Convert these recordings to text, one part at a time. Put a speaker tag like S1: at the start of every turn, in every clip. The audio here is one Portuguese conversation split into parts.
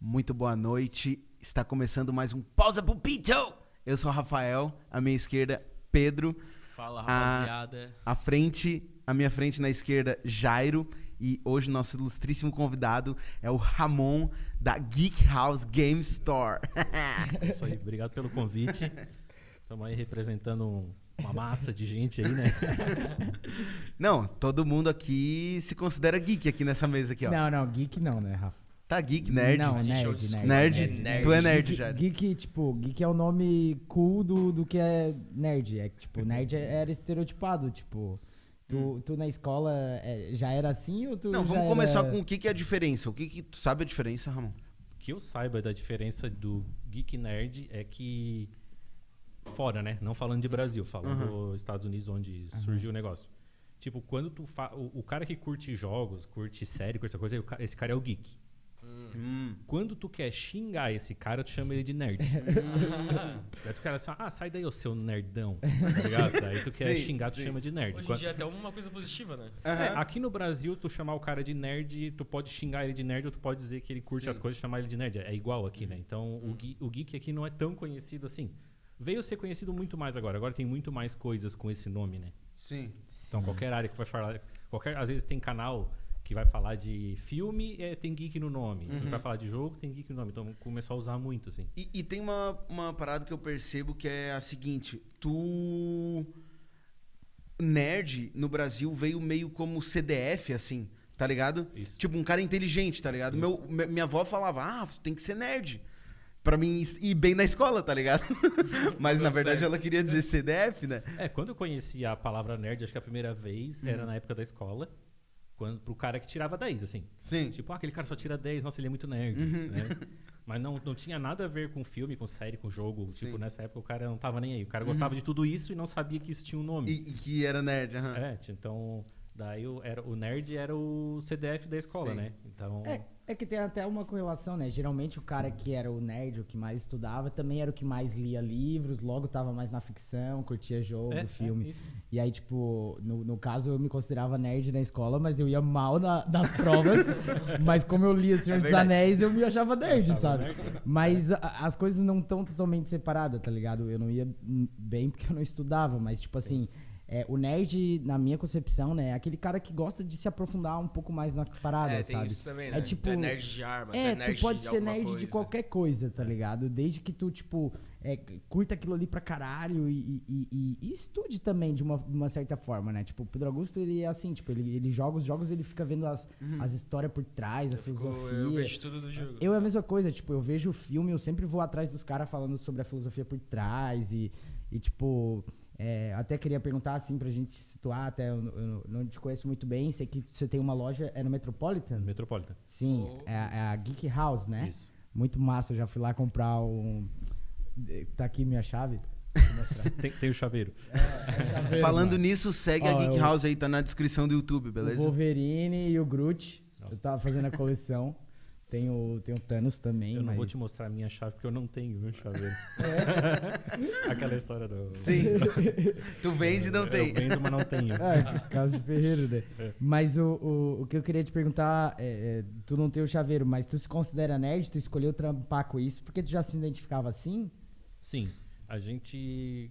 S1: Muito boa noite. Está começando mais um Pausa Pupito. Eu sou o Rafael, à minha esquerda, Pedro.
S2: Fala,
S1: Ah.
S2: rapaziada.
S1: À frente, à minha frente na esquerda, Jairo. E hoje nosso ilustríssimo convidado é o Ramon da Geek House Game Store.
S3: É isso aí, obrigado pelo convite. Estamos aí representando um- uma massa de gente aí, né?
S1: Não, todo mundo aqui se considera geek aqui nessa mesa aqui, ó.
S4: Não, não, geek não, né, Rafa?
S1: Tá geek, nerd.
S4: Não,
S2: A gente é old
S4: nerd,
S2: school,
S4: nerd,
S1: Nerd? Tu é nerd,
S4: Geek-
S1: já.
S4: Geek, tipo, geek é o nome cool do, do que é nerd. É que, tipo, nerd é- era estereotipado, tipo... Tu, tu na escola é, já era assim ou tu
S1: Hum. Não,
S4: já
S1: vamos começar
S4: era-
S1: com o que, que é a diferença. O que, que tu sabe a diferença, Ramon?
S3: que eu saiba da diferença do geek nerd é que fora, né? Não falando de Brasil, falando dos Estados Unidos onde surgiu o negócio. Tipo, quando tu fa... o, o cara que curte jogos, curte série, curte essa coisa, o ca- esse cara é o geek. Quando tu quer xingar esse cara, tu chama ele de nerd. Daí tu quer assim, ah, sai daí, ô seu nerdão. Tá ligado? Daí tu quer
S1: Sim,
S3: xingar, tu
S1: sim.
S3: chama de nerd.
S2: Hoje em
S3: Quando-
S2: dia é até uma coisa positiva, né?
S3: É, aqui no Brasil, tu chamar o cara de nerd, tu pode xingar ele de nerd ou tu pode dizer que ele curte as coisas e chamar ele de nerd. É igual aqui, né? Então, o, gui- o geek aqui não é tão conhecido assim. Veio ser conhecido muito mais agora. Agora tem muito mais coisas com esse nome, né?
S1: Sim.
S3: Então, qualquer área que vai falar... Qualquer, às vezes tem canal que vai falar de filme, é, tem geek no nome. E vai falar de jogo, tem geek no nome. Então, começou a usar muito, assim.
S1: E, e tem uma, uma parada que eu percebo que é a seguinte: tu. Nerd no Brasil veio meio como CDF, assim, tá ligado?
S3: Isso.
S1: Tipo, um cara inteligente, tá ligado? Meu, mi- minha avó falava, ah, tu tem que ser nerd. Pra mim is- ir bem na escola, tá ligado? Mas na
S2: Deu
S1: verdade
S2: certo.
S1: ela queria dizer CDF, né?
S3: É, quando eu conheci a palavra nerd, acho que a primeira vez era na época da escola. Quando, pro cara que tirava 10, assim.
S1: Sim.
S3: Tipo, ah, aquele cara só tira 10, nossa, ele é muito nerd,
S1: Uhum.
S3: né? Mas não, não tinha nada a ver com filme, com série, com jogo.
S1: Sim. Uhum.
S3: Tipo, nessa época o cara não tava nem aí. O cara gostava de tudo isso e não sabia que isso tinha um nome.
S1: E, e que era nerd, aham.
S3: É, t- então, daí o, era, o nerd era o CDF da escola,
S1: Sim.
S3: né? Então,
S4: É, é que tem até uma correlação, né? Geralmente o cara que era o nerd, o que mais estudava, também era o que mais lia livros, logo tava mais na ficção, curtia jogo,
S3: É, é,
S4: filme.
S3: isso.
S4: e aí, tipo, no, no caso eu me considerava nerd na escola, mas eu ia mal na- nas provas. mas como eu lia Senhor
S1: É
S4: dos
S1: verdade.
S4: Anéis, eu me achava nerd,
S3: Achava
S4: sabe?
S3: nerd, né?
S4: Mas a- as coisas não estão totalmente separadas, tá ligado? Eu não ia hum, bem porque eu não estudava, mas tipo assim. é, o nerd, na minha concepção, né, é aquele cara que gosta de se aprofundar um pouco mais na parada,
S2: é, tem
S4: sabe?
S2: isso também,
S4: É
S2: né?
S4: tipo-
S2: Tu é nerd de arma, tu
S4: É,
S2: é nerd
S4: tu pode
S2: de
S4: ser
S2: alguma
S4: nerd
S2: coisa.
S4: de qualquer coisa, tá ligado? Desde que tu, tipo, é, curta aquilo ali pra caralho e, e- e- e estude também de uma, de uma certa forma, né? Tipo, o Pedro Augusto, ele é assim, tipo, ele, ele joga os jogos, ele fica vendo as, as histórias por trás, a
S2: Uhum. Eu, fico-
S4: filosofia.
S2: eu vejo tudo do jogo.
S4: Eu é a mesma coisa, tipo, eu vejo o filme, eu sempre vou atrás dos caras falando sobre a filosofia por trás e, e tipo, é, até queria perguntar, assim, pra gente se situar, até eu, eu não te conheço muito bem, sei que você tem uma loja, é no Metropolitan?
S3: Metropolitan.
S4: Sim,
S2: Oh.
S4: é, é a Geek House, né?
S3: Isso.
S4: Muito massa, eu já fui lá comprar um... Tá aqui minha chave.
S3: Tem, tem o chaveiro.
S1: Falando nisso, segue a
S4: Ó,
S1: Geek
S4: eu-
S1: House aí, tá na descrição do YouTube,
S4: O
S1: beleza?
S4: Wolverine e o Groot, eu tava fazendo a coleção. Tem o, tem o Thanos também,
S3: Eu não
S4: mas...
S3: vou te mostrar a minha chave, porque eu não tenho meu chaveiro.
S4: É?
S3: Aquela história do...
S1: Sim. tu vende e não tem.
S3: Eu vendo, mas não tenho.
S4: É, caso de ferreiro, né?
S3: É.
S4: Mas o, o, o que eu queria te perguntar, é, é, tu não tem o chaveiro, mas tu se considera nerd, tu escolheu trampar com isso, porque tu já se identificava assim?
S3: Sim, a gente...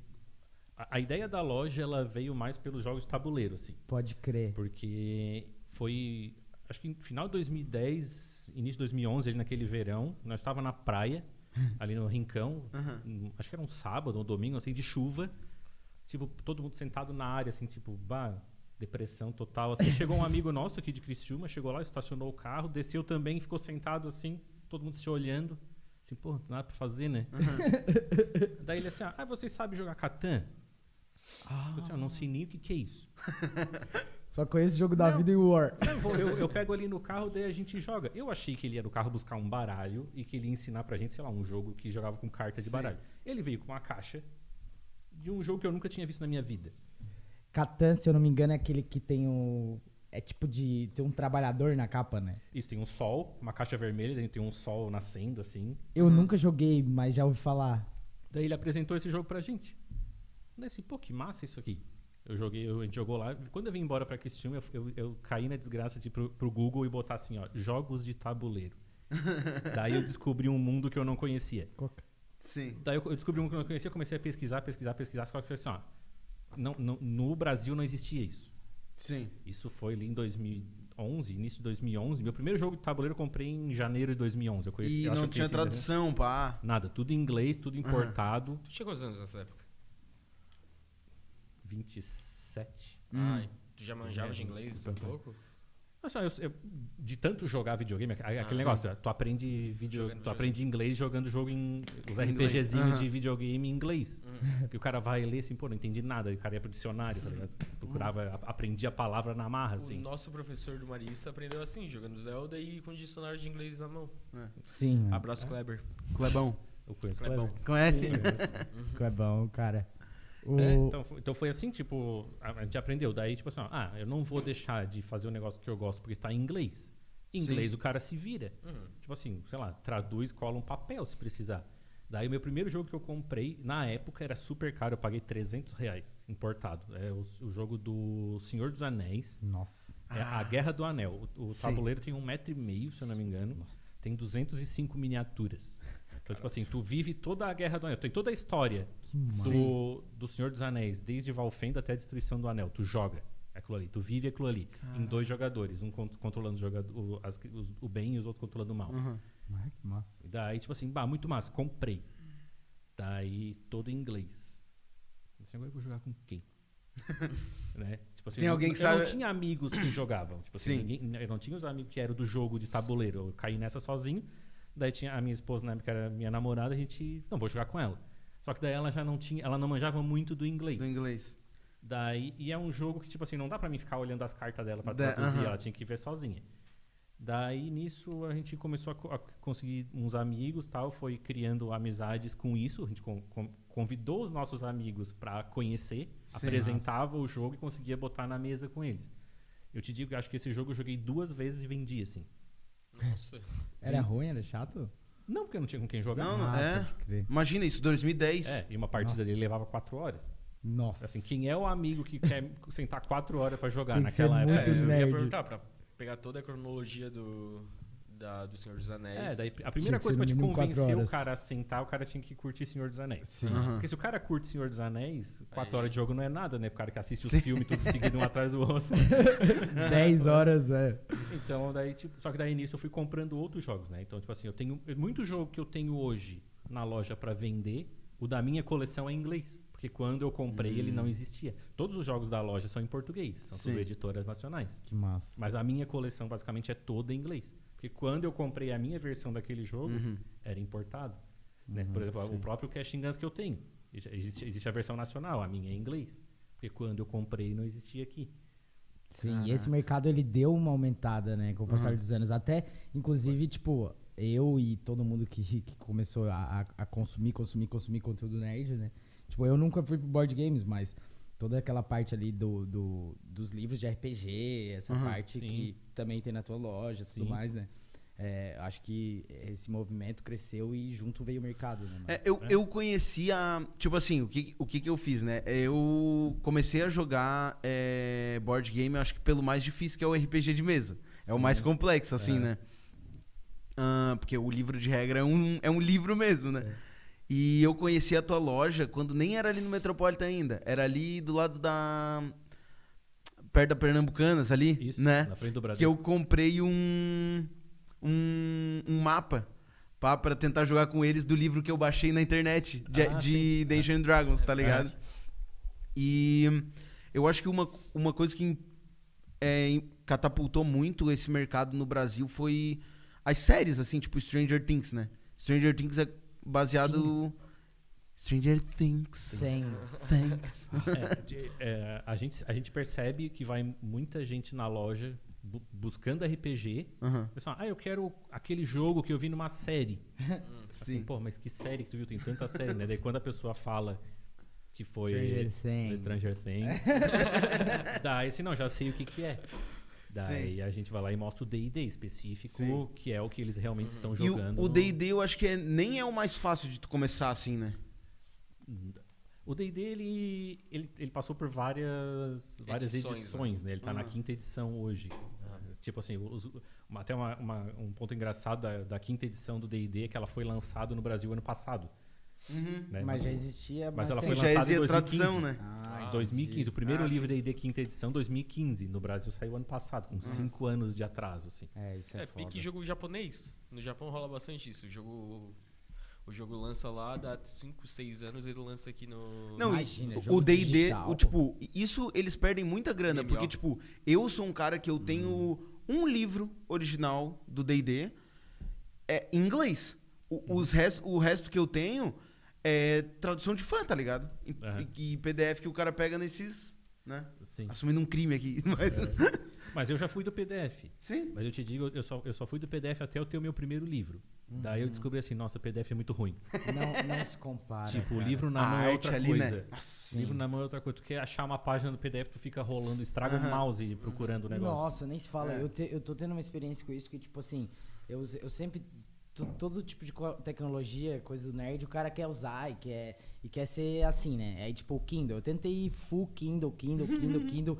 S3: A, a ideia da loja, ela veio mais pelos jogos de tabuleiro, assim.
S4: Pode crer.
S3: Porque foi, acho que no final de 2010, início de 2011, ali naquele verão, nós estava na praia, ali no Rincão, um- acho que era um sábado ou um domingo, assim, de chuva. Tipo, todo mundo sentado na área, assim, tipo, bah, depressão total. Assim, chegou um amigo nosso aqui de Criciúma, chegou lá, estacionou o carro, desceu também, ficou sentado assim, todo mundo se olhando. Assim, pô, nada pra fazer, né? Daí ele assim, ah, vocês sabem jogar Catan? Eu assim, "Ah, não sei nem o que que é isso.
S4: Só conheço o jogo da vida e o War.
S3: Não, vou- eu, eu pego ali no carro, daí a gente joga. Eu achei que ele ia no carro buscar um baralho e que ele ia ensinar pra gente, sei lá, um jogo que jogava com carta de baralho. Ele veio com uma caixa de um jogo que eu nunca tinha visto na minha vida.
S4: Catan, se eu não me engano, é aquele que tem o... É tipo de... Tem um trabalhador na capa, né?
S3: Isso, tem um sol, uma caixa vermelha, daí tem um sol nascendo, assim.
S4: Eu nunca joguei, mas já ouvi falar.
S3: Daí ele apresentou esse jogo pra gente. Daí assim, pô, que massa isso aqui. Eu joguei, eu- a gente jogou lá. Quando eu vim embora pra Criciúma, eu, eu, eu caí na desgraça de ir pro, pro Google e botar assim, ó, jogos de tabuleiro. Daí eu descobri um mundo que eu não conhecia.
S1: Sim.
S3: Daí eu eu descobri um que eu não conhecia, comecei a pesquisar, pesquisar, pesquisar. Só que eu falei assim, ó, não, não- no Brasil não existia isso.
S1: Sim.
S3: Isso foi ali em 2011, início de 2011. Meu primeiro jogo de tabuleiro eu comprei em janeiro de 2011. Eu conheci,
S1: E
S3: eu acho
S1: não
S3: que eu
S1: tinha
S3: conheci ainda, né?
S1: tradução, pá.
S3: Nada, tudo em inglês, tudo importado.
S2: Tu tinha quantos anos nessa época?
S3: 27.
S4: Hum.
S2: Ai, Ah, tu já manjava
S3: É,
S2: de inglês um
S3: tanto é.
S2: pouco?
S3: Olha só, eu- eu- de tanto jogar videogame, aquele
S2: Ah, sim.
S3: negócio, tu aprende vídeo,
S2: Jogando
S3: tu
S2: videogame.
S3: aprende inglês jogando jogo em os
S1: Em
S3: RPGzinhos
S1: inglês,
S3: de
S1: aham.
S3: videogame em inglês.
S2: Uhum.
S3: Que o cara vai ler assim, pô, não entendi nada, e o cara ia pro dicionário, tá ligado? Procurava, a- aprendia a palavra na marra,
S2: Uhum. O
S3: assim.
S2: nosso professor do Marista aprendeu assim, jogando Zelda e com dicionário de inglês na mão.
S4: Sim,
S3: Ah,
S4: mano.
S2: Abraço, Kleber.
S1: Clebão.
S3: Eu conheço
S2: Clebão.
S3: Cleber.
S1: Conhece?
S4: É bom, cara. O...
S3: É, então, foi- então foi assim, tipo, a a gente aprendeu. Daí, tipo assim, ó, ah, eu não vou deixar de fazer um negócio que eu gosto porque tá em inglês. Em
S1: Sim.
S3: inglês o cara se vira.
S2: Uhum.
S3: Tipo assim, sei lá, traduz, cola um papel se precisar. Daí o meu primeiro jogo que eu comprei, na época, era super caro. Eu paguei 300 reais importado. É o, o jogo do Senhor dos Anéis.
S4: Nossa.
S3: É a Guerra do Anel. O, o
S1: Sim.
S3: tabuleiro tem um metro e meio, se eu não me engano. Tem 205 miniaturas. Então, tipo assim, tu vive toda a Guerra do Anel. Tem toda a história
S4: Que massa.
S3: do, do Senhor dos Anéis, desde Valfenda até a destruição do Anel. Tu joga aquilo ali, tu vive aquilo ali. Em dois jogadores, um cont- controlando os jogado- o, as- os- o bem e os outros controlando o mal.
S1: Uhum.
S4: Ah, que massa.
S3: E Daí, tipo assim, bah, muito massa, comprei. Daí, todo em inglês. Assim, agora eu vou jogar com quem? né? Tipo assim,
S1: Tem
S3: eu não-
S1: alguém que
S3: eu não
S1: sabe-
S3: tinha amigos que jogavam. Tipo assim,
S1: Sim.
S3: ninguém- eu não tinha os amigos que eram do jogo de tabuleiro. Eu caí nessa sozinho. Daí tinha a minha esposa, na época, era minha namorada, a gente. Não, vou jogar com ela. Só que daí ela já não tinha. Ela não manjava muito do inglês.
S1: Do inglês.
S3: Daí, e é um jogo que, tipo assim, não dá pra mim ficar olhando as cartas dela pra
S1: Da-
S3: traduzir,
S1: aham.
S3: ela tinha que ver sozinha. Daí, nisso, a gente começou a, co- a conseguir uns amigos tal, foi criando amizades com isso. A gente con- con- convidou os nossos amigos pra conhecer,
S1: Sim.
S3: apresentava o jogo e conseguia botar na mesa com eles. Eu te digo, eu acho que esse jogo eu joguei duas vezes e vendi, assim.
S2: Nossa.
S4: Era ruim, era chato?
S3: Não porque eu não tinha com quem jogar.
S1: Não, não,
S4: ah,
S1: é.
S4: pode crer.
S1: Imagina isso, 2010.
S3: É, e uma partida
S4: Nossa.
S3: dele levava quatro horas.
S4: Nossa.
S3: Assim, quem é o amigo que quer sentar quatro horas pra jogar
S4: Tem que ser
S3: naquela época?
S4: muito
S2: É, eu ia
S4: nerd.
S2: perguntar, pra pegar toda a cronologia do, da- do Senhor dos Anéis.
S3: É, daí a primeira
S4: que
S3: coisa
S4: ser
S3: pra
S4: no
S3: te
S4: mínimo quatro
S3: convencer o
S4: horas.
S3: cara a sentar, o cara tinha que curtir Senhor dos Anéis.
S4: Sim.
S1: Aham.
S3: Porque se o cara curte Senhor dos Anéis, quatro
S2: Aí-
S3: horas de jogo não é nada, né? O cara que assiste os filmes tudo seguido um atrás do outro.
S4: 10 horas, é.
S3: Então, daí, tipo, só que daí nisso eu fui comprando outros jogos, né? Então, tipo assim, eu tenho muito jogo que eu tenho hoje na loja pra vender, o da minha coleção é em inglês, porque quando eu comprei ele não existia. Todos os jogos da loja são em português, são
S1: Sim.
S3: tudo editoras nacionais.
S4: Que massa.
S3: Mas a minha coleção basicamente é toda em inglês. Porque quando eu comprei a minha versão daquele jogo,
S1: Uhum.
S3: era importado. né? Por exemplo, o próprio Cash and Guns que eu tenho. Ex- Existe, existe a versão nacional, a minha é em inglês. Porque quando eu comprei não existia aqui.
S4: Sim, e esse mercado ele deu uma aumentada, né, com o
S3: Uhum.
S4: passar dos anos. Até, inclusive, tipo, eu e todo mundo que, que começou a, a- a consumir, consumir, consumir conteúdo nerd, né? Tipo, eu nunca fui pro board games, mas toda aquela parte ali do, do- dos livros de RPG, essa parte
S3: Uhum. sim.
S4: que também tem na tua loja e tudo
S3: Sim.
S4: mais, né? É, acho que esse movimento cresceu e junto veio o mercado, né? mano?
S1: É, eu, eu conheci a. Tipo assim, o que, o que que eu fiz, né? Eu comecei a jogar é, board game, eu acho que pelo mais difícil, que é o RPG de mesa. É o mais complexo, assim, né? Ah, porque o livro de regra é um, é um livro mesmo, né? E eu conheci a tua loja quando nem era ali no Metropolitan ainda. Era ali do lado da. Perto da Pernambucanas ali,
S3: Isso,
S1: né?
S3: na frente do
S1: que
S3: Brasil.
S1: eu comprei um, um, um mapa pá, pra tentar jogar com eles do livro que eu baixei na internet, de,
S3: Ah,
S1: de Dungeons and Dragons, tá ligado?
S3: verdade.
S1: E eu acho que uma, uma coisa que é, em- catapultou muito esse mercado no Brasil foi as séries, assim, tipo Stranger Things, né? Stranger Things é baseado... Stranger Things.
S4: Sem.
S1: Thanks.
S3: É, de- é, a, gente, a gente percebe que vai muita gente na loja bu- buscando RPG.
S1: Aham,
S3: Pessoal, ah, eu quero aquele jogo que eu vi numa série. Assim,
S1: sim.
S3: pô, mas que série que tu viu? Tem tanta série, né? Daí quando a pessoa fala que foi
S4: Stranger Things.
S3: do Stranger Things, daí assim, não, já sei o que que é. Daí a gente vai lá e mostra o D&D específico,
S1: Sim.
S3: que é o que eles realmente estão
S1: E
S3: jogando.
S1: o- o D&D eu acho que é- nem é o mais fácil de tu começar assim, né?
S3: O D&D, ele, ele, ele passou por várias, várias
S2: Edições,
S3: edições, né? Ele tá na
S1: Uhum.
S3: quinta edição hoje. Tipo assim, os- uma- até uma- uma- um ponto engraçado da, da quinta edição do D&D é que ela foi lançada no Brasil ano passado. né?
S4: Mas já existia.
S3: Mas ela
S4: tem-
S3: foi
S1: já
S3: lançada em
S1: exia
S3: 2015.
S1: tradução, né?
S4: Ah,
S3: Em 2015, o primeiro
S1: Ah,
S3: livro da ID Quinta Edição, 2015. No Brasil saiu ano passado, com cinco anos de atraso, assim.
S4: é, isso é,
S2: É,
S4: foda.
S2: pique jogo japonês. No Japão rola bastante isso. O jogo, o jogo lança lá, dá 5, 6 anos, ele lança aqui
S5: Ah,
S2: no.
S1: Não,
S4: Imagina,
S1: e
S4: jogo
S1: o D&D,
S4: digital,
S1: o tipo, isso eles perdem muita grana,
S2: MMO.
S1: porque tipo, eu sou um cara que eu tenho um livro original do D&D é em inglês. O, os res- o resto que eu tenho é tradução de fã, tá ligado? E,
S3: Aham.
S1: e- e PDF que o cara pega nesses, né?
S3: Sim.
S1: Assumindo um crime aqui, mas
S3: Mas eu já fui do PDF.
S1: sim.
S3: Mas eu te digo, eu só, eu só fui do PDF até eu ter o meu primeiro livro. Daí
S4: Uhum.
S3: eu descobri assim, nossa, PDF é muito ruim.
S4: Não, não se compara.
S3: tipo, o
S4: cara.
S3: livro
S1: A
S3: na mão é
S1: arte
S3: outra
S1: ali, né?
S3: coisa. Livro na mão é outra coisa. Tu quer achar uma página do PDF, tu fica rolando, estraga o mouse procurando o negócio.
S4: Nossa, nem se fala.
S1: É.
S4: Eu, te- eu tô tendo uma experiência com isso que, tipo assim, eu, use- eu sempre. to- Todo tipo de co- tecnologia, coisa do nerd, o cara quer usar e quer, e quer ser assim, né? Aí, tipo, o Kindle. Eu tentei ir full Kindle, Kindle, Kindle, Kindle.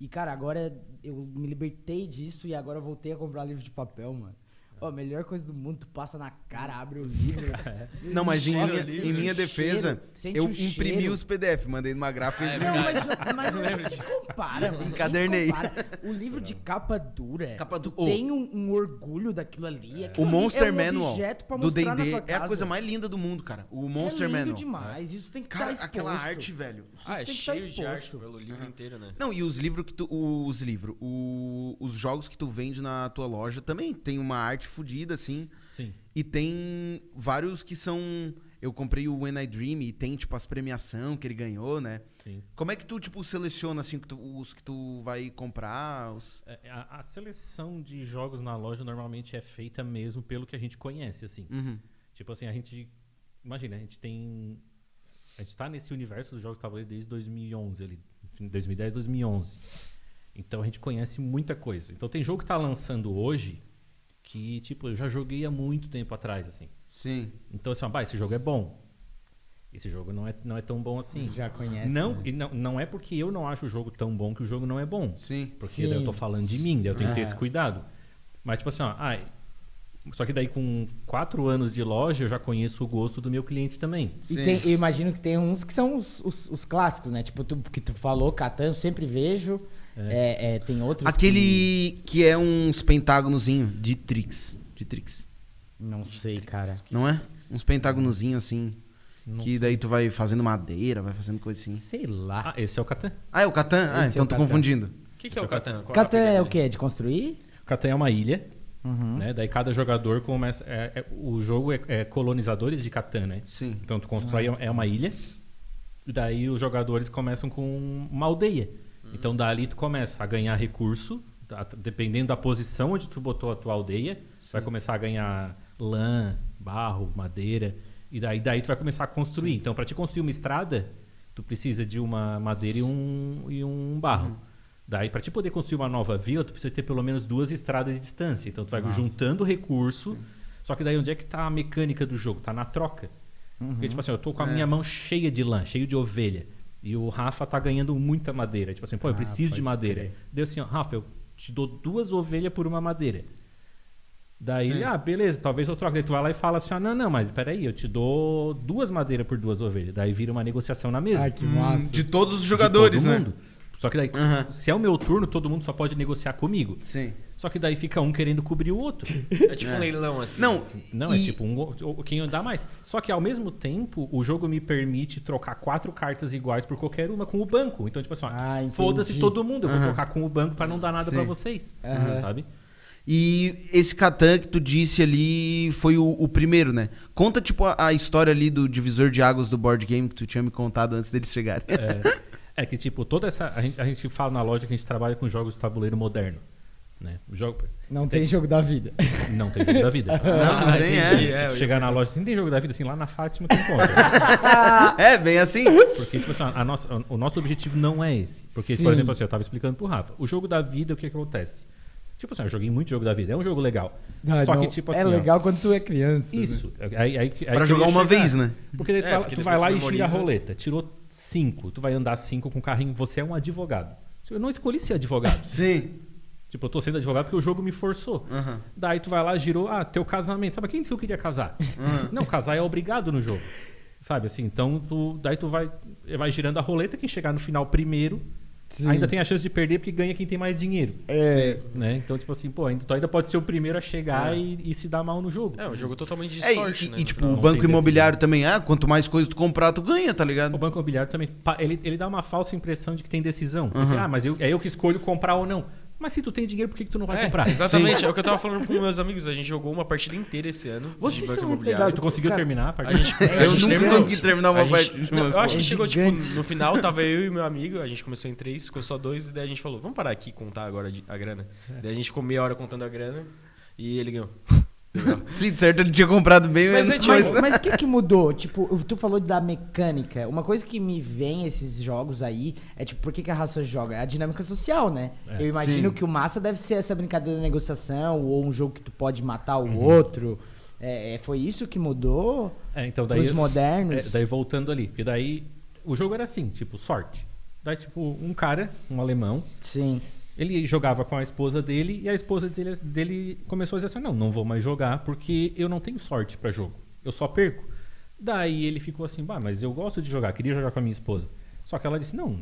S4: E, cara, agora eu me libertei disso e agora eu voltei a comprar livro de papel, mano. Ó, a melhor coisa do mundo, tu passa na cara, abre o livro.
S1: Não, mas em
S4: Nossa,
S1: minha,
S4: sente
S1: em
S4: o
S1: minha
S4: cheiro,
S1: defesa,
S4: sente
S1: eu
S4: o
S1: imprimi
S4: cheiro.
S1: os PDF, mandei numa gráfica e
S2: Ah, é
S1: imprimi.
S4: Não, mas, não- mas não se compara, mano. nem se
S1: Encadernei.
S4: compara. O livro de capa dura.
S1: Capa du-
S4: tu Tem um, um orgulho daquilo ali.
S1: O
S4: Aquilo ali
S1: Monster
S4: é um
S1: Manual
S4: objeto pra
S1: do
S4: mostrar na
S1: D&D
S4: tua
S1: é a
S4: casa.
S1: coisa mais linda do mundo, cara. O
S4: É
S1: Monster
S4: lindo
S1: Manual.
S4: demais. Isso tem que
S1: Cara,
S4: estar exposto.
S1: aquela arte, velho.
S2: Ah, é
S4: Isso tem que estar
S2: cheio de arte
S4: exposto.
S2: pelo livro inteiro, né?
S1: Não, e os livros que tu. Os livros. o- os jogos que tu vende na tua loja também tem uma arte fodida, assim.
S3: Sim.
S1: E tem vários que são. Eu comprei o When I Dream e tem, tipo, as premiação que ele ganhou, né?
S3: Sim.
S1: Como é que tu, tipo, seleciona, assim, que tu- os que tu vai comprar? os-
S3: É, A, a seleção de jogos na loja normalmente é feita mesmo pelo que a gente conhece, assim.
S1: Uhum.
S3: Tipo assim, a gente. Imagina, a gente tem. A gente tá nesse universo dos jogos de tabuleiro desde 2011, ali. enfim, 2010, 2011. Então a gente conhece muita coisa. Então tem jogo que tá lançando hoje que, tipo, eu já joguei há muito tempo atrás, assim.
S1: Sim.
S3: Então, assim, ó, "Bah, esse jogo é bom. Esse jogo não é, não é tão bom assim.
S4: Já conhece.
S3: não,
S4: né?
S3: e não, não é porque eu não acho o jogo tão bom que o jogo não é bom.
S1: Sim.
S3: Porque
S4: Sim.
S3: daí eu tô falando de mim, daí eu tenho que ter
S4: É.
S3: esse cuidado. Mas, tipo assim, ó, ai, só que daí com quatro anos de loja eu já conheço o gosto do meu cliente também.
S1: Sim.
S4: E tem- eu imagino que tem uns que são os, os- os clássicos, né? Tipo, tu, que tu falou, Catan, eu sempre vejo. É, é, tem outros. que-
S1: Aquele que é uns pentágonozinho de Trix. De Trix.
S4: Não sei, cara.
S1: Não é? Uns pentágonozinhos, assim. Que daí tu vai fazendo madeira, vai fazendo coisa assim.
S4: Sei lá.
S3: Ah, esse é o Catan.
S1: Ah, é o Catan? Ah,
S4: Esse
S1: então
S4: é o
S1: tô
S4: Catan.
S1: confundindo.
S2: O que, que é o Catan? Qual
S4: Catan
S2: a
S4: é o
S2: pegada
S4: quê? É de construir?
S3: O Catan é uma ilha,
S4: Uhum.
S3: né? Daí cada jogador começa... é- é- o jogo é, é colonizadores de Catan, né?
S1: Sim.
S3: Então tu constrói é uma ilha. E daí os jogadores começam com uma aldeia. Então dali tu começa a ganhar recurso, tá? dependendo da posição onde tu botou a tua aldeia, tu vai começar a ganhar lã, barro, madeira. E daí, daí tu vai começar a construir. Então para te construir uma estrada, tu precisa de uma madeira e um, e um barro. Daí, para te poder construir uma nova vila, tu precisa ter pelo menos duas estradas de distância. Então, tu vai juntando recurso. Só que daí, onde é que tá a mecânica do jogo? Tá na troca. Porque,
S4: Uhum.
S3: tipo assim, eu tô com a
S4: É.
S3: minha mão cheia de lã, cheio de ovelha. E o Rafa tá ganhando muita madeira. Tipo assim, pô, eu
S4: Ah,
S3: preciso de
S4: pode
S3: madeira.
S4: crer.
S3: Deu assim, ó, Rafa, eu te dou duas ovelhas por uma madeira. Daí,
S1: Sim.
S3: ele, ah, beleza, talvez eu troque. Daí tu vai lá e fala assim, ah, não, não, mas peraí, eu te dou duas madeiras por duas ovelhas. Daí vira uma negociação na mesa.
S4: Ai, que massa.
S1: De todos os
S3: De
S1: jogadores,
S3: todo
S1: né?
S3: mundo. Só que daí,
S1: Aham.
S3: se é o meu turno, todo mundo só pode negociar comigo.
S1: Sim.
S3: Só que daí fica um querendo cobrir o outro.
S2: É tipo um leilão, assim.
S1: Não,
S3: Não, é
S1: E-
S3: tipo um, go- o- quem andar mais. Só que ao mesmo tempo, o jogo me permite trocar quatro cartas iguais por qualquer uma com o banco. Então, tipo assim, ó,
S4: Ah, entendi.
S3: foda-se todo mundo, eu vou
S1: Aham.
S3: trocar com o banco pra não dar nada
S1: Sim.
S3: pra vocês.
S4: Aham.
S3: Sabe?
S1: e esse Catan que tu disse ali foi o, o primeiro, né? Conta, tipo, a, a história ali do divisor de águas do board game que tu tinha me contado antes deles chegarem.
S3: É, é que, tipo, toda essa. A gente, a gente fala na loja que a gente trabalha com jogos de tabuleiro moderno. Né? O Jogo,
S4: Não tem jogo da vida.
S3: não tem jogo da vida.
S1: Não,
S2: Ah,
S1: nem
S2: entendi.
S3: Se
S2: É,
S3: tu
S2: eu-
S3: chegar na loja assim, tem jogo da vida, assim, lá na Fátima tem conta.
S1: É, bem assim.
S3: Porque, tipo assim, a nossa, o nosso objetivo não é esse. Porque,
S4: Sim.
S3: por exemplo, assim, eu tava explicando pro Rafa. O jogo da vida, o que, que acontece? Tipo assim, eu joguei muito jogo da vida, é um jogo legal.
S4: Ah,
S3: Só
S4: não,
S3: que, tipo assim.
S4: é
S3: ó,
S4: legal quando tu é criança. né?
S3: Isso. Aí, aí, aí que
S1: Pra
S3: eu
S1: jogar
S3: ia
S1: uma
S3: chegar.
S1: vez, né?
S3: Porque daí tu,
S2: É,
S3: vai,
S2: porque
S3: tu vai
S2: depois
S3: lá
S2: você
S3: e gira a
S2: memoriza.
S3: roleta. Tirou cinco. Tu vai andar cinco com o carrinho. Você é um advogado. Eu não escolhi ser advogado.
S1: Sim.
S3: Tipo Tipo, eu tô sendo advogado porque o jogo me forçou.
S1: Aham.
S3: Daí tu vai lá, girou, ah, teu casamento. Sabe, quem disse que eu queria casar?
S2: Hum.
S3: Não, casar é obrigado no jogo. Sabe, assim, então tu, daí tu vai, vai girando a roleta, quem chegar no final primeiro,
S4: Sim.
S3: ainda tem a chance de perder porque ganha quem tem mais dinheiro.
S4: É.
S3: Né? Então, tipo assim, pô, ainda, tu ainda pode ser o primeiro a chegar e, e se dar mal no jogo.
S2: É, um jogo totalmente de
S1: É, e-
S2: sorte,
S1: e,
S2: né?
S1: e,
S2: no
S1: tipo,
S2: final.
S1: o
S3: Não
S1: banco
S3: tem
S1: imobiliário também, ah, quanto mais coisa tu comprar, tu ganha, tá ligado?
S3: O Banco Imobiliário também, pa- ele, ele dá uma falsa impressão de que tem decisão.
S2: Uhum.
S3: Porque, ah, mas eu, é eu que escolho comprar ou não. Mas se tu tem dinheiro, por que, que tu não vai
S2: É,
S3: comprar?
S2: Exatamente, é o que eu tava falando com meus amigos. A gente jogou uma partida inteira esse ano. de
S4: Vocês
S2: Banco
S4: são
S2: Imobiliário.
S3: Tu conseguiu
S4: Cara,
S3: terminar a partida?
S2: A gente,
S1: Eu
S2: a gente
S1: nunca
S2: terminou.
S1: consegui terminar uma
S2: A gente-
S1: partida de
S2: não,
S1: banco.
S2: Eu acho que
S4: É
S2: chegou,
S4: gigante.
S2: tipo, no final tava eu e meu amigo, a gente começou em três, ficou só dois, e daí a gente falou, vamos parar aqui e contar agora de- a grana. Daí a gente ficou meia hora contando a grana, e ele ganhou.
S1: Sim, de certo, ele tinha comprado bem
S2: Mas
S1: menos
S2: é, tipo,
S1: coisa.
S4: Mas mas o que, que mudou? Tipo, tu falou da mecânica. Uma coisa que me vem esses jogos aí é tipo, por que, que a raça joga? É a dinâmica social, né?
S3: É.
S4: Eu imagino
S1: Sim.
S4: que o massa deve ser essa brincadeira da negociação, ou um jogo que tu pode matar
S3: Uhum.
S4: o outro. É, é, foi isso que mudou?
S3: É, então daí.
S4: Pros modernos?
S3: É, daí voltando ali. E daí o jogo era assim, tipo, sorte. Daí, tipo, um cara, um alemão,
S4: Sim.
S3: ele jogava com a esposa dele e a esposa dele, dele começou a dizer assim: não, não vou mais jogar porque eu não tenho sorte pra jogo. Eu só perco. Daí ele ficou assim: bah, mas eu gosto de jogar, queria jogar com a minha esposa. Só que ela disse: não,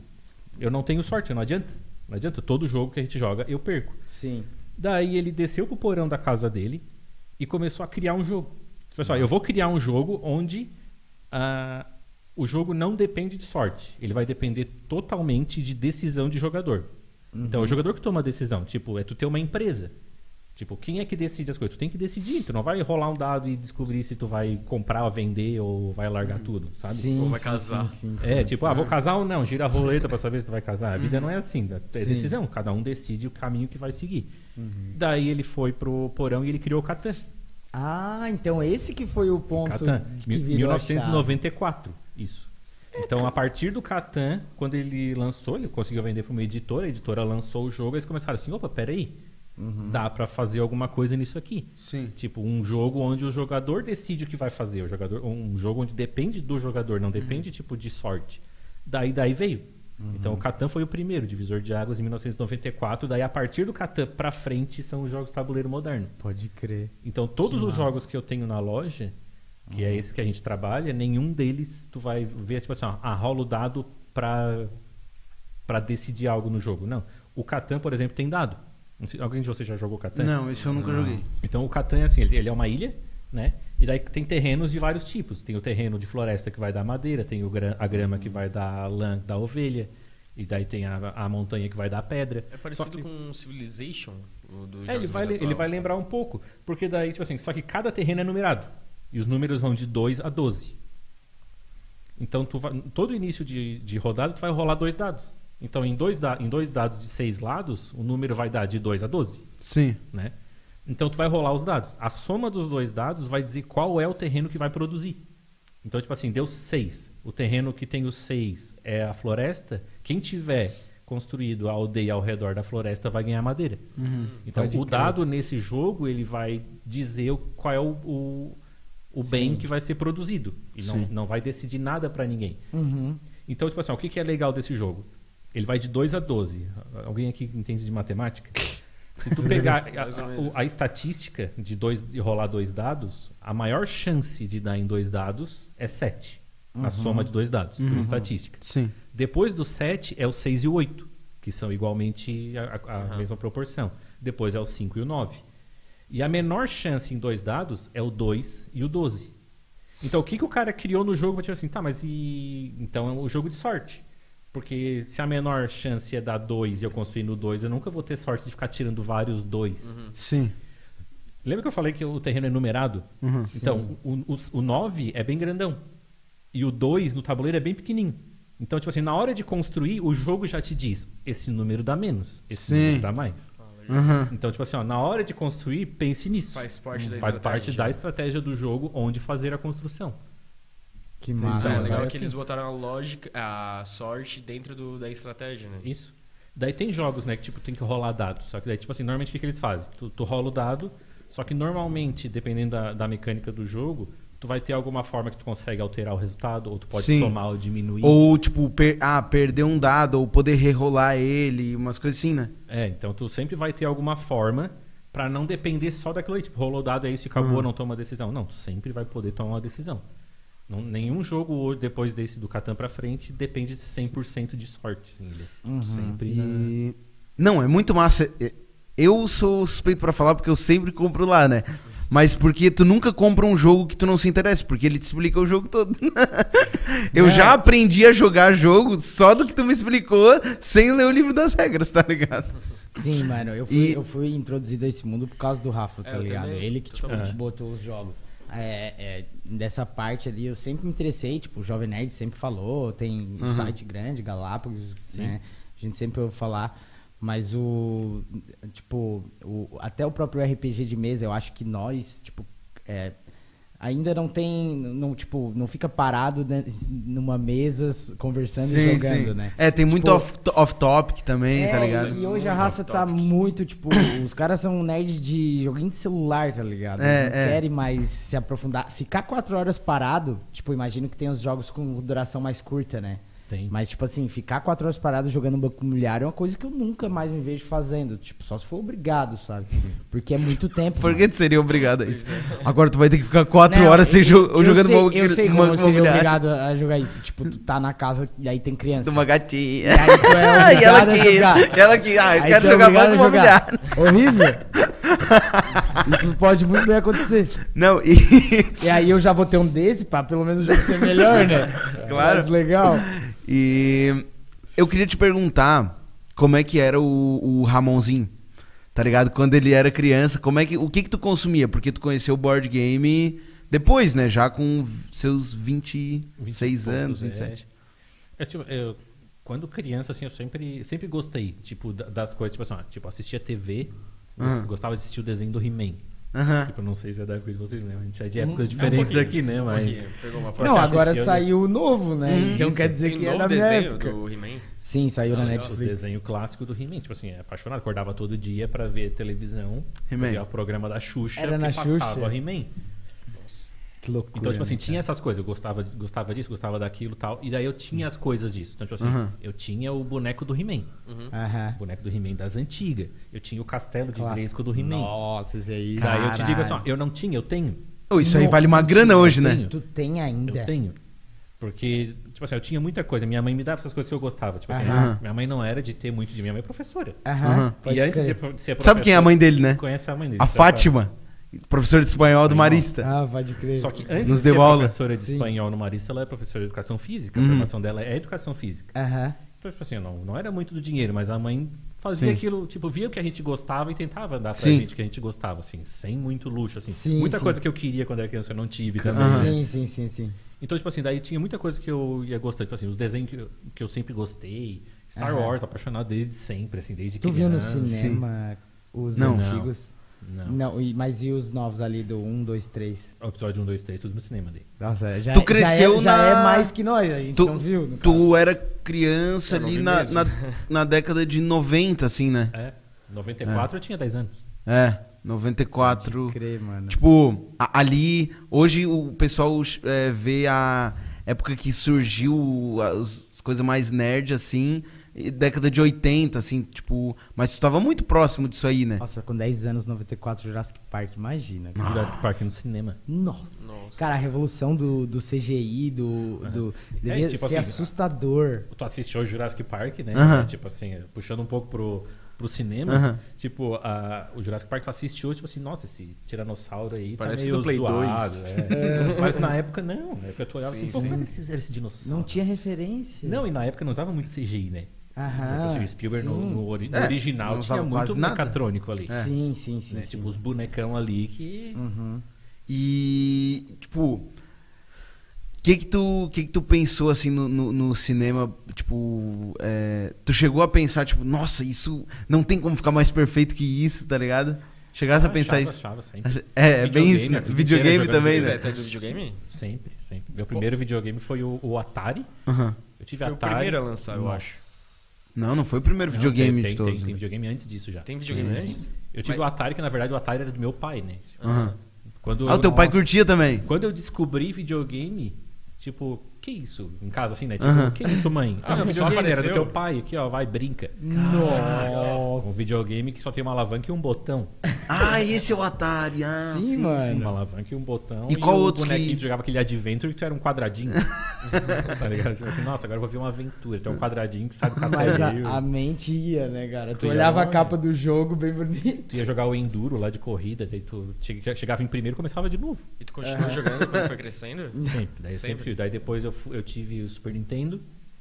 S3: eu não tenho sorte, não adianta. Não adianta, todo jogo que a gente joga eu perco.
S4: Sim.
S3: Daí ele desceu pro porão da casa dele e começou a criar um jogo. Pessoal, eu vou criar um jogo onde ah, o jogo não depende de sorte. Ele vai depender totalmente de decisão de jogador. Então é o jogador que toma a decisão. Tipo, é tu ter uma empresa. Tipo, quem é que decide as coisas? Tu tem que decidir. Tu não vai rolar um dado e descobrir se tu vai comprar, vender ou vai largar tudo, sabe?
S4: Sim,
S2: Ou vai
S4: sim,
S2: casar.
S4: sim, sim, sim. Uhum.
S3: É, tipo, ah, vou casar ou não, gira a roleta pra saber se tu vai casar. A vida não é assim, dá- é
S4: Sim. Uhum.
S3: decisão, cada um decide o caminho que vai seguir. Daí ele foi pro porão e ele criou o Catan.
S4: Ah, então esse que foi o ponto
S3: Catan,
S4: de que
S3: mi-
S4: virou a chave.
S3: 1994, isso. Então, a partir do Catan, quando ele lançou, ele conseguiu vender pra uma editora, a editora lançou o jogo, eles começaram assim, opa, peraí,
S4: Uhum.
S3: dá pra fazer alguma coisa nisso aqui.
S1: Sim.
S3: Tipo, um jogo onde o jogador decide o que vai fazer. O jogador, um jogo onde depende do jogador, não depende,
S4: Uhum.
S3: tipo, de sorte. Daí, daí veio. Então, o Catan foi o primeiro, divisor de águas, em 1994. Daí, a partir do Catan pra frente, são os jogos de tabuleiro moderno.
S4: Pode crer.
S3: Então, todos os
S4: Que massa. Uhum.
S3: jogos que eu tenho na loja, que é esse que a gente trabalha, nenhum deles tu vai ver, tipo assim, ó, ah, rola o dado pra, pra decidir algo no jogo. Não. O Catan, por exemplo, tem dado. Não sei- Alguém de vocês já jogou Catan?
S1: Não, esse eu nunca joguei.
S3: Então o Catan é assim, ele, ele é uma ilha, né? E daí tem terrenos de vários tipos. Tem o terreno de floresta que vai dar madeira, tem o gra- a grama que vai dar lã da ovelha, e daí tem a, a montanha que vai dar pedra.
S2: É
S3: Só
S2: parecido
S3: que-
S2: com Civilization, o do
S3: É, ele vai, le- ele vai lembrar um pouco, porque daí, tipo assim, só que cada terreno é numerado. E os números vão de 2 a 12. Então, tu vai- todo início de, de rodada, tu vai rolar dois dados. Então, em dois, da- em dois dados de seis lados, o número vai dar de 2 a 12
S1: Sim.
S3: né? Então tu vai rolar os dados. A soma dos dois dados vai dizer qual é o terreno que vai produzir. Então, tipo assim, deu seis. O terreno que tem os seis é a floresta. Quem tiver construído a aldeia ao redor da floresta vai ganhar madeira. Então,
S4: Uhum. Pode
S3: o
S4: crer.
S3: dado nesse jogo, ele vai dizer o- qual é o, o, o bem que vai ser produzido. E não,
S1: Sim.
S3: não vai decidir nada pra ninguém.
S4: Uhum.
S3: Então, tipo assim, ó, o que, que é legal desse jogo? Ele vai de 2 a 12. Alguém aqui entende de matemática? Se tu pegar a,
S2: Mais ou
S3: a- o-
S2: menos.
S3: a estatística de, dois, de rolar dois dados, a maior chance de dar em dois dados é 7. A soma de dois dados, por estatística.
S1: Sim.
S3: Depois do 7 é o 6 e o 8, que são igualmente a, a- a mesma proporção. Depois é o 5 e o 9. E a menor chance em dois dados é o 2 e o 12. Então o que, que o cara criou no jogo para tipo assim, tá, mas e. Então é o jogo de sorte. Porque se a menor chance é dar 2 e eu construir no 2, eu nunca vou ter sorte de ficar tirando vários 2.
S1: Sim.
S3: Lembra que eu falei que o terreno é numerado? Então, o- o 9 é bem grandão. E o 2 no tabuleiro é bem pequenininho. Então, tipo assim, na hora de construir, o jogo já te diz: esse número dá menos,
S1: Sim.
S3: esse número dá mais.
S1: Aham.
S3: Então, tipo assim, ó, na hora de construir, pense nisso.
S2: Faz parte da
S3: Faz parte
S2: estratégia.
S3: da estratégia do jogo onde fazer a construção.
S4: Que
S1: massa.
S4: massa.
S2: Então, é
S3: Ah,
S2: legal
S3: vai
S2: que eles
S3: assim.
S2: botaram a lógica, a sorte dentro do- da estratégia, né?
S3: Isso. Daí tem jogos, né, que tipo, tem que rolar dado. Só que daí, tipo assim, normalmente o que, que eles fazem? Tu, tu rola o dado, só que normalmente, dependendo da, da mecânica do jogo, tu vai ter alguma forma que tu consegue alterar o resultado, ou tu pode
S1: Sim.
S3: somar ou diminuir.
S1: Ou, tipo, per- ah, perder um dado, ou poder rerolar ele, umas coisas assim, né?
S3: É, então tu sempre vai ter alguma forma pra não depender só daquilo aí. Tipo, rolou o dado, é isso, e acabou,
S1: Hum.
S3: não toma decisão. Não, tu sempre vai poder tomar uma decisão. Não- nenhum jogo hoje, depois desse do Catan pra frente depende de 100% de sorte. assim, ele- tu Sempre na-
S1: Uhum. E- Não, é muito massa. É- Eu sou suspeito pra falar porque eu sempre compro lá, né? Mas porque tu nunca compra um jogo que tu não se interessa, porque ele te explica o jogo todo. eu
S4: É.
S1: já aprendi a jogar jogo só do que tu me explicou, sem ler o livro das regras, tá ligado?
S4: Sim, mano, eu fui,
S1: E-
S4: eu fui introduzido a esse mundo por causa do Rafa, tá
S2: É, eu
S4: ligado?
S2: também,
S4: Ele que, tipo,
S3: totalmente.
S4: botou os jogos. É, é, dessa parte ali, eu sempre me interessei, tipo, o Jovem Nerd sempre falou, tem
S1: Uhum.
S4: um site grande, Galápagos, né? A gente sempre ouve falar. Mas o. Tipo, o, até o próprio RPG de mesa, eu acho que nós, tipo, é, ainda não tem. Não, tipo, não fica parado né, numa mesa s- conversando e jogando, né?
S1: É, tem muito
S4: Tipo,
S1: off- off-topic também,
S4: é,
S1: tá ligado?
S4: E hoje a raça tá muito, tipo, os caras são nerd de joguinho de celular, tá ligado?
S1: É,
S4: Eles não
S1: é.
S4: querem mais se aprofundar. Ficar quatro horas parado, tipo, imagino que tem os jogos com duração mais curta, né?
S3: Tem.
S4: Mas, tipo assim, ficar quatro horas parado jogando banco imobiliário é uma coisa que eu nunca mais me vejo fazendo. Tipo, só se for obrigado, sabe? Porque é muito tempo.
S1: Por
S4: mano.
S1: que tu seria obrigado a isso?
S4: é.
S1: Agora tu vai ter que ficar quatro
S4: Não,
S1: horas sem
S4: eu-
S1: jo-
S4: eu
S1: jogando
S4: sei,
S1: banco-
S4: Eu sei como
S1: banco
S4: eu seria
S1: imobiliário.
S4: obrigado a jogar isso. Tipo, tu tá na casa e aí tem
S1: de
S4: criança.
S1: uma gatinha.
S4: Aí tu é
S1: e ela
S4: assim. obrigado a jogar.
S1: que, ela que, ah, eu
S4: Aí
S1: quero
S4: tu é
S1: jogar
S4: obrigado
S1: banco
S4: a jogar.
S1: imobiliário.
S4: Horrível. Isso pode muito bem acontecer.
S1: Não, e,
S4: E aí eu já vou ter um desse pra pelo menos o jogo ser melhor, né?
S1: Claro.
S4: Mais legal.
S1: e eu queria te perguntar como é que era o, o Ramonzinho, tá ligado? Quando ele era criança, como é que, o que que tu consumia? Porque tu conheceu o board game depois, né? Já com seus 26
S3: 26
S1: anos,
S3: é.
S1: 27.
S3: É, tipo, eu- quando criança, assim, eu sempre, sempre gostei, tipo, da- das coisas, tipo assim, ó, tipo, assistia TV,
S2: Ah.
S3: gos-
S1: Aham.
S3: gostava de assistir o desenho do He-Man.
S1: Aham.
S3: Tipo, eu não sei se é da época de vocês, né? A gente é de
S2: Um-
S3: épocas
S2: um
S3: diferentes
S2: pouquinho,
S3: aqui, né?
S2: um
S3: Mas...
S2: pouquinho. Pegou uma parte.
S4: Não, agora
S3: assistia, né?
S4: saiu o novo, né?
S1: Hum.
S4: então quer dizer
S2: Tem
S4: que é
S2: novo
S4: da minha
S2: desenho
S4: época.
S2: do He-Man?
S4: Sim, saiu na
S2: Ah, legal.
S3: O
S4: Netflix.
S3: desenho clássico do He-Man. Tipo assim, é apaixonado. Acordava todo dia pra ver televisão.
S1: He-Man.
S3: Via o programa da Xuxa.
S4: Era na
S3: que passava
S4: Xuxa?
S3: He-Man.
S4: Que loucura.
S3: Então, tipo assim,
S4: né?
S2: é.
S3: tinha essas coisas. Eu gostava, gostava disso, gostava daquilo e tal. E daí eu tinha as coisas disso. Então, tipo assim,
S1: Aham.
S3: eu tinha o boneco do He-Man.
S4: Aham.
S3: O boneco do He-Man das antigas. Eu tinha o castelo de
S4: Clássico
S3: Grayskull do He-Man.
S4: Nossa, esse aí.
S3: Daí eu te digo assim, ó,
S1: Caralho.
S3: eu não tinha, eu tenho.
S1: Oh, isso aí
S4: Não,
S1: vale uma
S4: não
S1: grana
S3: tinha,
S1: hoje,
S3: eu
S1: né?
S3: tenho.
S4: Tu tem ainda?
S3: Eu tenho. Porque, tipo assim, eu tinha muita coisa. Minha mãe me dava essas coisas que eu gostava. Tipo assim,
S1: Aham.
S3: minha mãe não era de ter muito de mim. Minha mãe é professora.
S4: Aham.
S1: Aham.
S4: pode
S3: e antes de
S4: crer.
S3: ser- de ser
S1: Sabe quem é a
S3: professora-
S1: mãe dele, né?
S3: Conhece a mãe dele.
S1: A
S3: sabe?
S1: Fátima, professora de espanhol do
S3: Espanhol.
S1: Marista.
S4: Ah, pode crer.
S3: Só que antes
S1: Nos
S3: de ser
S1: deu aula. Uhum.
S3: professora de
S4: Sim.
S3: espanhol no Marista, ela é professora de educação física. A formação dela é educação física.
S4: Aham.
S3: Então, tipo assim, não, não era muito do dinheiro, mas a mãe fazia
S1: Sim.
S3: aquilo, tipo, via o que a gente gostava e tentava dar pra
S1: Sim.
S3: gente o que a gente gostava, assim, sem muito luxo, assim.
S4: Sim,
S3: muita
S4: sim.
S3: coisa que eu queria quando era criança eu não tive também. né?
S4: Sim, sim, sim, sim.
S3: Então, tipo assim, daí tinha muita coisa que eu ia gostar. Tipo assim, os desenhos que eu, que eu sempre gostei. Star
S4: Aham.
S3: Wars, apaixonado desde sempre, assim, desde
S4: Tu viu no
S3: criança.
S4: cinema os
S1: Não.
S4: antigos?
S3: Não.
S4: Não, e- mas e os novos ali do 1, 2, 3?
S3: O episódio 1, 2, 3, tudo no cinema dele.
S4: Nossa, já,
S1: Tu
S4: já
S1: cresceu
S4: é, já
S1: na-
S4: é mais que nós, a gente
S1: Tu-
S4: não viu. É no caso.
S1: Tu era criança
S2: Eu não
S1: ali
S2: vi
S1: na,
S2: mesmo.
S1: na, na década de 90, assim, né?
S3: É. 94 eu tinha 10 anos.
S1: É, 94.
S4: Crer, né? mano.
S1: Tipo, a- ali, hoje o pessoal é, vê a época que surgiu as, as coisas mais nerd, assim, e década de 80, assim, tipo. Mas tu tava muito próximo disso aí, né?
S4: Nossa, com 10 anos, 94, Jurassic Park, imagina. cara.
S3: Jurassic Park no cinema.
S4: Nossa.
S2: Nossa.
S4: Cara, a revolução do, do CGI, do. do devia
S3: tipo
S4: ser
S3: assim,
S4: assustador.
S3: Tu assistiu Jurassic Park, né?
S1: Aham.
S3: Tipo assim, puxando um pouco pro, pro cinema.
S1: Aham.
S3: Tipo, a- o Jurassic Park tu assistiu, tipo assim, nossa, esse tiranossauro aí
S2: Parece
S3: tá meio
S2: do Play
S3: zoado,
S2: 2.
S3: é. Mas na época não. Na época tu olhava assim, pô, como é que eles fizeram esse dinossauro?
S4: Não tinha referência.
S3: Não, e na época não usava muito CGI, né?
S2: Ah,
S4: Aham,
S3: Tipo assim, o Spielberg no,
S4: sim.
S3: no ori- no
S1: É,
S3: original
S1: não
S3: tinha
S1: usava
S3: muito
S1: quase nada. É.
S3: mecatrônico ali.
S4: Sim, sim, sim. Uhum.
S3: Né?
S4: sim.
S3: Tipo, os bonecão ali que.
S1: Hum. E, tipo, o que que tu, que que tu pensou, assim, no, no, no cinema, tipo, é, tu chegou a pensar, tipo, nossa, isso não tem como ficar mais perfeito que isso, tá ligado? Chegasse a
S3: Eu
S1: pensar
S3: achava,
S1: isso.
S3: achava sempre.
S1: É, é bem isso, né?
S3: Ah, Videogame, a vida
S1: Videogame
S3: inteira
S1: também,
S2: Pois
S1: né?
S2: é, tu é do videogame?
S3: Sempre, sempre. Meu primeiro videogame foi o, o Atari.
S1: Aham.
S3: Eu tive
S2: Foi
S4: tá.
S2: o
S3: Atari.
S2: primeiro a lançar, eu
S3: Nossa.
S2: acho.
S1: Não, não foi o primeiro
S3: Não,
S1: videogame
S3: tem,
S1: de
S3: tem,
S1: todos.
S3: Tem, tem
S1: né?
S3: videogame antes disso já.
S2: Tem videogame antes?
S3: Eu tive o Atari, que na verdade o Atari era do meu pai, né?
S1: Aham.
S3: Quando
S1: Ah, o
S3: eu-
S1: teu pai curtia também.
S3: Quando eu descobri videogame, tipo, que isso? Em casa assim, né? Tipo,
S1: Aham.
S3: que isso, mãe?
S2: Ah,
S3: Ah,
S2: o
S3: só a
S2: videogame
S3: maneira
S2: é
S3: do
S2: seu?
S3: teu pai aqui, ó, vai, brinca.
S4: Nossa.
S3: Um videogame que só tem uma alavanca e um botão.
S1: Ah, esse é o Atari. Ah,
S4: Sim, mano.
S3: Uma alavanca e um botão.
S1: E qual
S3: o
S1: outro que-
S3: bonequinho que jogava aquele Adventure que tu era um quadradinho. tá ligado? Tipo assim, nossa, agora eu vou ver uma aventura. Tu é um quadradinho que sabe o
S4: Mas
S3: castelinho.
S4: a, a mente ia, né, cara? Tu,
S3: Tu ia
S4: olhava a
S3: longe.
S4: capa do jogo bem bonito.
S3: Tu ia jogar o Enduro lá de corrida, daí tu che- chegava em primeiro e começava de novo.
S2: E tu continua jogando quando foi crescendo?
S3: Sempre. Daí,
S2: Sempre.
S3: sempre. daí depois eu, fu- eu tive o Super Nintendo.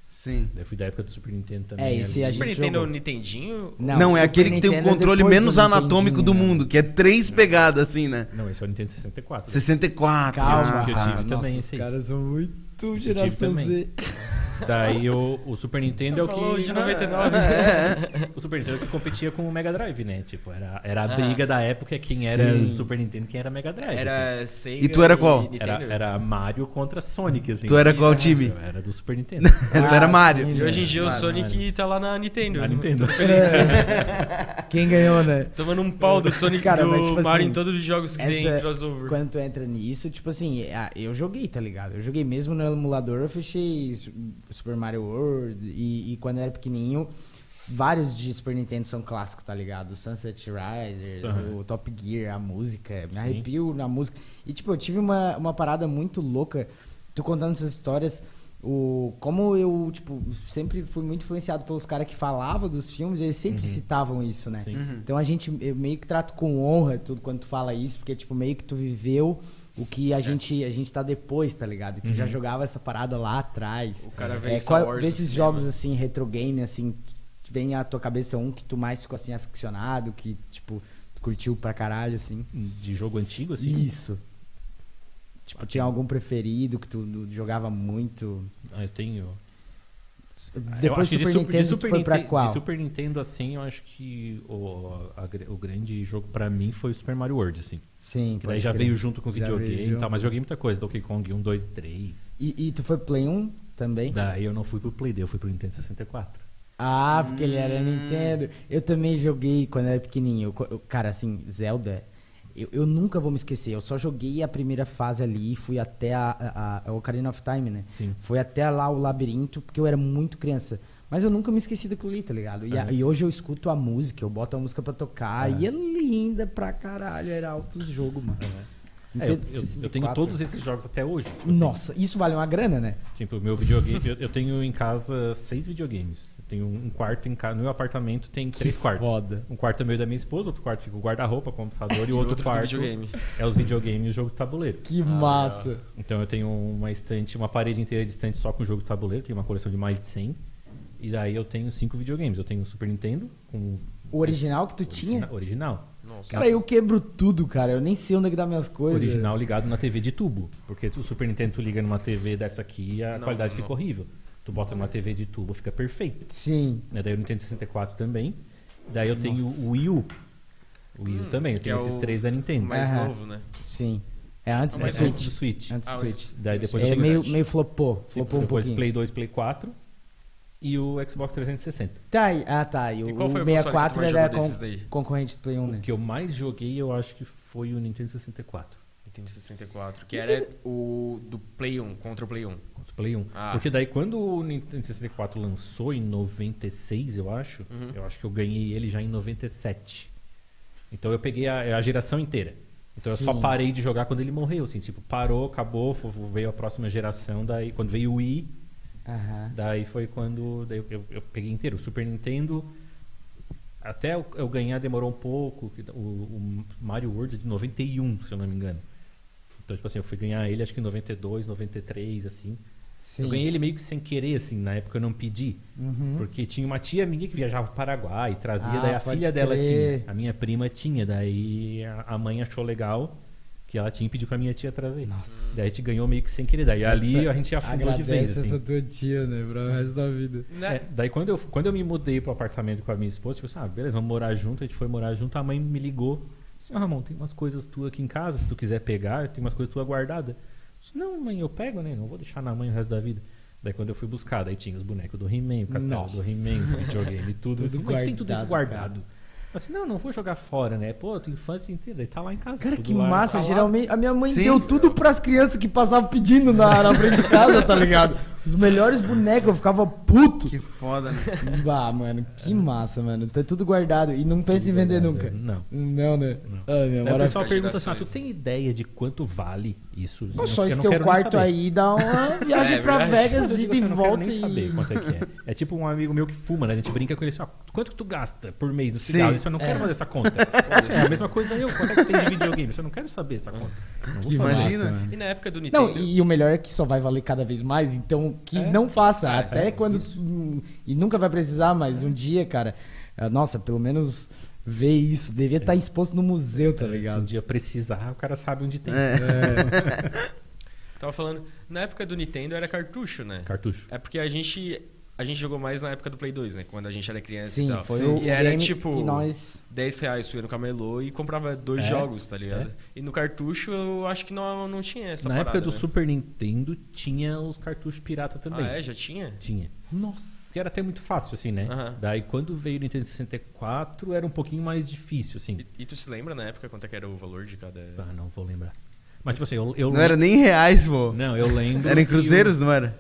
S1: Sim.
S3: Daí fui da época do Super Nintendo também. ali.
S4: esse E a
S2: Super
S4: gente
S2: Nintendo é o
S4: jogou.
S2: Nintendinho?
S1: Não, é
S4: Super
S1: aquele que tem o
S4: Nintendo é
S1: controle
S4: depois
S1: menos
S4: do
S1: anatômico do
S4: Nintendinho, né?
S1: mundo, que é três pegadas assim, né?
S3: Não, esse é o Nintendo 64.
S1: 64.
S4: Calma,
S1: Ah,
S3: que eu
S1: tá.
S3: tive
S4: cara.
S3: também
S4: Nossa,
S3: esse
S4: os
S3: aí.
S4: caras são muito
S3: tive
S4: geração
S3: também.
S4: Z.
S3: Daí o, o Super Nintendo é o
S5: Tá
S2: Falou
S3: que.
S2: de 99.
S4: É,
S3: O Super Nintendo é o que competia com o Mega Drive, né? Tipo, era, era a briga da época quem era
S4: Sim.
S3: Super Nintendo e quem era Mega
S4: é,
S3: Drive. assim.
S2: Era Sega
S1: E tu era qual?
S3: Era,
S2: Nintendo.
S3: era Mario contra Sonic, assim.
S1: Tu era qual
S3: Isso,
S1: time?
S3: Eu era do Super Nintendo.
S1: então era
S4: Ah,
S1: Mario.
S4: sim,
S2: E hoje em dia o
S3: Mario,
S2: Sonic
S3: Mario.
S2: tá lá na Nintendo.
S3: a Nintendo.
S4: Quem ganhou, né?
S2: Tomando um pau do Sonic
S4: Cara,
S2: do
S4: mas, tipo
S2: Mario
S4: assim,
S2: em todos os jogos que
S4: essa-
S2: tem crossover.
S4: Quando tu entra nisso, tipo assim, ah, eu joguei, tá ligado? Eu joguei mesmo no emulador, eu fechei Su- Super Mario World e, e quando eu era pequenininho, vários de Super Nintendo são clássicos, tá ligado? O Sunset Riders,
S3: Aham.
S4: o Top Gear, a música, é me
S3: Sim.
S4: arrepio na música. E tipo, eu tive uma, uma parada muito louca, tu contando essas histórias, o, como eu, tipo, sempre fui muito influenciado pelos caras que falavam dos filmes, eles sempre citavam isso, né?
S3: Uhum. Sim.
S2: Uhum.
S4: Então a gente eu meio que trato com honra tudo quando tu fala isso, porque tipo meio que tu viveu o que a
S3: É.
S4: gente a gente tá depois, tá ligado? E tu
S3: Uhum.
S4: já jogava essa parada lá atrás.
S2: O cara vê
S4: É,
S2: Star
S4: qual,
S2: Wars no
S4: desses
S2: cinema.
S4: jogos assim retro game assim, vem à tua cabeça um que tu mais ficou assim aficionado, que tipo tu curtiu pra caralho assim.
S3: De jogo antigo, assim.
S4: Isso. Tipo, tinha algum preferido que tu no- jogava muito?
S3: Ah, eu tenho. eu
S4: Depois
S3: acho que de
S4: do Super
S3: Sup- de
S4: Nintendo, tu
S3: Super
S4: foi pra
S3: Ninten-
S4: qual?
S3: De Super Nintendo, assim, eu acho que o, a gr- o grande jogo pra mim foi o Super Mario World, assim.
S4: Sim,
S3: Que daí
S4: pode
S3: já
S4: crer.
S3: veio junto com o
S4: Já veio
S3: videogame e
S4: junto.
S3: tal, mas joguei muita coisa. Donkey Kong 1, 2, 3.
S4: E, e tu foi Play 1 também?
S3: Daí eu não fui pro Play, daí eu fui pro Nintendo 64.
S4: Ah, porque ele era Nintendo. Eu também joguei quando era pequenininho. Eu co- eu- cara, assim, Zelda, eu, eu nunca vou me esquecer. Eu só joguei a primeira fase ali e fui até a, a, a Ocarina of Time, né?
S3: Sim.
S4: Fui até lá o labirinto, porque eu era muito criança. Mas eu nunca me esqueci daquilo ali, tá ligado? E, a-
S3: Aham.
S4: e hoje eu escuto a música, eu boto a música pra tocar. E é linda pra caralho. Era alto jogo, mano. Então,
S3: É, eu,
S4: Nintendo
S3: eu- eu
S4: 64.
S3: tenho todos esses jogos até hoje. Tipo assim,
S4: Nossa, isso vale uma grana, né?
S3: Tipo, meu videogame. eu, eu tenho em casa seis videogames. Eu tenho um quarto em casa. No meu apartamento tem três quartos.
S4: foda.
S3: Um quarto é meu e da minha esposa, outro quarto fica o guarda-roupa, computador e
S2: E
S3: outro,
S2: outro do
S3: quarto
S2: videogame.
S3: é os videogames e o jogo de tabuleiro.
S4: Que massa.
S3: Então eu tenho uma estante, uma parede inteira de estante só com jogo de tabuleiro, tenho uma coleção de mais de 100. E daí eu tenho cinco videogames. Eu tenho o Super Nintendo com
S4: O original que tu tinha?
S3: origina- original.
S2: Nossa.
S4: Cara, eu quebro tudo, cara. Eu nem sei onde é que dá minhas coisas.
S3: original ligado na TV de tubo. Porque o Super Nintendo tu liga numa TV dessa aqui e a
S2: Não,
S3: qualidade
S2: não.
S3: fica horrível. Tu bota numa TV de tubo, fica perfeito.
S4: Sim.
S3: né? Daí o Nintendo 64 também. Daí eu tenho o Wii U. O Wii U também. Eu
S2: que
S3: tenho
S2: é
S3: esses
S2: o-
S3: três da
S2: O
S3: Nintendo.
S2: mais
S4: Aham.
S2: novo, né?
S4: Sim. É antes do
S3: Mas
S4: Switch.
S3: antes do Switch.
S4: Antes do
S2: Ah,
S4: Switch.
S3: Daí depois
S4: É
S3: eu
S4: meio,
S2: verdade.
S4: meio flopou. Flopou um
S3: depois
S4: pouquinho.
S3: Play 2, Play 4 e o Xbox 360.
S4: Tá, e- ah, tá. E o,
S2: E qual foi o console
S4: o
S2: que tu
S4: 64
S2: mais
S4: era
S2: jogou desses
S4: con-
S2: daí?
S4: concorrente do Play 1, né?
S3: O que eu mais joguei, eu acho que foi o Nintendo 64.
S2: Nintendo 64, que era o do Play 1, contra o Play 1.
S3: contra o Play 1.
S2: Ah.
S3: Porque daí quando o Nintendo 64 lançou em 96, eu acho, eu acho que eu ganhei ele já em 97. Então eu peguei a, a geração inteira. Então eu só
S4: Sim.
S3: parei de jogar quando ele morreu, assim, tipo, parou, acabou, fo- veio a próxima geração, daí quando veio o Wii,
S4: Aham.
S3: daí foi quando daí eu, eu- eu peguei inteiro. O Super Nintendo até eu, eu ganhar demorou um pouco, que o, o Mario World é de 91, se eu não me engano. Então, tipo assim, eu fui ganhar ele acho que em 92, 93, assim.
S4: Sim.
S3: Eu ganhei ele meio que sem querer, assim, na época eu não pedi.
S4: Uhum.
S3: Porque tinha uma tia minha que viajava pro Paraguai, trazia,
S4: Ah,
S3: daí a
S4: pode
S3: filha dela
S4: crer.
S3: tinha. A minha prima tinha, daí a- a mãe achou legal que ela tinha e pediu pra minha tia trazer. Nossa. Daí a gente ganhou meio que sem querer. Daí ali
S4: Essa-
S3: a gente já afundou de vez,
S4: Agradece essa
S3: assim.
S4: tua tia, né? Pro resto da vida.
S3: É, daí quando eu, quando eu me mudei pro apartamento com a minha esposa, tipo assim, ah, beleza, vamos morar junto. A gente foi morar junto, a mãe me ligou. Assim, ah, Ramon, tem umas coisas tuas aqui em casa, se tu quiser pegar, tem umas coisas tuas guardadas. Eu disse, não, mãe, eu pego, né? Não vou deixar na mãe o resto da vida. Daí quando eu fui buscar, daí tinha os bonecos do He-Man, o castelo
S4: Nossa.
S3: do He-Man, o videogame, tudo.
S4: Tudo
S3: tudo mas tem tudo isso
S4: guardado,
S3: guardado. Assim, não, não vou jogar fora, né? Pô, tua infância inteira, e tá lá em casa.
S4: Cara,
S3: tudo
S4: que
S3: lá,
S4: massa.
S3: tá lá.
S4: Geralmente, a minha mãe
S1: Sim.
S4: deu tudo pras crianças que passavam pedindo na, na frente de casa, tá ligado? Os melhores bonecos, eu ficava puto.
S1: Que foda, né?
S4: Bah, mano, que massa, mano. Tá tudo guardado. E não pensa em vender nunca.
S3: Não.
S4: Não, né? Ai, meu,
S3: Aí o
S4: maravilha.
S3: pessoal pergunta assim, ah, tu
S2: gerações,
S3: tem ideia de quanto vale isso?
S4: Pô,
S3: Eu
S4: só
S3: não- eu
S4: esse
S3: não
S4: teu
S3: quero nem
S4: quarto
S3: saber.
S4: aí dá uma viagem
S2: É
S4: pra
S2: verdade.
S4: Vegas,
S3: Eu digo assim,
S4: ida e
S3: eu não quero
S4: volta
S3: nem
S4: e.
S3: saber quanto é que é. É tipo um amigo meu que fuma, né? A gente brinca com ele assim, ó, quanto que tu gasta por mês no
S1: Sim.
S3: cigarro? Isso eu não quero fazer essa conta. É a mesma coisa eu, quanto é que tem de videogame? Isso eu não quero saber essa conta. Não vou fazer.
S1: Imagina.
S4: mano.
S2: E na época do Nintendo.
S4: Não, e, o melhor é que só vai valer cada vez mais, então que
S3: É.
S4: não faça.
S2: É,
S4: até
S2: sim,
S4: quando. hum, E nunca vai precisar, mas um dia, cara. eh, Nossa, pelo menos ver isso. Devia estar exposto no museu, tá
S3: Se um
S4: ligado?
S3: dia precisar, o cara sabe onde tem
S1: É.
S3: né?
S2: Tava falando, na época do Nintendo era cartucho, né?
S3: cartucho.
S2: É porque a gente a gente jogou mais na época do Play 2, né? Quando a gente era criança e
S4: Sim,
S5: então.
S2: tal.
S4: foi o,
S2: e
S4: o
S2: era
S4: game
S2: tipo
S4: que nós.
S2: 10 reais tu ia no camelô e comprava dois
S3: É,
S2: jogos, tá ligado? E no cartucho eu acho que não, não tinha essa
S3: Na
S2: parada,
S3: época do
S2: né?
S3: Super Nintendo tinha os cartuchos pirata também.
S2: Ah, é? Já tinha?
S3: Tinha. Nossa. Que era até muito fácil, assim, né?
S2: Aham.
S3: Daí quando veio o Nintendo 64 era um pouquinho mais difícil, assim.
S2: E, e tu se lembra na época quanto é que era o valor de cada...
S3: Ah, não vou lembrar. Mas tipo assim, eu, eu
S1: Não era nem reais, pô.
S3: Não, eu lembro.
S1: Era em
S3: que o-
S1: cruzeiros, não era?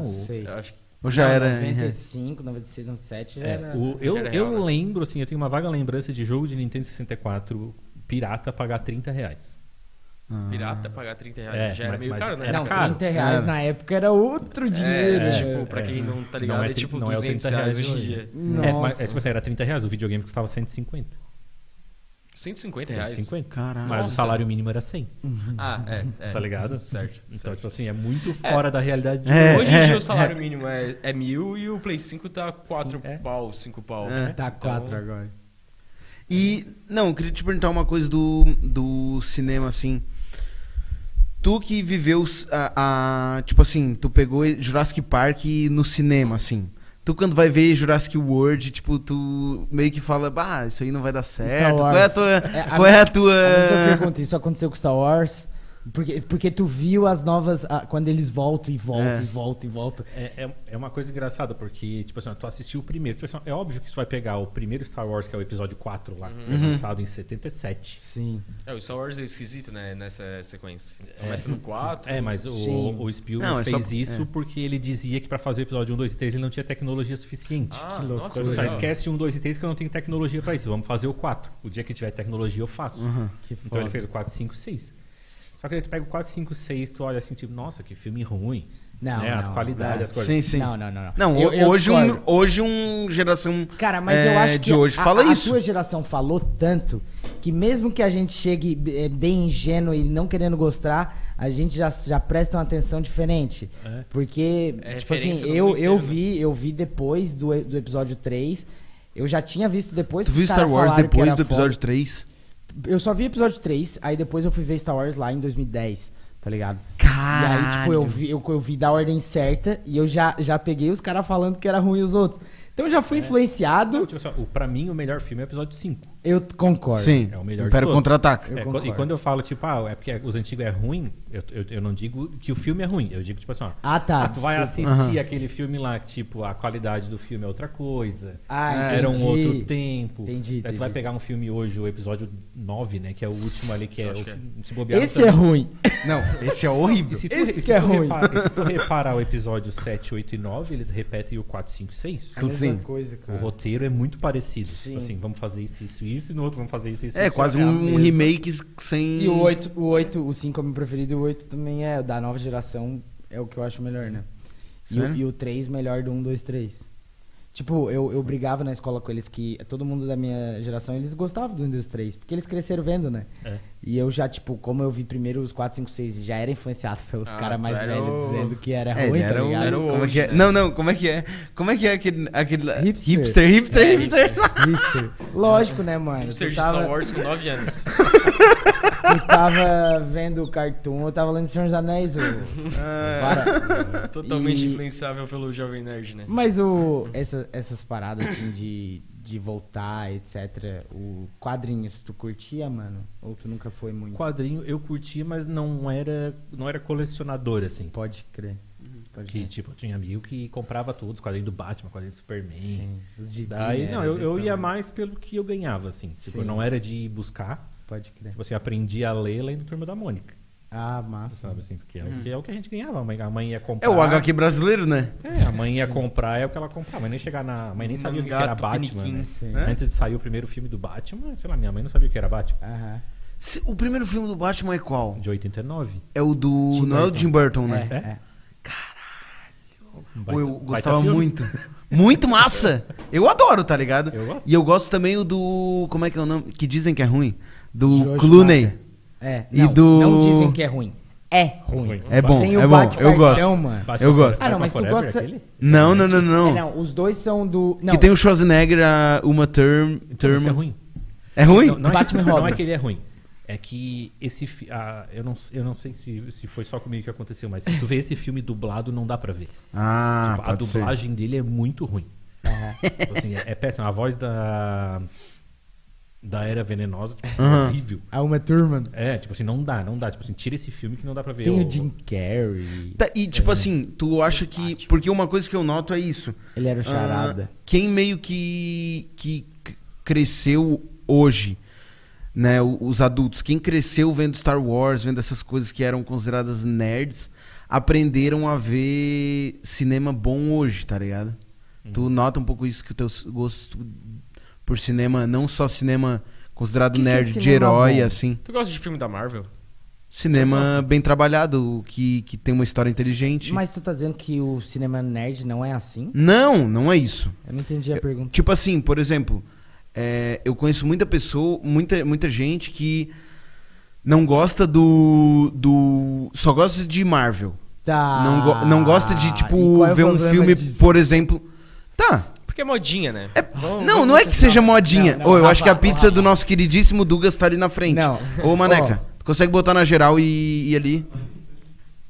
S3: Não, o-
S4: sei.
S2: Eu acho que...
S1: Ou já
S4: Não,
S1: era em reais?
S4: 95, 96, 97 já
S3: É,
S4: era.
S3: o- eu
S2: já era
S3: eu
S2: real, né?
S3: lembro, assim, eu tenho uma vaga lembrança de jogo de Nintendo 64 pirata pagar 30 reais.
S1: Ah.
S2: Pirata pagar 30 reais
S3: É,
S2: já era
S3: mas-
S2: meio
S3: mas
S2: caro, né?
S3: era
S4: não,
S3: caro.
S4: 30 reais
S1: Era.
S4: na época era outro dinheiro.
S2: É,
S4: né?
S2: tipo, pra quem não tá ligado,
S3: Não é
S2: é,
S3: tri-
S2: tipo
S3: não é o
S2: 200
S3: 30
S2: reais
S3: reais
S2: hoje em
S3: hoje.
S2: dia.
S3: É, mas,
S4: Nossa.
S3: é, tipo assim, era 30 reais, o videogame custava 150. É,
S2: 150 reais?
S3: 150.
S1: Caralho.
S3: Mas o
S2: Nossa.
S3: salário mínimo era 100,
S2: Ah, é, é.
S3: tá ligado?
S2: Certo,
S3: Então,
S2: certo.
S3: tipo assim, é muito fora da realidade de
S1: É,
S3: hoje.
S2: Hoje em dia
S1: é,
S2: o salário mínimo é, é mil e o Play 5 tá 4
S3: Sim, é.
S2: pau, 5 pau.
S1: É.
S4: Tá quatro
S2: Então-
S4: agora.
S1: E, não, eu queria te perguntar uma coisa do, do cinema, assim. Tu que viveu s- a, a- Tipo assim, tu pegou Jurassic Park no cinema, assim. Tu quando vai ver Jurassic World, tipo, tu meio que fala, bah, isso aí não vai dar certo. Qual é a
S4: Wars.
S1: tua.
S4: É, a
S1: qual é
S4: minha-
S1: a tua.
S4: Mas eu pergunto, isso aconteceu com Star Wars? Porque, porque tu viu as novas. ah, quando eles voltam e voltam
S1: É.
S4: e voltam e voltam.
S3: É, é, é uma coisa engraçada, porque, tipo assim, ó, tu assistiu o primeiro. Tipo assim, ó, é óbvio que tu vai pegar o primeiro Star Wars, que é o episódio 4 lá, que foi
S1: Uhum.
S3: lançado em 77.
S4: Sim.
S2: É, o Star Wars é esquisito, né, nessa sequência. Começa no 4.
S3: É, mas o,
S4: Sim.
S3: o Spielberg
S1: Não, é só-
S3: fez isso porque ele dizia que pra fazer o episódio 1, 2 e 3 ele não tinha tecnologia suficiente.
S2: Ah, nossa,
S4: Que
S3: Então,
S4: loucura. né?
S3: só
S2: legal.
S3: esquece o 1, 2 e 3 que eu não tenho tecnologia pra isso. Vamos fazer o 4. O dia que tiver tecnologia eu faço.
S4: Que
S3: Então ele
S4: foda.
S3: fez o 4, 5, 6. Só que aí tu pega o 4, 5, 6, tu olha assim, tipo, nossa, que filme ruim.
S4: Não,
S3: né? As
S4: não,
S3: qualidades, as coisas.
S1: Sim, sim.
S4: Não, não, não. Não,
S1: Não,
S4: Eu-
S1: ho-
S4: eu
S1: hoje, um,
S4: discordo.
S1: hoje um geração.
S4: Cara, mas eu
S1: é,
S4: acho que
S1: De hoje
S4: a,
S1: fala
S4: a
S1: isso.
S4: tua geração falou tanto que mesmo que a gente chegue eh, bem ingênuo e não querendo gostar, a gente já, já presta uma atenção diferente.
S3: É.
S4: Porque,
S2: É
S4: tipo
S2: referência
S4: assim,
S2: do
S4: eu,
S2: mundo
S4: eu
S2: inteiro, né?
S4: vi, eu vi depois do, e- do episódio 3. Eu já tinha visto depois
S1: Tu
S4: que os
S1: viu Star
S4: caras
S1: Wars
S4: falaram que
S1: depois
S4: era
S1: do
S4: foda.
S1: episódio 3?
S4: Eu só vi episódio 3, aí depois eu fui ver Star Wars lá em 2010, tá ligado?
S1: Caralho.
S4: E aí, tipo, eu vi, eu, eu vi da ordem certa e eu já, já peguei os caras falando que era ruim os outros. Então eu já
S3: É.
S4: fui
S3: Não,
S4: influenciado,
S3: tipo, assim, ó, o, pra mim, o melhor filme é o episódio 5.
S4: eu concordo.
S1: Sim.
S3: É o melhor de
S1: Império
S3: todos.
S1: contra-ataque.
S4: Eu
S3: É, quan- e
S4: concordo.
S3: quando eu falo, tipo, ah, é porque os antigos é ruim, eu, eu, eu não digo que o filme é ruim. Eu digo, tipo assim, ó.
S4: Ah, tá.
S3: ah, tu vai
S4: desculpa.
S3: assistir aquele filme lá, que, tipo, a qualidade do filme é outra coisa.
S4: Ah, entendi.
S3: Era um outro tempo.
S4: Entendi,
S3: Aí Tu vai
S4: entendi.
S3: pegar um filme hoje, o episódio 9, né? Que é o último ali, que é, o,
S2: acho que é.
S3: se bobear.
S4: Esse é ruim.
S1: Não, esse é horrível.
S3: E se tu,
S4: Esse
S3: e se
S4: que é
S3: tu
S4: ruim.
S3: repara- e se tu reparar o episódio 7, 8 e 9, eles repetem o 4, 5, 6.
S1: Tudo sim.
S4: coisa,
S3: É, O roteiro é muito parecido.
S4: Sim.
S3: Assim, vamos fazer isso, isso, isso, e no outro vamos fazer isso, isso.
S1: É,
S3: isso.
S1: quase
S3: a
S1: um
S3: mesma
S1: remake sem.
S4: E o 8, o 8, o 5 é o meu preferido e o 8 também é, o da nova geração é o que eu acho melhor, né? E o,
S1: Sério?
S4: e o 3 melhor do 1, 2, 3. Tipo, eu, eu brigava na escola com eles que todo mundo da minha geração, eles gostavam do 1, 2, 3, porque eles cresceram vendo, né?
S3: É.
S4: E eu já, tipo, como eu vi primeiro os 4, 5, 6 e já era influenciado pelos
S2: Ah,
S4: caras
S2: tu
S4: mais
S2: era
S4: velhos
S2: o-
S4: dizendo que era
S1: É,
S4: ruim,
S1: ele
S4: tá
S1: era o-
S4: ligado?
S2: Era o
S1: Como é
S2: old,
S1: que é?
S2: né?
S1: Não, não, como é que é? Como é que é aquele. aquele
S4: Hipster.
S1: Hipster, hipster,
S2: É,
S1: hipster.
S4: Hipster. Lógico, né, mano?
S2: O
S4: Tu
S2: Sergio
S4: tava-
S2: Um Star Wars com 9 anos.
S4: Eu tava vendo o cartoon, eu tava lendo Senhor dos Anéis. ô.
S2: É.
S4: Para.
S2: Totalmente
S4: E-
S2: influenciável pelo Jovem Nerd, né?
S4: Mas o, essa- essas paradas assim de, de voltar, etc. O quadrinhos, tu curtia, mano? Ou tu nunca foi muito?
S3: quadrinho eu curti, mas não era, não era colecionador, assim.
S1: Uhum.
S4: Pode crer. pode
S3: Que,
S4: crer.
S3: tipo, eu tinha amigo que comprava tudo, os quadrinhos do Batman, quadrinho do Superman.
S4: Sim, os gibi,
S3: Daí,
S4: né,
S3: Tá? não, eu,
S4: desse
S3: eu ia
S4: tamanho.
S3: mais pelo que eu ganhava, assim. Tipo, eu
S4: Sim.
S3: não era de ir buscar.
S4: Pode crer.
S3: Tipo assim, eu aprendi a ler lendo Turma da Mônica,
S4: Ah, massa.
S3: sabe? Assim, porque é,
S4: Hum.
S3: o que é o que a gente ganhava. A mãe, a mãe ia comprar.
S4: Ah.
S1: É o HQ brasileiro, né?
S3: É, a mãe ia comprar, é o que ela comprava. Mas nem chegar na. A mãe nem sabia o que que era
S2: Mangá,
S3: Batman.
S2: Tupiniquim.
S3: né?
S4: Sim.
S1: Né?
S3: Antes de sair o primeiro filme do Batman, sei lá, minha mãe não sabia o que era Batman.
S4: Aham.
S1: Se- O primeiro filme do Batman é qual?
S3: De 89.
S1: É o do.
S4: Tim
S1: não é o
S4: Burton.
S1: Jim Burton, né?
S4: É,
S3: É?
S4: é.
S3: Um
S1: Ou
S3: baita-
S1: eu
S3: baita
S1: gostava
S3: filme.
S1: muito. Muito massa! Eu adoro, tá ligado?
S3: Eu gosto.
S1: E eu gosto também o do. Como é que é o nome? Que dizem que é ruim? Do
S4: Joe
S1: Clooney.
S4: Schumacher. É,
S1: E
S4: não,
S1: do-
S4: não dizem que é ruim. É ruim.
S3: Ruim.
S1: É bom,
S4: Tem o
S1: é bom.
S4: Batman
S1: Eu gosto.
S4: Cartão, mano.
S3: Batman
S1: Eu gosto.
S3: Forever,
S4: Ah, não, mas tu
S3: Batman
S4: gosta-
S3: Forever, aquele?
S1: Não, não, não, não.
S4: É, não, os dois são do. Não,
S1: Que tem o Schwarzenegger, a Uma Term.
S3: Então, esse
S1: Term-
S3: é ruim.
S1: É ruim?
S3: Não, não é que,
S4: Batman
S3: não é
S4: Robin.
S3: que ele é ruim. É que esse. fi- ah, eu, não, eu não sei se, se foi só comigo que aconteceu, mas se tu vê esse filme dublado, não dá pra ver.
S1: Ah,
S3: Tipo, a
S1: pode ser.
S3: dublagem dele é muito ruim.
S1: um-
S3: Tipo assim, é, é péssimo. A voz da. Da Era Venenosa, tipo assim, é horrível.
S4: a Uma Thurman.
S3: É, tipo assim, não dá, não dá. Tipo assim, tira esse filme que não dá pra ver.
S4: Tem
S3: Eu-
S4: o Jim Carrey.
S1: Tá, e
S3: É.
S1: tipo assim, tu acha que. Porque uma coisa que eu noto é isso.
S4: Ele era o charada.
S1: Ah, quem meio que, que c- cresceu hoje, né? o- Os adultos, quem cresceu vendo Star Wars, vendo essas coisas que eram consideradas nerds, aprenderam a ver cinema bom hoje, tá ligado? Tu nota um pouco isso que o teu s- gosto por cinema, não só cinema considerado
S4: Que que é
S1: nerd de
S4: cinema
S1: herói,
S4: bom?
S1: assim.
S2: Tu gosta de filme da Marvel?
S1: Cinema bem trabalhado, que, que tem uma história inteligente.
S4: Mas tu tá dizendo que o cinema nerd não é assim?
S1: Não, não é isso.
S4: Eu não entendi a pergunta.
S1: Tipo assim, por exemplo, é, eu conheço muita pessoa, muita, muita gente que não gosta do, do. Só gosta de Marvel.
S4: Tá.
S1: não, go- não gosta de,
S4: E
S1: tipo,
S4: qual é o
S1: ver um
S4: problema
S1: filme,
S4: disso?
S1: por exemplo. Tá.
S2: Porque é modinha, né? Vamos-
S1: não, não é que seja modinha.
S4: Não,
S1: Ou
S4: não,
S1: eu
S4: Rafa,
S1: acho que a
S4: ô,
S1: pizza do nosso queridíssimo Dugas tá ali na frente.
S4: Não.
S1: Ô, Maneca, tu consegue botar na geral e, e ali?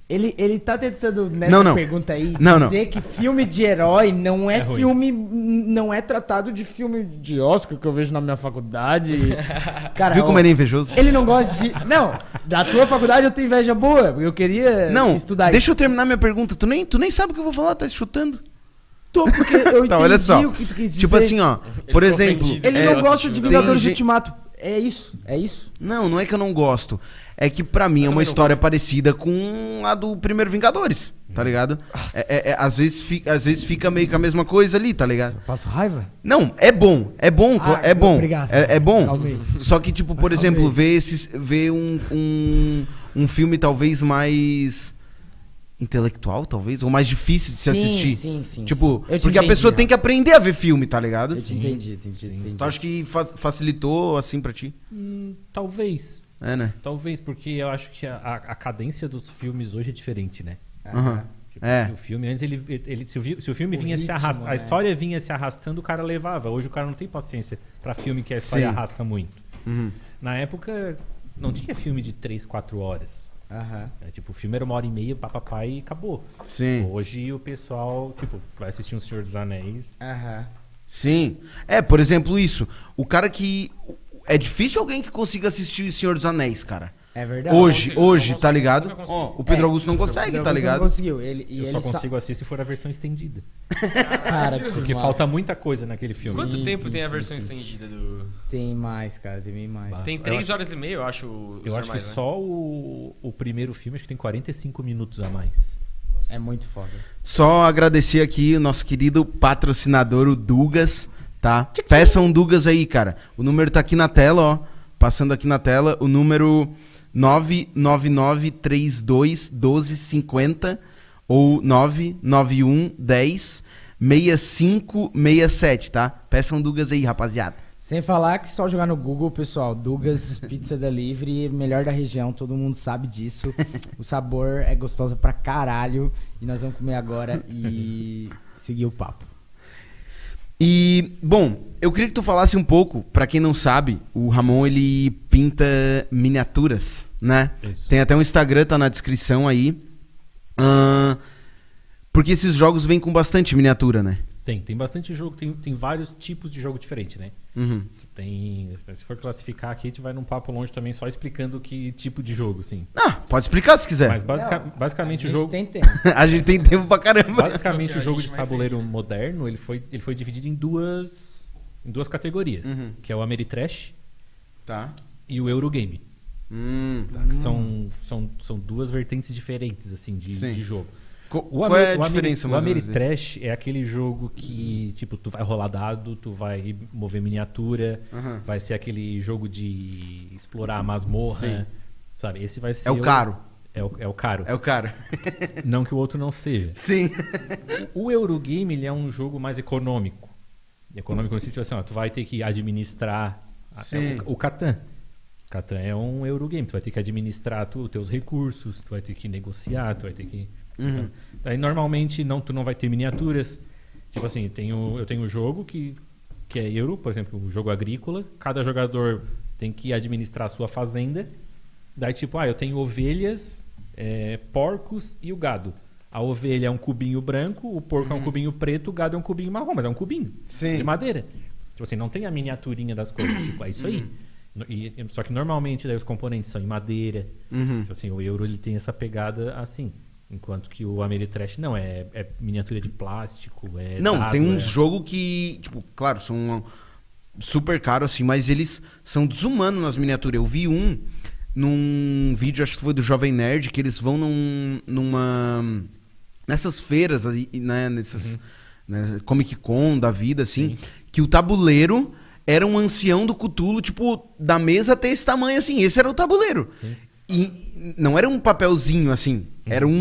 S4: Ele, ele tá tentando nessa
S1: Não, não.
S4: pergunta aí
S1: Não, não.
S4: dizer que filme de herói não é,
S3: ruim.
S4: filme. Não é tratado de filme de Oscar que eu vejo na minha faculdade. Cara,
S1: Viu como
S4: ó,
S1: ele é invejoso?
S4: Ele não gosta de. Não, da tua faculdade eu tenho inveja boa, porque eu queria
S1: Não,
S4: estudar
S1: deixa eu terminar minha pergunta. Tu nem, tu nem sabe o que eu vou falar, tá chutando.
S4: isso. Tô, porque eu entendi
S1: Tá, olha só.
S4: o que tu quis dizer.
S1: Tipo assim, ó. Por
S2: ficou
S1: exemplo.
S2: ofendido.
S4: Ele
S1: é,
S4: não gosta de
S1: tem
S4: Vingadores
S1: gente-
S4: Ultimato. É isso, é isso.
S1: Não, não é que eu não gosto. É que pra mim é uma
S2: também não
S1: história parecida com a do primeiro Vingadores, tá ligado? É- é- é- às, vezes fica, às vezes fica meio que a mesma coisa ali, tá ligado?
S4: Passo raiva?
S1: Não, é bom, é bom, cla-
S4: Ah,
S1: é bom.
S4: obrigado.
S1: É, é bom.
S4: Acalmei.
S1: Só que, tipo, por exemplo, ver, esses, ver um, um, um filme talvez mais intelectual, talvez, ou mais difícil de se
S4: Sim,
S1: assistir.
S4: sim, sim,
S1: Tipo,
S4: sim. Eu te
S1: porque a
S4: entendi,
S1: pessoa
S4: Rafa.
S1: tem Então que aprender a ver filme, tá ligado?
S4: Eu te entendi, entendi, entendi.
S1: Tu acha que fa- facilitou assim pra ti?
S3: Hum, talvez.
S1: É, né?
S3: Talvez, porque eu acho que a, a- a cadência dos filmes hoje é diferente, né?
S1: Aham.
S3: Tipo,
S1: É.
S3: se o filme antes ele, ele- se, o, vi- se o filme
S4: O
S3: vinha se
S4: ritmo,
S3: arrastando, a
S4: né?
S3: história vinha se arrastando, o cara levava. Hoje o cara não tem paciência pra filme que a história
S1: Sim.
S3: arrasta muito.
S1: Uhum.
S3: Na época não tinha filme de 3, 4 horas.
S4: Aham.
S3: né? Tipo, o filme era uma hora e meia, papapá e acabou.
S1: Sim.
S3: Hoje o pessoal, tipo, vai assistir um Senhor dos Anéis.
S4: Aham.
S1: Sim. É, por exemplo, isso. O cara que. É difícil alguém que consiga assistir Senhor dos Anéis, cara.
S4: É verdade.
S1: hoje,
S2: consigo,
S1: hoje,
S2: não consigo,
S1: tá ligado?
S2: nunca consigo.
S1: Ó, o Pedro
S4: É,
S1: Augusto não
S4: Mas
S1: consegue,
S4: alguns
S1: tá
S4: não
S1: ligado?
S4: conseguiu. Ele, e
S3: Eu
S4: ele
S3: só
S4: sa-
S3: consigo assistir se for a versão estendida.
S4: Cara, que
S3: Porque
S4: massa.
S3: falta muita coisa naquele filme.
S2: Quanto
S4: Sim,
S2: tempo
S4: sim,
S2: tem a
S4: sim,
S2: versão
S4: sim.
S2: estendida do.
S4: Tem mais, cara, tem bem mais.
S2: Tem
S3: Eu
S2: três
S3: acho-
S2: horas e meia, eu acho. os
S3: Eu acho que
S2: normais, né?
S3: só o, o primeiro filme acho que tem 45 minutos a mais.
S4: É muito foda.
S1: Só agradecer aqui o nosso querido patrocinador, o Dugas, tá? Peçam um Dugas aí, cara. O número tá aqui na tela, ó. Passando aqui na tela, o número 999321250 ou 991 10 6567, tá? Peçam Dugas aí, rapaziada.
S4: Sem falar que só jogar no Google, pessoal, Dugas Pizza Delivery, melhor da região, todo mundo sabe disso. O sabor é gostoso pra caralho e nós vamos comer agora e seguir o papo.
S1: E, bom, eu queria que tu falasse um pouco, pra quem não sabe, o Ramon ele pinta miniaturas, né?
S3: Isso.
S1: Tem até um Instagram, tá na descrição aí. Ahn, porque esses jogos vêm com bastante miniatura, né?
S3: Tem, tem bastante jogo, tem, tem vários tipos de jogo diferente, né?
S1: Uhum.
S3: Tem. Se for classificar aqui, a gente vai num papo longe também, só explicando que tipo de jogo, assim.
S1: Ah, pode explicar se quiser.
S3: Mas basica- basicamente o
S4: Eles
S3: jogo.
S4: têm tempo.
S1: A gente tem tempo pra caramba.
S3: Basicamente
S2: Porque
S3: o
S2: a
S3: jogo
S2: gente
S3: de
S2: vai
S3: tabuleiro moderno, ele foi, ele foi dividido em duas. Em duas categorias.
S1: Uhum.
S3: Que é o Ameritrash
S1: Tá.
S3: e o Eurogame.
S1: Hum, tá.
S3: Que são, são, são duas vertentes diferentes, assim, de,
S1: Sim.
S3: de jogo.
S1: Co-
S3: O
S1: Qual é a
S3: Ameri- o Ameri-
S1: diferença,
S3: O
S1: mais ou menos, deles?
S3: Ameritrash é aquele jogo que, tipo, tu vai rolar dado, tu vai mover miniatura,
S1: Aham.
S3: vai ser aquele jogo de explorar a masmorra,
S1: Sim.
S3: sabe? Esse vai ser...
S1: É o caro.
S3: É o, é o caro.
S1: É o caro.
S3: Não que o outro não seja.
S1: Sim.
S3: O Eurogame, ele é um jogo mais econômico. Econômico no sentido assim, ó, tu vai ter que administrar... a- é
S1: Sim.
S3: o, o Catan. Catan é um Eurogame, tu vai ter que administrar tu, os teus recursos, tu vai ter que negociar, tu vai ter que...
S1: Uhum.
S3: Aí normalmente não, tu não vai ter miniaturas. Tipo assim, tem o- eu tenho um jogo que, que é euro, por exemplo, um jogo agrícola. Cada jogador tem que administrar a sua fazenda. Daí, tipo, ah, eu tenho ovelhas, é, porcos e o gado. A ovelha é um cubinho branco, o porco é um cubinho preto, o gado é um cubinho marrom, mas é um cubinho
S1: Uhum. Sim.
S3: de madeira. Tipo assim, não tem a miniaturinha das coisas, tipo, é isso aí.
S1: Uhum.
S3: No- e- e- só que normalmente daí os componentes são em madeira,
S1: Uhum.
S3: Tipo assim, o euro ele tem essa pegada assim. Enquanto que o Ameritrash não, é, é miniatura de plástico, é
S1: Não,
S3: dado,
S1: tem um uns
S3: é-
S1: jogo que, tipo, claro, são super caros assim, mas eles são desumanos nas miniaturas. Eu vi um num vídeo, acho que foi do Jovem Nerd, que eles vão num, numa nessas feiras aí, né, nessas
S3: Uhum.
S1: né, Comic Con da vida assim, que o tabuleiro era um ancião do Cutulo, tipo, da mesa até esse tamanho assim. Esse era o tabuleiro.
S3: Sim.
S1: E não era um papelzinho assim, era
S3: Uhum.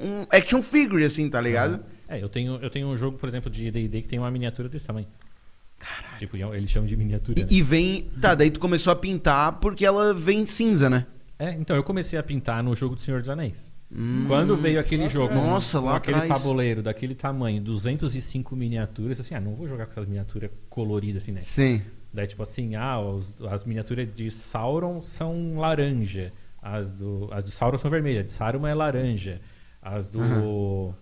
S1: um, um action figure assim, tá ligado?
S3: É, eu tenho, eu tenho um jogo, por exemplo, de D&D que tem uma miniatura desse tamanho. Caralho. Tipo, eles chamam de miniatura, né?
S1: E, e vem. Tá, daí tu começou a pintar porque ela vem cinza, né?
S3: É, então, eu comecei a pintar no jogo do Senhor dos Anéis. Quando veio aquele jogo,
S1: Nossa,
S3: com
S1: Hum, lá
S3: aquele
S1: atrás.
S3: tabuleiro daquele tamanho, 205 miniaturas, assim, ah, não vou jogar com essas miniaturas coloridas assim, né?
S1: Sim.
S3: Daí, tipo assim, ah, os- as miniaturas de Sauron são laranja. As do, as do Sauron são vermelhas. De Saruman é laranja. As do.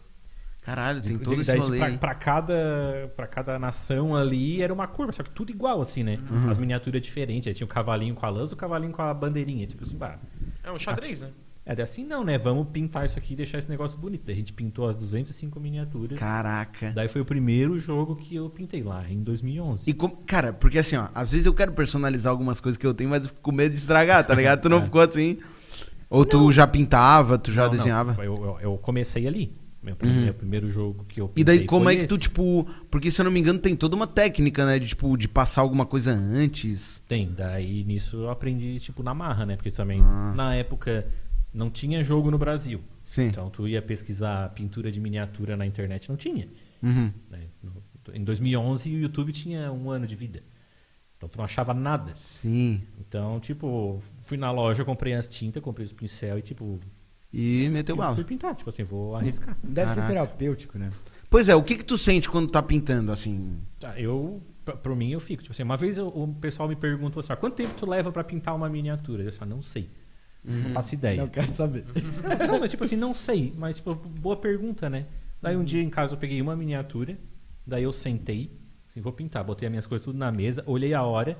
S1: Caralho, tem
S3: de-
S1: todo esse
S3: daí, de-
S1: rolê.
S3: pra,
S1: aí.
S3: pra cada, pra cada nação ali era uma curva, só que tudo igual, assim, né?
S1: Uhum.
S3: As miniaturas diferentes. Aí tinha o cavalinho com a lança, o cavalinho com a bandeirinha. Tipo assim, bah.
S2: É um xadrez, né?
S3: É daí assim, não, né? Vamos pintar isso aqui e deixar esse negócio bonito. Daí a gente pintou as 205 miniaturas.
S1: Caraca.
S3: Daí foi o primeiro jogo que eu pintei lá, em 2011.
S1: E como- cara, porque assim, ó, às vezes eu quero personalizar algumas coisas que eu tenho, mas eu fico com medo de estragar, tá ligado? Tu não ficou assim. Ou tu já pintava, tu já
S3: É. Não, não,
S1: desenhava. Uhum.
S3: foi- eu, eu- eu comecei ali. Meu primeiro, meu primeiro jogo que eu
S1: E daí
S3: pintei
S1: como
S3: foi
S1: é que tu,
S3: esse.
S1: tipo. Porque se eu não me engano, tem toda uma técnica, né? De, tipo, de passar alguma coisa antes.
S3: Tem, daí nisso eu aprendi, tipo, na marra, né? Porque também, na época, não tinha jogo no Brasil.
S1: Ah. Sim.
S3: Então tu ia pesquisar pintura de miniatura na internet, não tinha.
S1: Uhum.
S3: né? No- Em 2011 o YouTube tinha um ano de vida. Então tu não achava nada.
S1: Sim.
S3: Então, tipo, fui na loja, comprei as tintas, comprei os pincel e, tipo,
S1: E meteu
S3: eu fui
S1: bala.
S3: pintar. Tipo assim, vou arriscar.
S4: Deve
S1: Caraca.
S4: ser terapêutico, né?
S1: Pois é, o que que tu sente quando tá pintando, assim?
S3: Tá, Eu, pra, pra mim, eu fico. Tipo assim, uma vez eu- o pessoal me perguntou assim, "Ah, quanto tempo tu leva pra pintar uma miniatura? Eu só não sei. Não
S1: Uhum.
S3: faço ideia.
S4: Não quero saber.
S3: Não, mas tipo assim, não sei. Mas, tipo, boa pergunta, né? Daí
S1: Uhum.
S3: um dia em casa eu peguei uma miniatura, daí eu sentei, assim, vou pintar, botei as minhas coisas tudo na mesa, olhei a hora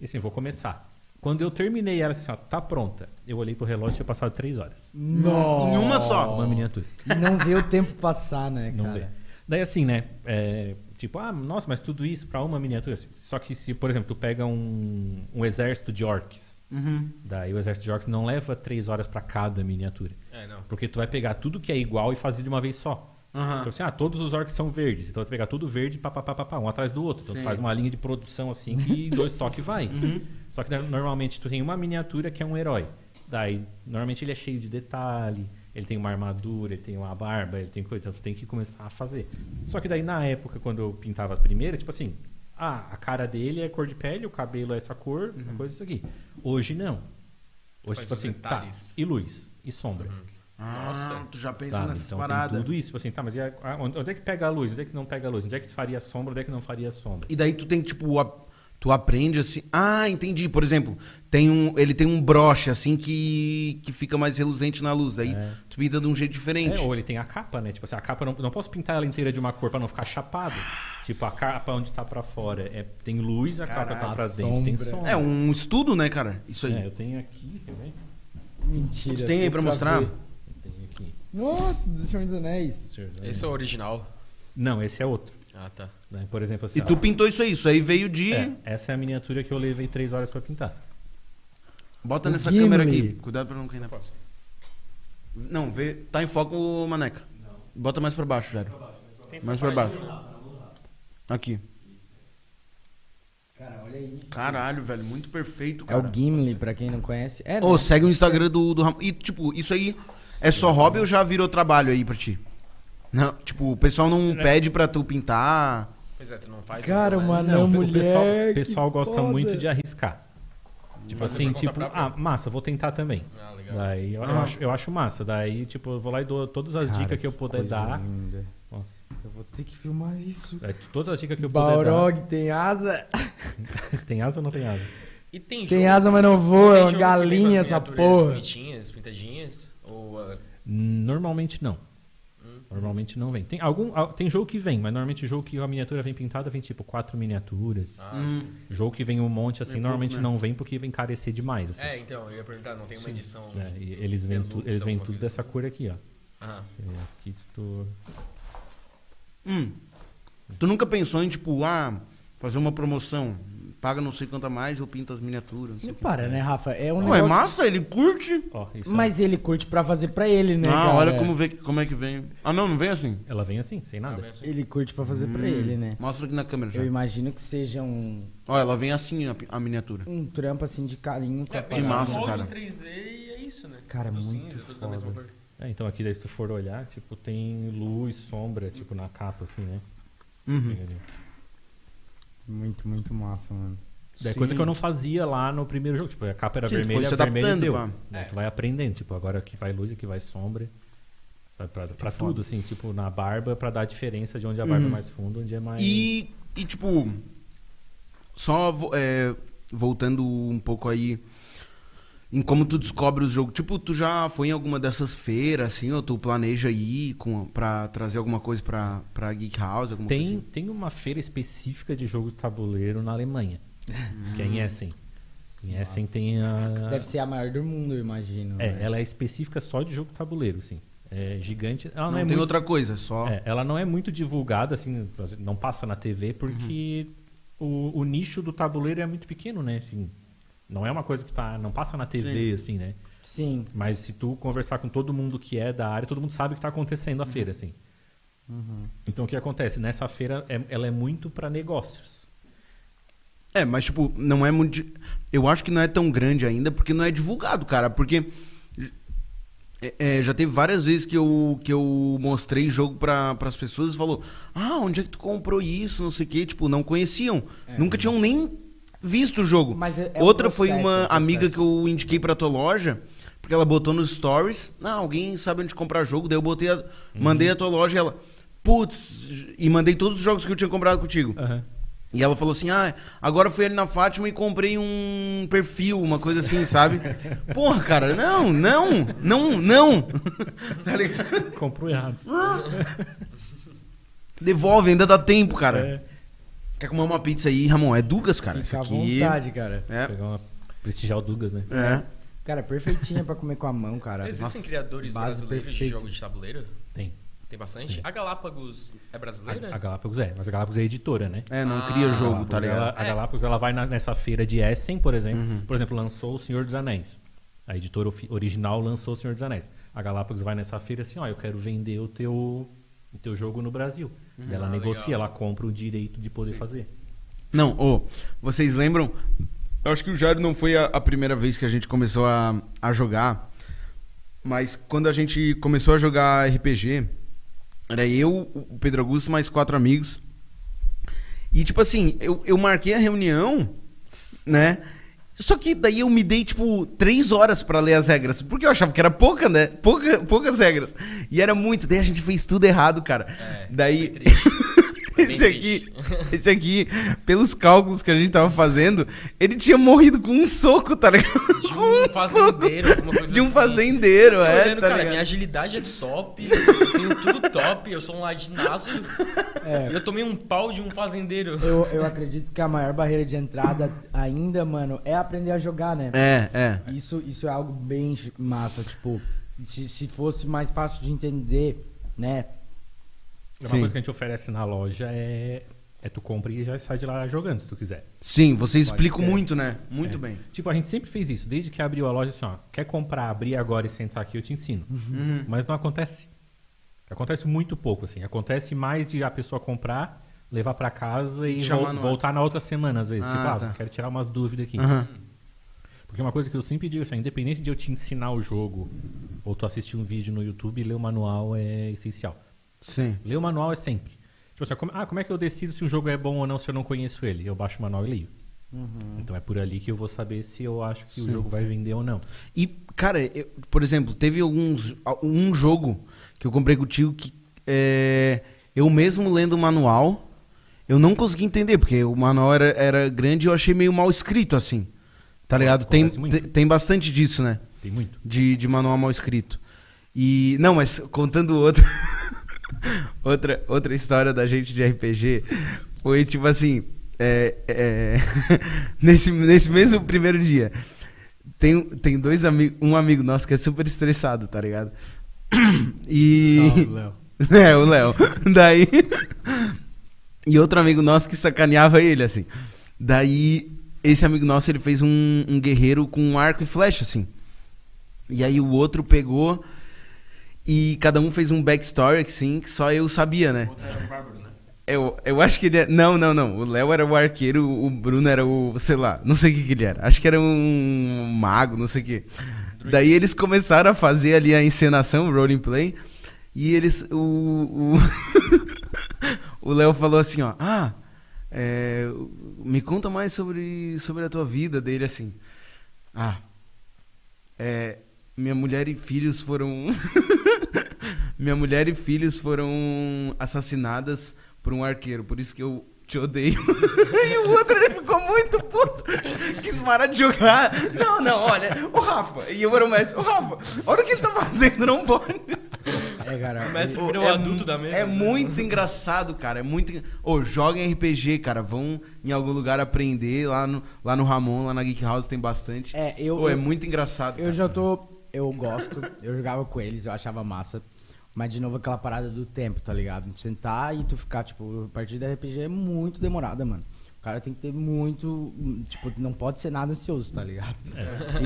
S3: e assim, vou começar. Quando eu terminei ela, assim, ó, tá pronta. Eu olhei pro relógio e tinha passado três horas.
S1: Em
S4: Nossa.
S1: uma só.
S3: Uma miniatura.
S4: E não vê o tempo passar, né,
S3: Não
S4: cara?
S3: vê. Daí assim, né? é, tipo, ah, nossa, mas tudo isso pra uma miniatura. assim, Só que se, por exemplo, tu pega um, um exército de orcs,
S1: Uhum.
S3: daí o exército de orcs não leva três horas pra cada miniatura.
S2: É, não.
S3: Porque tu vai pegar tudo que é igual e fazer de uma vez só.
S1: Aham.
S3: Então, assim, ah, todos os orcs são verdes. Então, tu pegar tudo verde, pá, pá, pá, pá, pá, um atrás do outro. Então,
S1: Sim.
S3: tu faz uma linha de produção assim que dois toques vai.
S2: Uhum.
S3: Só que né, normalmente tu tem uma miniatura que é um herói. Daí, normalmente ele é cheio de detalhe. Ele tem uma armadura, ele tem uma barba, ele tem coisa. Então, tu tem que começar a fazer. Só que daí, na época, quando eu pintava a primeira, tipo assim... Ah, a cara dele é cor de pele, o cabelo é essa cor, uma coisa isso aqui. Hoje, não. Hoje,
S2: Uhum. Faz
S3: tipo
S2: os
S3: assim, tá,
S2: detalhes. Uhum.
S3: e luz, e sombra.
S1: Nossa,
S2: Nossa.
S1: Ah, tu já pensa
S3: Sabe?
S1: nessas
S3: Então
S1: paradas.
S3: tem tudo isso. Tipo assim, tá, mas e a- a- onde onde é que pega a luz? Onde é que não pega a luz? Onde é que faria sombra? Onde é que não faria sombra?
S1: E daí tu tem que, tipo, a- Tu aprende assim. Ah, entendi. Por exemplo, tem um, ele tem um broche assim que, que fica mais reluzente na luz. Aí tu pinta de um jeito diferente.
S3: É, ou ele tem a capa, né? Tipo assim, a capa eu não, não posso pintar ela inteira de uma cor pra não ficar chapado. Tipo, a capa onde tá pra fora é, tem luz, a capa
S4: Caraca,
S3: tá pra
S4: a
S3: dentro tem
S4: sombra.
S3: sombra.
S1: É um estudo, né, cara? Isso aí.
S3: É, eu tenho aqui, quer ver?
S4: Mentira.
S1: tu tem aí pra mostrar?
S3: Eu tenho aqui.
S4: Nossa, do Senhor dos Anéis.
S3: Senhor dos Anéis.
S2: Esse é o original.
S3: Não, esse é outro.
S2: Ah, tá.
S3: né? Por exemplo, assim,
S1: E
S3: ó,
S1: tu pintou isso aí. Isso aí veio de.
S3: é, essa é a miniatura que eu levei três horas pra pintar.
S1: Bota
S4: O
S1: nessa
S4: Gimli.
S1: câmera aqui. Cuidado pra não cair na próxima. Não, vê. Tá em foco, Maneca. Bota mais pra baixo, Jairo. Mais pra baixo. Aqui.
S4: Cara, olha isso.
S1: Caralho, velho. Muito perfeito,
S4: É
S1: cara.
S4: o Gimli, pra quem não conhece. É,
S1: Ô,
S4: né?
S1: segue o Instagram do, do Ramon. E, tipo, isso aí é só hobby ou já virou trabalho aí pra ti? Não, tipo, o pessoal não
S4: Né.
S1: pede pra tu pintar.
S2: Pois é, tu não faz.
S4: Cara,
S2: mas-
S4: mano. Ah,
S3: Não,
S4: não,
S3: o pessoal,
S4: mulher,
S3: o pessoal
S4: que
S3: gosta
S4: foda.
S3: muito de arriscar. Tipo
S2: Fazer
S3: assim,
S2: por conta
S3: tipo,
S2: própria.
S3: ah, massa, vou tentar também.
S2: Ah, legal.
S3: Daí eu, eu
S1: Ah.
S3: acho, eu acho massa. Daí, tipo, eu vou lá e dou todas as dicas que eu puder
S4: coisa
S3: dar.
S4: linda.
S3: Ó.
S4: Eu vou ter que filmar isso.
S3: É, t- todas as dicas que eu
S4: Balrog tem asa?
S3: puder dar. Tem asa ou não tem asa?
S2: E tem
S4: Tem
S2: jogo-
S4: asa, mas não
S2: tem
S4: voa. É
S2: jogo
S4: uma
S2: que tem
S4: galinha
S2: umas
S4: essa
S2: miniaturas
S4: porra.
S2: Bonitinhas, pintadinhas. Ou. ah,
S3: Normalmente não. Normalmente não vem. Tem, algum, al- tem jogo que vem, mas normalmente jogo que a miniatura vem pintada vem tipo quatro miniaturas.
S2: ah, sim.
S3: Jogo que vem um monte assim,
S1: É pouco,
S3: normalmente
S1: né?
S3: não vem porque vem encarecer demais. Assim.
S2: É, então, eu ia perguntar, não tem uma edição.
S3: É, e eles vêm, tu-
S2: Deluxe,
S3: eles vêm
S2: alguma
S3: tudo
S2: coisa assim.
S3: dessa cor aqui, ó.
S2: Ah,
S3: Eu Aqui estou.
S1: Hum. Tu nunca pensou em, tipo, ah, fazer uma promoção? Paga não sei quanto a mais, eu pinto as miniaturas. Não sei
S4: Não
S1: o quê.
S4: para, né, Rafa? É um
S1: Não, é
S4: negócio...
S1: massa, ele curte.
S3: Ó, isso é-
S4: Mas ele curte pra fazer pra ele, né,
S1: ah,
S4: cara?
S1: olha como, vê, como é que vem. Ah, não, não vem assim.
S3: Ela vem assim, sem
S2: Tá
S3: nada.
S4: Ele curte pra fazer pra ele, né?
S1: Mostra aqui na câmera já.
S4: Eu imagino que seja um,
S1: Ó, ela vem assim a, pi- a miniatura.
S4: um trampo, assim, de carinho
S5: É,
S4: com a
S1: pensa
S4: parada.
S1: massa, cara.
S2: 3D e é isso, né?
S4: Cara,
S2: Tudo
S4: muito
S2: cinza, tudo da mesma cor.
S3: É, então aqui daí se tu for olhar, tipo, tem luz, sombra, tipo, na capa, assim, né?
S4: Hum.
S1: Uhum.
S4: Muito, muito massa, mano.
S3: Daí
S1: Sim.
S3: coisa que eu não fazia lá no primeiro jogo. Tipo, a capa era
S1: Sim, tu
S3: vermelha,
S1: foi se
S3: vermelha e deu.
S1: adaptando,
S3: Daí Tu vai aprendendo, tipo, agora aqui vai luz, aqui vai sombra. Pra, pra- pra
S1: foda.
S3: tudo, assim, tipo, na barba, pra dar a diferença de onde a barba
S1: Uhum.
S3: é mais funda, onde é mais.
S1: E, e, tipo, só vo- é, voltando um pouco aí em como tu descobre os jogos. Tipo, tu já foi em alguma dessas feiras, assim, ou tu planeja ir com, pra trazer alguma coisa pra, pra Geek House? Alguma
S3: Tem,
S1: coisa assim?
S3: tem uma feira específica de jogo de tabuleiro na Alemanha, que é
S1: Hum.
S3: em Essen. Em Essen tem a.
S4: Deve ser a maior do mundo, eu imagino. né?
S3: É,
S4: velho.
S3: ela é específica só de jogo de tabuleiro, assim. É gigante.
S1: assim?
S3: Ela não,
S1: Não
S3: é
S1: tem
S3: muito
S1: outra coisa, só.
S3: É, ela não é muito divulgada, assim, não passa na TV, porque o, o nicho do tabuleiro é muito pequeno, né? Assim, não é uma coisa que tá, não passa na TV, assim, né?
S4: Sim.
S3: Mas se tu conversar com todo mundo que é da área, todo mundo sabe o que tá acontecendo a feira, assim. Então, o que acontece? Nessa feira, é- ela é muito para negócios.
S1: É, mas, tipo, não é muito. di- Eu acho que não é tão grande ainda, porque não é divulgado, cara. Porque. j- é, é, já teve várias vezes que eu, que eu mostrei jogo para as pessoas e falou: Ah, onde é que tu comprou isso? Não sei o quê. Tipo, não conheciam. Nunca tinham nem visto o jogo.
S4: É. Mas é- é um
S1: Outra foi
S4: processo, é
S1: uma
S4: um
S1: amiga
S4: processo.
S1: que eu indiquei pra tua loja, porque ela botou nos stories: Ah, alguém sabe onde comprar jogo. Daí eu botei a- mandei
S4: Uhum.
S1: a tua loja e ela. Putz, j- e mandei todos os jogos que eu tinha comprado contigo. E ela falou assim: ah, agora fui ali na Fátima e comprei um perfil, uma coisa assim, sabe? Porra, cara, não, não, não, não. Tá ligado?
S3: Comprou errado.
S1: Devolve, ainda dá tempo, cara.
S3: É,
S1: Quer comer uma pizza aí, Ramon? É Dugas, cara.
S4: Fica à
S1: isso aqui.
S4: vontade, cara.
S1: É.
S3: pegar uma, prestigiar o Dugas, né?
S1: É.
S4: Cara, perfeitinha pra comer com a mão, cara.
S2: Existem
S4: Nossa,
S2: criadores
S4: base
S2: brasileiros de
S4: perfeita.
S2: jogo de tabuleiro?
S3: Tem.
S2: Tem bastante? A Galápagos é brasileira?
S3: A, a Galápagos é, mas a Galápagos é editora, né?
S1: É, não
S2: Ah,
S1: cria
S3: A
S1: jogo, tá
S3: Galápagos,
S1: ligado? Uhum.
S3: ela- a
S2: É.
S3: Galápagos ela vai na- nessa feira de Essen, por exemplo. Por exemplo, lançou O Senhor dos Anéis. A editora ofi- original lançou O Senhor dos Anéis. A Galápagos vai nessa feira assim, ó, eu quero vender o teu, o teu jogo no Brasil.
S1: Hum,
S3: Daí ela
S2: Ah,
S3: negocia,
S2: legal.
S3: ela compra o direito de poder fazer.
S1: Não, ô, vocês lembram? Eu acho que o Jairo não foi a, a primeira vez que a gente começou a, a jogar, mas quando a gente começou a jogar RPG, era eu, o Pedro Augusto, mais quatro amigos. E, tipo assim, eu, eu marquei a reunião, né? Só que daí eu me dei, tipo, três horas pra ler as regras. Porque eu achava que era pouca, né? Pouca, poucas regras. E era muito. Daí a gente fez tudo errado, cara.
S2: É,
S1: daí.
S2: foi triste.
S1: Esse aqui,
S5: triste.
S1: esse aqui, pelos cálculos que a gente tava fazendo, ele tinha morrido com um soco, tá ligado?
S5: De um fazendeiro, alguma coisa
S1: De um
S5: assim.
S1: fazendeiro,
S5: Eu fico
S1: é, tá
S5: olhando, cara,
S1: ligado?
S5: minha agilidade é top, eu tenho tudo top, eu sou um ladinaço. E eu tomei um pau de um fazendeiro.
S4: Eu, eu acredito que a maior barreira de entrada ainda, mano, é aprender a jogar, né?
S1: É, é.
S4: Isso, isso é algo bem ch- massa, tipo, se, se fosse mais fácil de entender, né?
S3: É Uma
S1: Sim.
S3: coisa que a gente oferece na loja é, é tu compra e já sai de lá jogando, se tu quiser.
S1: Sim, você explica muito, né? Muito bem.
S3: Tipo, a gente sempre fez isso. Desde que abriu a loja, assim, ó, quer comprar, abrir agora e sentar aqui, eu te ensino.
S1: Uhum.
S3: Mas não acontece. Acontece muito pouco, assim. Acontece mais de a pessoa comprar, levar pra casa e
S1: Chamar
S3: vol-
S1: no
S3: voltar na outra semana, às vezes.
S1: Ah,
S3: tipo, ah,
S1: tá.
S3: quero tirar umas dúvidas aqui.
S1: Aham.
S3: Porque uma coisa que eu sempre digo, assim, independente de eu te ensinar o jogo ou tu assistir um vídeo no YouTube, ler o manual é essencial.
S1: Sim.
S3: Ler o manual é sempre. Tipo assim, como, ah, como é que eu decido se um jogo é bom ou não se eu não conheço ele? Eu baixo o manual e leio. Então é por ali que eu vou saber se eu acho que o jogo vai vender ou não.
S1: E, cara, eu- por exemplo, teve alguns, um jogo que eu comprei contigo que é, eu mesmo lendo o manual, eu não consegui entender, porque o manual era, era grande e eu achei meio mal escrito, assim. Tá ligado? Tem,
S3: Acontece muito.
S1: te- tem bastante disso, né?
S3: Tem muito.
S1: De, de manual mal escrito. E. Não, mas contando outra. outra, outra história da gente de RPG foi tipo assim. é, é, nesse, nesse mesmo primeiro dia. Tem, tem dois amigos. Um amigo nosso que é super estressado, tá ligado? E. É, o Léo. Daí. E outro amigo nosso que sacaneava ele, assim. Daí, esse amigo nosso, ele fez um, um guerreiro com um arco e flecha, assim. E aí o outro pegou e cada um fez um backstory, assim, que só eu sabia, né? Eu, eu acho que ele é... Não, não, não. O Léo era o arqueiro, o Bruno era o... Sei lá, não sei o que, que ele era. Acho que era um mago, não sei o que. Daí eles começaram a fazer ali a encenação, o role play. E eles... O... o- O Léo falou assim, ó... Ah, é, me conta mais sobre, sobre a tua vida dele, assim. Ah, é, minha mulher e filhos foram. minha mulher e filhos foram assassinadas por um arqueiro, por isso que eu te odeio. e o outro ele ficou muito puto. Quis parar de jogar. Não, não, olha, o Rafa. E eu era o mestre. O Rafa, olha o que ele tá fazendo, não pode.
S4: É, cara.
S5: Começa a virar o
S1: é
S5: adulto
S1: mu-
S5: da mesa.
S1: É
S5: né?
S1: muito engraçado, cara. É muito. en- Ô, joguem RPG, cara. Vão em algum lugar aprender. Lá no, lá no Ramon, lá na Geek House tem bastante.
S4: É, eu-
S1: Ô, é
S4: eu-
S1: muito engraçado.
S4: Eu
S1: cara.
S4: já tô. Eu gosto, eu jogava com eles, eu achava massa. Mas de novo aquela parada do tempo, tá ligado? De sentar e tu ficar, tipo, a partida de RPG é muito demorada, mano. O cara tem que ter muito. Tipo, não pode ser nada ansioso, tá ligado?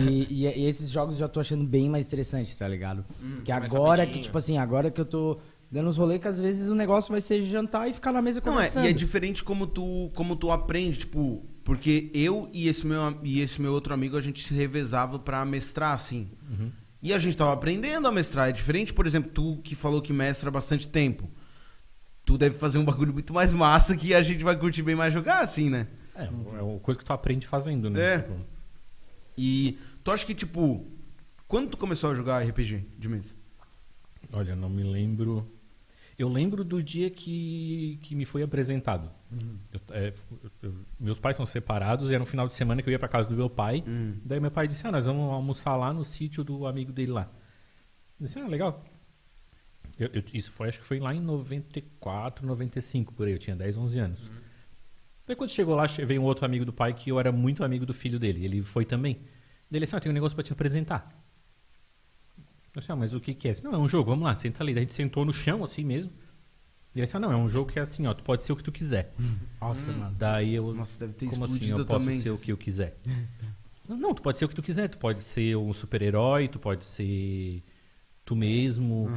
S4: E, e- e esses jogos eu já tô achando bem mais interessantes, tá ligado? Porque
S5: mais
S4: agora que,
S5: rapidinho.
S4: tipo assim, agora que eu tô dando uns rolês, que às vezes o negócio vai ser jantar e ficar na mesa
S1: Não, é,
S4: conversando.
S1: e é diferente como tu, como tu aprende, tipo, porque eu e esse meu, am- e esse meu outro amigo, a gente se revezava pra mestrar, assim.
S3: Uhum.
S1: E a gente tava aprendendo a mestrar. É diferente, por exemplo, tu que falou que mestra há bastante tempo. Tu deve fazer um bagulho muito mais massa que a gente vai curtir bem mais jogar, assim, né?
S3: É, é uma coisa que tu aprende fazendo, né?
S1: É.
S3: Tipo,
S1: E tu acha que, tipo, quando tu começou a jogar RPG de mesa?
S3: olha, não me lembro. Eu lembro do dia que, que me foi apresentado. Eu- é, eu- eu- meus pais são separados e era um final de semana que eu ia pra casa do meu pai. Daí meu pai disse: Ah, nós vamos almoçar lá no sítio do amigo dele lá. Eu disse: Ah, legal. Eu- eu- isso foi, acho que foi lá em 94, 95 por aí. Eu tinha 10, 11 anos. Daí quando chegou lá, che- veio um outro amigo do pai que eu era muito amigo do filho dele. Ele foi também. Daí ele disse, ah, tem um negócio pra te apresentar. Eu disse, ah, mas o que que é? Disse, Não, é um jogo, vamos lá, senta ali. Daí a gente sentou no chão, assim mesmo. Ele disse, ah, não, é um jogo que é assim, ó, tu pode ser o que tu quiser.
S4: Nossa,
S3: Hum.
S4: mano.
S3: Daí eu,
S1: Nossa, deve ter
S3: como assim,
S1: explodido
S3: eu posso
S1: também.
S3: ser o que eu quiser? não, não, tu pode ser o que tu quiser, tu pode ser um super-herói, tu pode ser tu mesmo.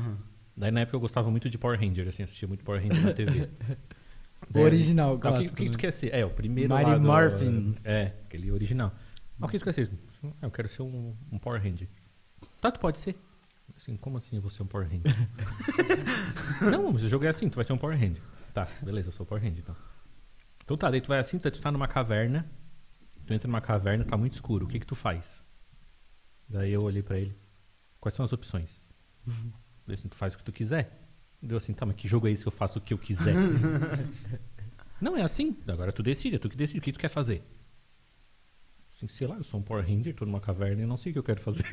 S3: Daí na época eu gostava muito de Power Ranger, assim, assistia muito Power Ranger na TV.
S4: O original,
S3: Ah, o que,
S4: clássico,
S3: o que
S4: né?
S3: tu quer ser? É, o primeiro
S4: Mighty
S3: lá do-
S4: Morphin.
S3: É, aquele original. Ah, o que tu quer ser? Ah, Eu quero ser um, um Power Ranger. Tá, tu pode ser. Assim, como assim eu vou ser um Power Ranger? Não, mas o jogo é assim, tu vai ser um Power Ranger. Tá, beleza, eu sou o Power Ranger então. Então tá, daí tu vai assim, tu tu tá numa caverna, tu entra numa caverna, tá muito escuro, o que que tu faz? Daí eu olhei pra ele, quais são as opções? Daí assim, tu faz o que tu quiser. Deu assim, tá, mas que jogo é esse que eu faço o que eu quiser? não, é assim. Agora tu decide, é tu que decide o que tu quer fazer. Assim, sei lá, eu sou um Power Ranger, tô numa caverna e não sei o que eu quero fazer.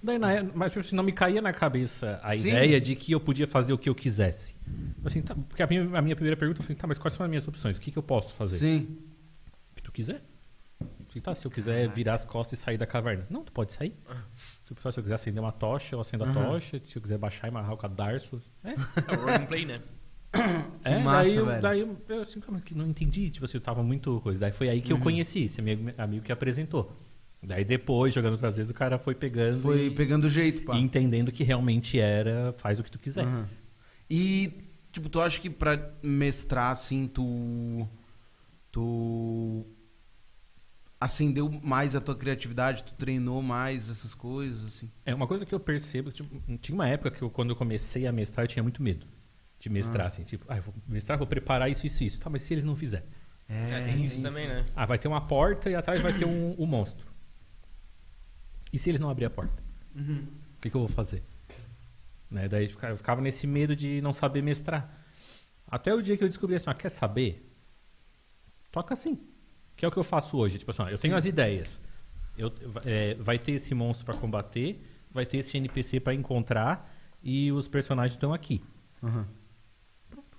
S3: Daí, na, mas tipo, assim, não me caía na cabeça a
S1: Sim.
S3: ideia de que eu podia fazer o que eu quisesse. Assim, tá, porque a minha, a minha primeira pergunta foi, tá, mas quais são as minhas opções? O que, que eu posso fazer?
S1: Sim.
S3: O que tu quiser. Assim, tá, se eu quiser virar as costas e sair da caverna. Não, tu pode sair. Se eu, precisar, se eu quiser acender uma tocha, eu acendo a tocha. Se eu quiser baixar e amarrar o cadarço. É,
S5: É o roleplay, né?
S3: é,
S1: massa,
S3: daí, eu,
S1: velho.
S3: daí eu, eu assim, cara, que não entendi, tipo assim, eu tava muito coisa. Daí foi aí
S1: Uhum.
S3: que eu conheci esse amigo, amigo que apresentou. Daí depois, jogando outras vezes, o cara foi pegando
S1: Foi
S3: e,
S1: pegando o jeito, pá.
S3: e entendendo que realmente era faz o que tu quiser.
S1: Aham. E, tipo, tu acha que pra mestrar, assim, tu. Tu. Acendeu mais a tua criatividade, tu treinou mais essas coisas, assim.
S3: É uma coisa que eu percebo, tipo, tinha uma época que eu, quando eu comecei a mestrar, eu tinha muito medo de mestrar, assim, tipo, ah, eu vou mestrar, vou preparar isso, isso, isso. Tá, mas se eles não fizerem?
S5: É, tem isso também, né?
S3: Ah, vai ter uma porta e atrás vai ter um, um monstro. E se eles não abrir a porta? O que, que eu vou fazer? Né? Daí eu fica- eu ficava nesse medo de não saber mestrar. Até o dia que eu descobri assim, ó, quer saber? Toca assim. Que é o que eu faço hoje. Tipo assim, ó, eu tenho as ideias. Eu, é, vai ter esse monstro pra combater, vai ter esse NPC pra encontrar e os personagens estão aqui.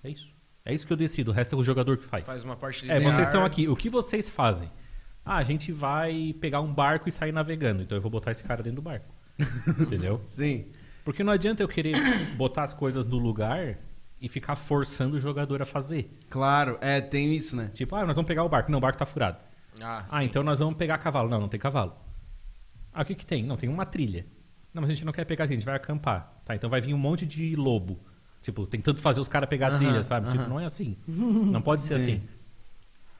S3: É isso. É isso que eu decido. O resto é o jogador que
S2: Faz uma parte
S3: é,
S2: linear.
S3: vocês estão aqui. O que vocês fazem? Ah, a gente vai pegar um barco e sair navegando. Então eu vou botar esse cara dentro do barco. Entendeu?
S1: Sim.
S3: Porque não adianta eu querer botar as coisas no lugar e ficar forçando o jogador a fazer.
S1: Claro, é, tem isso, né?
S3: Tipo, ah, nós vamos pegar o barco. Não, o barco tá furado.
S5: Ah,
S3: Ah, então nós vamos pegar cavalo. Não, não tem cavalo. Ah, o que que tem? Não, tem uma trilha. Não, mas a gente não quer pegar trilha, a gente vai acampar. Tá, então vai vir um monte de lobo. Tipo, tentando fazer os caras pegar a trilha, sabe? Tipo, não é assim. Não pode ser assim.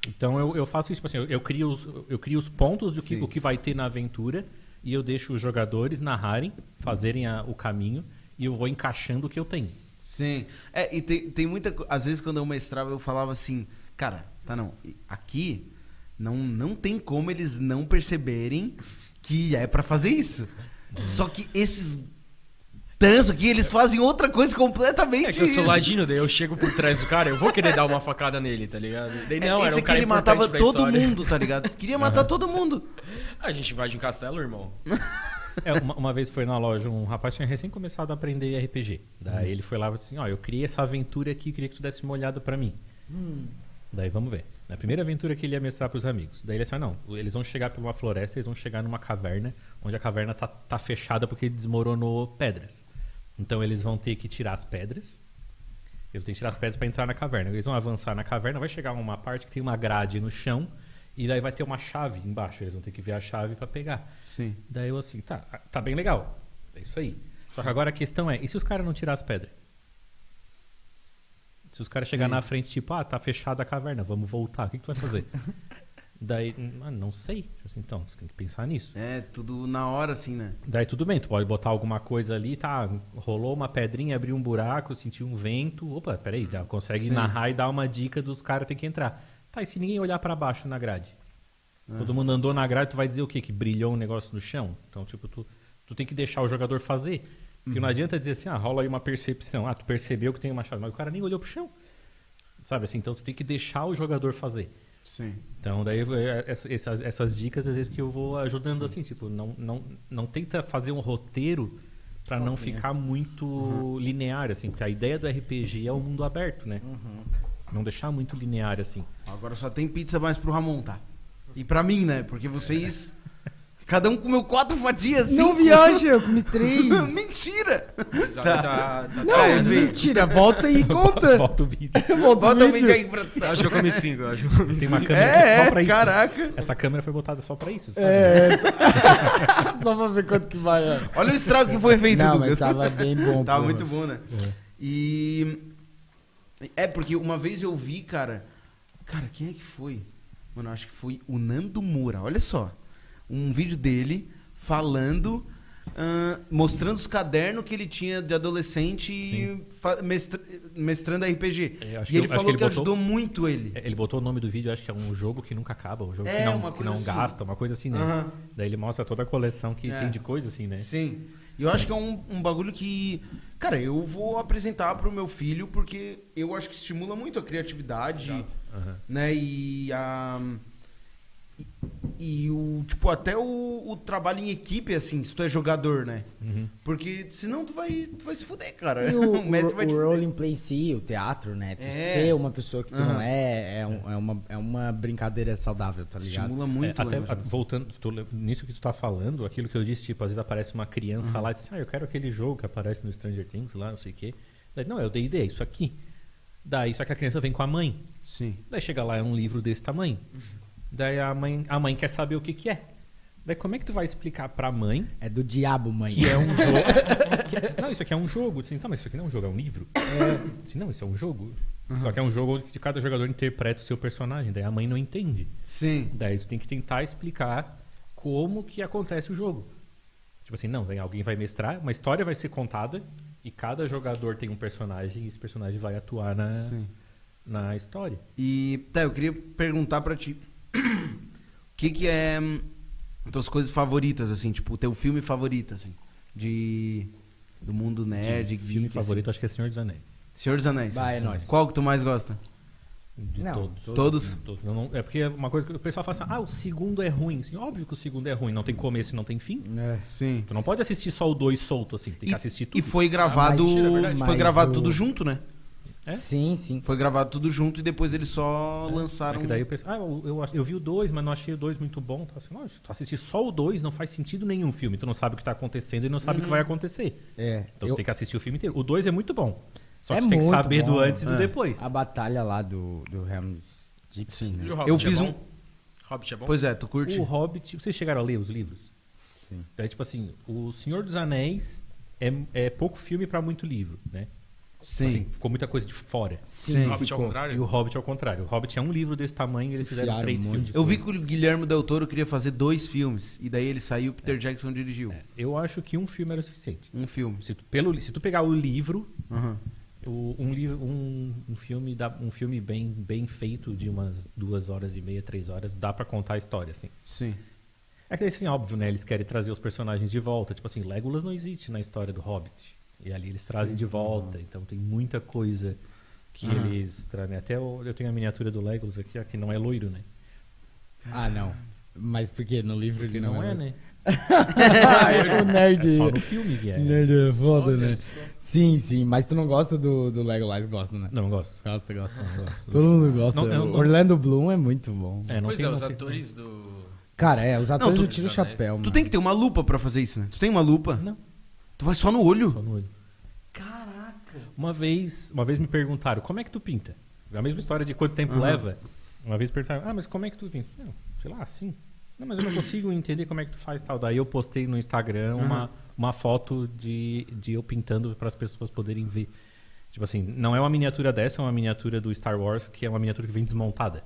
S3: Então eu, eu faço isso, tipo assim, eu, eu crio os, eu crio os pontos do que,
S1: Sim.
S3: o que vai ter na aventura e eu deixo os jogadores narrarem, fazerem a- o caminho e eu vou encaixando o que eu tenho.
S1: Sim. É, e tem, tem muita. co- Às vezes, quando eu mestrava, eu falava assim, cara, tá não. e- Aqui não, não tem como eles não perceberem que é pra fazer isso. Só que esses tantos aqui, eles fazem outra coisa completamente.
S5: É que eu sou ladino, daí eu chego por trás do cara, eu vou querer dar uma facada nele, tá ligado? Daí não,
S1: Não,
S5: era
S1: É, Esse
S5: um
S1: aqui
S5: cara
S1: ele
S5: importante
S1: matava
S5: pra
S1: todo
S5: história.
S1: mundo, tá ligado? Queria matar todo mundo.
S5: A gente vai de um castelo, irmão.
S3: É, uma, uma vez foi na loja, um rapaz tinha recém começado a aprender RPG. Daí ele foi lá e disse assim, ó, eu criei essa aventura aqui, queria que tu desse uma olhada pra mim. Daí vamos ver. Na primeira aventura que ele ia mestrar pros amigos. Daí ele disse, ah, não, eles vão chegar pra uma floresta, eles vão chegar numa caverna, onde a caverna tá, tá fechada porque desmoronou pedras. Então eles vão ter que tirar as pedras. Eles têm que tirar as pedras pra entrar na caverna. Eles vão avançar na caverna, vai chegar uma parte que tem uma grade no chão, e daí vai ter uma chave embaixo, eles vão ter que ver a chave pra pegar.
S1: Sim.
S3: Daí eu assim, tá, tá bem legal. É isso aí. Só que agora a questão é, e se os caras não tirar as pedras? Se os caras chegar na frente, tipo, ah, tá fechada a caverna, vamos voltar, o que, que tu vai fazer? Daí, "Hum, ah, não sei. Tipo assim, Então, tu tem que pensar nisso.
S1: É, tudo na hora, assim, né?
S3: Daí tudo bem, tu pode botar alguma coisa ali, tá, rolou uma pedrinha, abriu um buraco, sentiu um vento, opa, peraí, dá, consegue
S1: Sim.
S3: narrar e dar uma dica dos caras tem que entrar. Tá, e se ninguém olhar pra baixo na grade? Todo mundo andou na grade, tu vai dizer o quê? Que brilhou um negócio no chão? Então, tipo, tu, tu tem que deixar o jogador fazer. Porque não adianta dizer assim, ah, rola aí uma percepção. Ah, tu percebeu que tem uma chave, mas o cara nem olhou pro chão. Sabe assim, então tu tem que deixar o jogador fazer.
S1: Sim.
S3: Então, daí é, essa- essas, essas dicas, às vezes, que eu vou ajudando assim, tipo, não, não, não tenta fazer um roteiro pra não
S1: né?
S3: ficar muito
S1: Uhum.
S3: linear, assim, porque a ideia do RPG é o mundo aberto, né?
S1: Uhum.
S3: Não deixar muito linear, assim.
S1: Agora só tem pizza mais pro Ramon, tá? E pra mim, né? Porque vocês. Cada um comeu quatro fatias.
S4: Não
S1: cinco.
S4: viaja, eu comi três.
S1: Mentira!
S5: Tá, tá, tá,
S4: Não,
S1: É,
S4: mentira, volta e conta.
S3: Volta o vídeo.
S4: Volta o
S1: Bota o vídeo
S4: vídeo.
S1: aí pra
S5: Eu acho que eu comi cinco, eu acho que eu comi
S3: Tem
S5: cinco.
S3: uma câmera que é
S1: É,
S3: só
S1: é,
S3: pra isso.
S1: caraca.
S3: Essa câmera foi botada só pra isso, sabe?
S4: É, só- só pra ver quanto que vai. ó.
S1: Olha o estrago que foi feito,
S4: Não,
S1: Douglas.
S4: mas tava bem bom.
S1: Tava
S4: pô.
S1: muito bom, né?
S3: É.
S1: E. É, porque uma vez eu vi, cara. Cara, quem é que foi? Mano, eu acho que foi o Nando Moura. Olha só. Um vídeo dele falando. ahn, mostrando os cadernos que ele tinha de adolescente e
S3: Sim.
S1: fa- mestra- mestrando RPG.
S3: É,
S1: e
S3: acho que-
S1: ele
S3: acho
S1: falou
S3: que
S1: que,
S3: ele botou-
S1: ajudou muito ele.
S3: É, Ele botou o nome do vídeo, acho que é um jogo que nunca acaba, um jogo
S1: É,
S3: que não,
S1: uma
S3: que
S1: coisa
S3: não
S1: assim.
S3: gasta, uma coisa assim, né?
S1: Aham.
S3: Daí ele mostra toda a coleção que
S1: É.
S3: tem de coisa, assim, né?
S1: Sim. E eu acho que é um, um bagulho que. Cara, eu vou apresentar pro meu filho porque eu acho que estimula muito a criatividade, né? E a. e- E o, tipo, até o, o trabalho em equipe, assim, se tu é jogador, né? Porque senão tu vai, tu vai se fuder, cara.
S4: E o,
S1: o mestre
S4: o-
S1: vai te
S4: o
S1: fuder.
S4: role and play em si, o teatro, né? Tu
S1: É.
S4: ser uma pessoa que tu
S1: Aham.
S4: não é, é, um- é uma, é uma brincadeira saudável, tá ligado?
S1: Estimula
S3: É,
S1: muito,
S3: até,
S1: né?
S3: a- voltando tu le- nisso que tu tá falando, aquilo que eu disse, tipo, às vezes aparece uma criança lá e diz assim, ah, eu quero aquele jogo que aparece no Stranger Things lá, não sei o quê. Daí, não, é o D&D, é isso aqui. Daí, só que a criança vem com a mãe.
S1: Sim.
S3: Daí chega lá, é um livro desse tamanho. Daí a mãe, a mãe quer saber o que que é. Daí como é que tu vai explicar pra mãe
S4: É do diabo, mãe.
S3: que é um jogo... que é- não, isso aqui é um jogo. Assim, tá, mas isso aqui não é um jogo, é um livro. Assim, não, isso é um jogo. Só que é um jogo que cada jogador interpreta o seu personagem. Daí a mãe não entende.
S1: Sim.
S3: Daí tu tem que tentar explicar como que acontece o jogo. Tipo assim, não, daí alguém vai mestrar, uma história vai ser contada e cada jogador tem um personagem e esse personagem vai atuar na,
S1: Sim.
S3: na história.
S1: E tá, eu queria perguntar pra ti. O que que é hum, tuas coisas favoritas assim, tipo, o teu filme favorito assim, de do mundo nerd,
S3: De
S1: geek,
S3: Tipo, filme
S1: assim.
S3: favorito, acho que é Senhor dos Anéis.
S1: Senhor dos Anéis.
S4: Vai, é nóis.
S1: Qual que tu mais gosta?
S3: De
S4: Não,
S3: todos.
S1: todos?
S3: Todos. Eu não- é porque é uma coisa que o pessoal fala assim, ah, o segundo é ruim. Assim, óbvio que o segundo é ruim, não tem começo e não tem fim.
S4: É.
S1: Sim.
S3: Tu não pode assistir só o dois solto, assim, tem que assistir tudo.
S1: E foi gravado,
S4: mas- tira, é verdade.
S1: foi
S4: mas
S1: gravado
S4: o-
S1: tudo junto, né?
S3: É?
S4: Sim, sim.
S1: Foi gravado tudo junto e depois eles só lançaram.
S3: É que
S4: um
S3: daí eu penso, ah, eu, eu ach- eu vi o 2, mas não achei o 2 muito bom. Tá assim, nossa, tu assistir só o 2 não faz sentido nenhum filme. Tu não sabe o que tá acontecendo e não sabe o que vai acontecer.
S4: É.
S3: Então
S4: Uhum. eu-
S3: tu tem que assistir o filme inteiro. O 2 é muito bom. Só que
S4: É
S3: tu tem que
S4: muito
S3: saber do
S4: bom.
S3: antes e do
S1: É.
S3: depois.
S4: A batalha lá do, do Helms Deep, né?
S5: E o Hobbit
S1: Eu
S5: é
S1: fiz
S5: bom?
S1: um,
S5: Hobbit é bom?
S1: pois é, tu curte?
S3: O Hobbit, vocês chegaram a ler os livros?
S4: Sim.
S3: É tipo assim, o Senhor dos Anéis é, é pouco filme pra muito livro, né?
S1: Sim.
S3: Assim, ficou muita coisa de fora.
S4: Sim,
S5: Hobbit ao
S4: ficou.
S5: contrário?
S3: E o Hobbit é o contrário. O Hobbit é um livro desse tamanho e eles fizeram
S4: Enfiaram
S3: três
S4: um monte
S3: filmes.
S4: de
S1: Eu vi que o Guilherme Del Toro queria fazer dois filmes e daí ele saiu, o Peter Jackson dirigiu
S3: Eu acho que um filme era o suficiente.
S1: um filme.
S3: Se tu, pelo, li- se tu pegar o livro,
S1: Aham.
S3: O- um, livro, um, um filme, dá, um filme bem, bem feito de umas duas horas e meia, três horas, dá pra contar a história, assim.
S1: Sim.
S3: É que assim, óbvio, né? Eles querem trazer os personagens de volta. Tipo assim, Legolas não existe na história do Hobbit. E ali eles trazem de volta. Então tem muita coisa que eles trazem. Até o- eu tenho a miniatura do Legolas aqui, ó, que não é loiro, né?
S4: Ah, não. Mas porque no livro ele
S3: Que
S4: não,
S3: não é,
S4: né?
S3: né?
S1: Ah,
S3: É
S4: o nerd.
S3: só no filme que é.
S4: Nerd é foda,
S5: Olha
S4: né?
S5: só.
S4: Sim, sim. Mas tu não gosta do, do Legolas? Gosta, né?
S3: Não, eu gosto.
S4: Gosta, gosta. Todo mundo gosta.
S3: Não, eu não-
S4: Orlando Bloom é muito bom.
S3: É, não
S5: Pois
S3: tem-
S5: é,
S3: não
S5: os
S3: tem-
S5: atores do.
S4: Cara, é, os atores
S1: tu-
S4: eu tiro o
S3: né?
S4: chapéu, mano.
S1: Tu tem que ter uma lupa pra fazer isso, né? Tu tem uma lupa?
S3: Não.
S1: Tu vai só no olho?
S3: Só no olho. Caraca! Uma vez, uma vez me perguntaram, como é que tu pinta? A mesma história de quanto tempo
S1: Aham.
S3: leva. Uma vez perguntaram, ah, mas como é que tu pinta? Não, sei lá, assim. Não, mas eu não consigo entender como é que tu faz tal. Daí eu postei no Instagram uma, uma foto de, de eu pintando para as pessoas poderem ver. Tipo assim, não é uma miniatura dessa, é uma miniatura do Star Wars, que é uma miniatura que vem desmontada.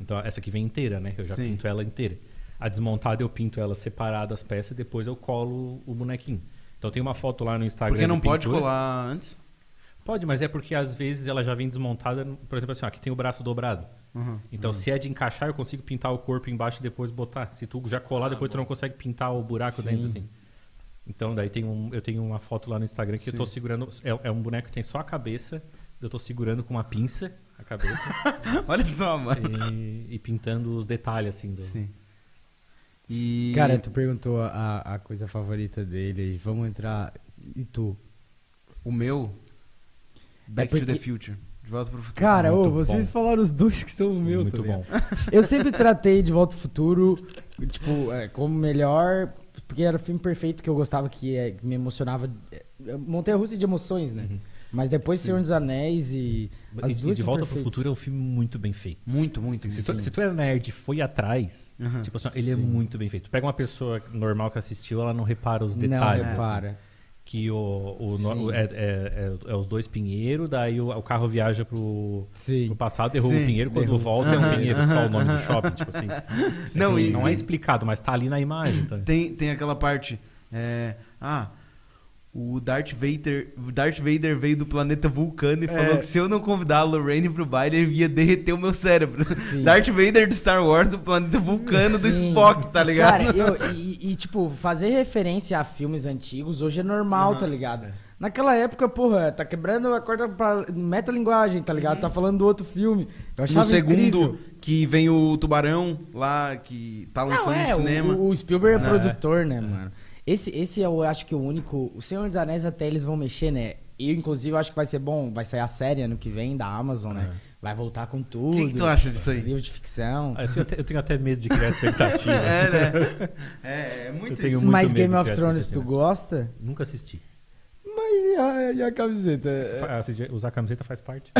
S3: Então essa aqui vem inteira, né? Eu já
S1: Sim.
S3: pinto ela inteira. A desmontada eu pinto ela separada as peças e depois eu colo o bonequinho. Então tem uma foto lá no Instagram.
S1: Porque
S3: de
S1: não pode
S3: pintura.
S1: colar antes.
S3: Pode, mas é porque às vezes ela já vem desmontada, por exemplo, assim, ó, aqui tem o braço dobrado. Então, se é de encaixar, eu consigo pintar o corpo embaixo e depois botar. Se tu já colar, depois tu não consegue pintar o buraco dentro, assim. Então, daí tem um, eu tenho uma foto lá no Instagram que eu tô segurando. É, é um boneco que tem só a cabeça, eu tô segurando com uma pinça a cabeça
S1: Olha só, mano.
S3: e, e pintando os detalhes, assim. Do...
S1: Sim. E...
S4: Cara, tu perguntou a, a coisa favorita dele. Vamos entrar... E tu?
S1: o meu... Back to
S4: porque-
S1: the Future. De volta pro futuro.
S4: Cara,
S3: Muito
S4: ô, vocês
S3: bom.
S4: falaram os dois que são o meu,
S3: Muito
S4: tá ligado?
S3: bom.
S4: Eu sempre tratei De Volta ao Futuro, tipo, é, como melhor, porque era o filme perfeito que eu gostava, que, é, que me emocionava. Montanha russa de emoções, né?
S3: Uhum.
S4: Mas depois Senhor dos Anéis e. As
S3: E- e
S4: duas
S3: de
S4: são
S3: Volta pro
S4: perfeitas.
S3: Futuro é um filme muito bem feito.
S1: Muito, muito.
S3: Se
S1: muito.
S3: tu, se tu é nerd e foi atrás, tipo assim, ele é muito bem feito. Tu pega uma pessoa normal que assistiu, ela não repara os detalhes.
S4: Não,
S3: assim.
S4: repara.
S3: que o, o no-
S4: Sim.
S3: é, é- é- é os dois pinheiros, daí o, o carro viaja pro,
S4: Sim.
S3: pro passado, derruba
S1: Sim,
S3: o pinheiro, quando
S4: derruba.
S3: volta é um pinheiro, só o nome do shopping, tipo assim.
S1: Não,
S3: Assim,
S1: e-
S3: não é explicado, mas tá ali na imagem. Tá?
S1: Tem, tem aquela parte... é, Ah, O Darth Vader, o Darth Vader veio do planeta Vulcano e
S4: É.
S1: falou que se eu não convidar a Lorraine pro baile, ele ia derreter o meu cérebro.
S4: Sim.
S1: Darth Vader do Star Wars do planeta Vulcano do
S4: Sim.
S1: Spock, tá ligado?
S4: Cara, eu- e, e, tipo, fazer referência a filmes antigos hoje é normal, tá ligado? Naquela época, porra, tá quebrando a corda pra metalinguagem, tá ligado? Tá falando do outro filme. Eu achava
S1: No segundo
S4: incrível.
S1: que vem o Tubarão lá, que tá
S4: Não,
S1: lançando
S4: é,
S1: no cinema.
S4: O, o Spielberg é,
S3: É.
S4: produtor, né, mano? Esse, esse é o, eu acho que o único. O Senhor dos Anéis até eles vão mexer, né? E inclusive eu acho que vai ser bom. Vai sair a série ano que vem da Amazon, né? Vai voltar com tudo.
S1: O É. que, que tu acha disso
S4: Esse
S1: aí?
S4: Livro de ficção.
S3: Ah, Eu tenho, até, eu tenho até medo de criar expectativa.
S1: um- É, né? É, é muito
S3: Eu tenho
S1: isso.
S3: muito
S4: Mas
S3: medo
S4: Game
S3: de
S4: of
S3: criar
S4: Thrones tu
S3: expectativa.
S4: gosta?
S3: Nunca assisti.
S4: Mas e a, e a camiseta?
S1: É.
S3: Fa- assistir- Usar camiseta faz parte.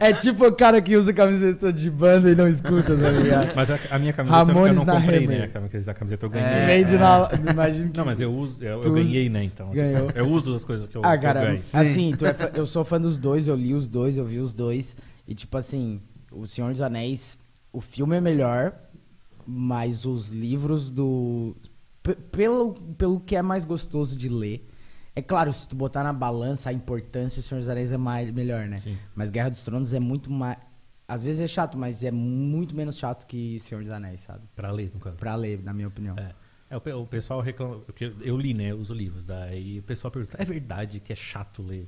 S4: É tipo o cara que usa camiseta de banda e não escuta, tá ligado?
S3: Mas a, a minha camiseta
S4: Ramones
S3: eu
S4: na
S3: não comprei,
S4: Hammer.
S3: né? A camiseta- A camiseta eu ganhei.
S1: É.
S4: Vende na. Imagina que.
S3: Não, mas eu uso, eu, eu
S4: Tu usa-
S3: ganhei, né? Então.
S4: Ganhou.
S3: Eu uso as coisas que eu,
S4: Ah,
S3: que eu
S4: cara,
S3: ganho.
S4: assim, tu é fã- eu sou fã dos dois, eu li os dois, eu vi os dois. E, tipo assim, O Senhor dos Anéis, o filme é melhor, mas os livros do. pe- Pelo, pelo que é mais gostoso de ler. É claro, se tu botar na balança a importância, O Senhor dos Anéis é mais, melhor, né?
S3: Sim.
S4: Mas Guerra dos Tronos é muito mais. Às vezes é chato, mas é muito menos chato que Senhor dos Anéis, sabe?
S3: Pra ler, no caso.
S4: Pra ler, na minha opinião.
S3: É. É, o pe- o pessoal reclama. Porque eu li, né? Os livros. Daí o pessoal pergunta: é verdade que é chato ler?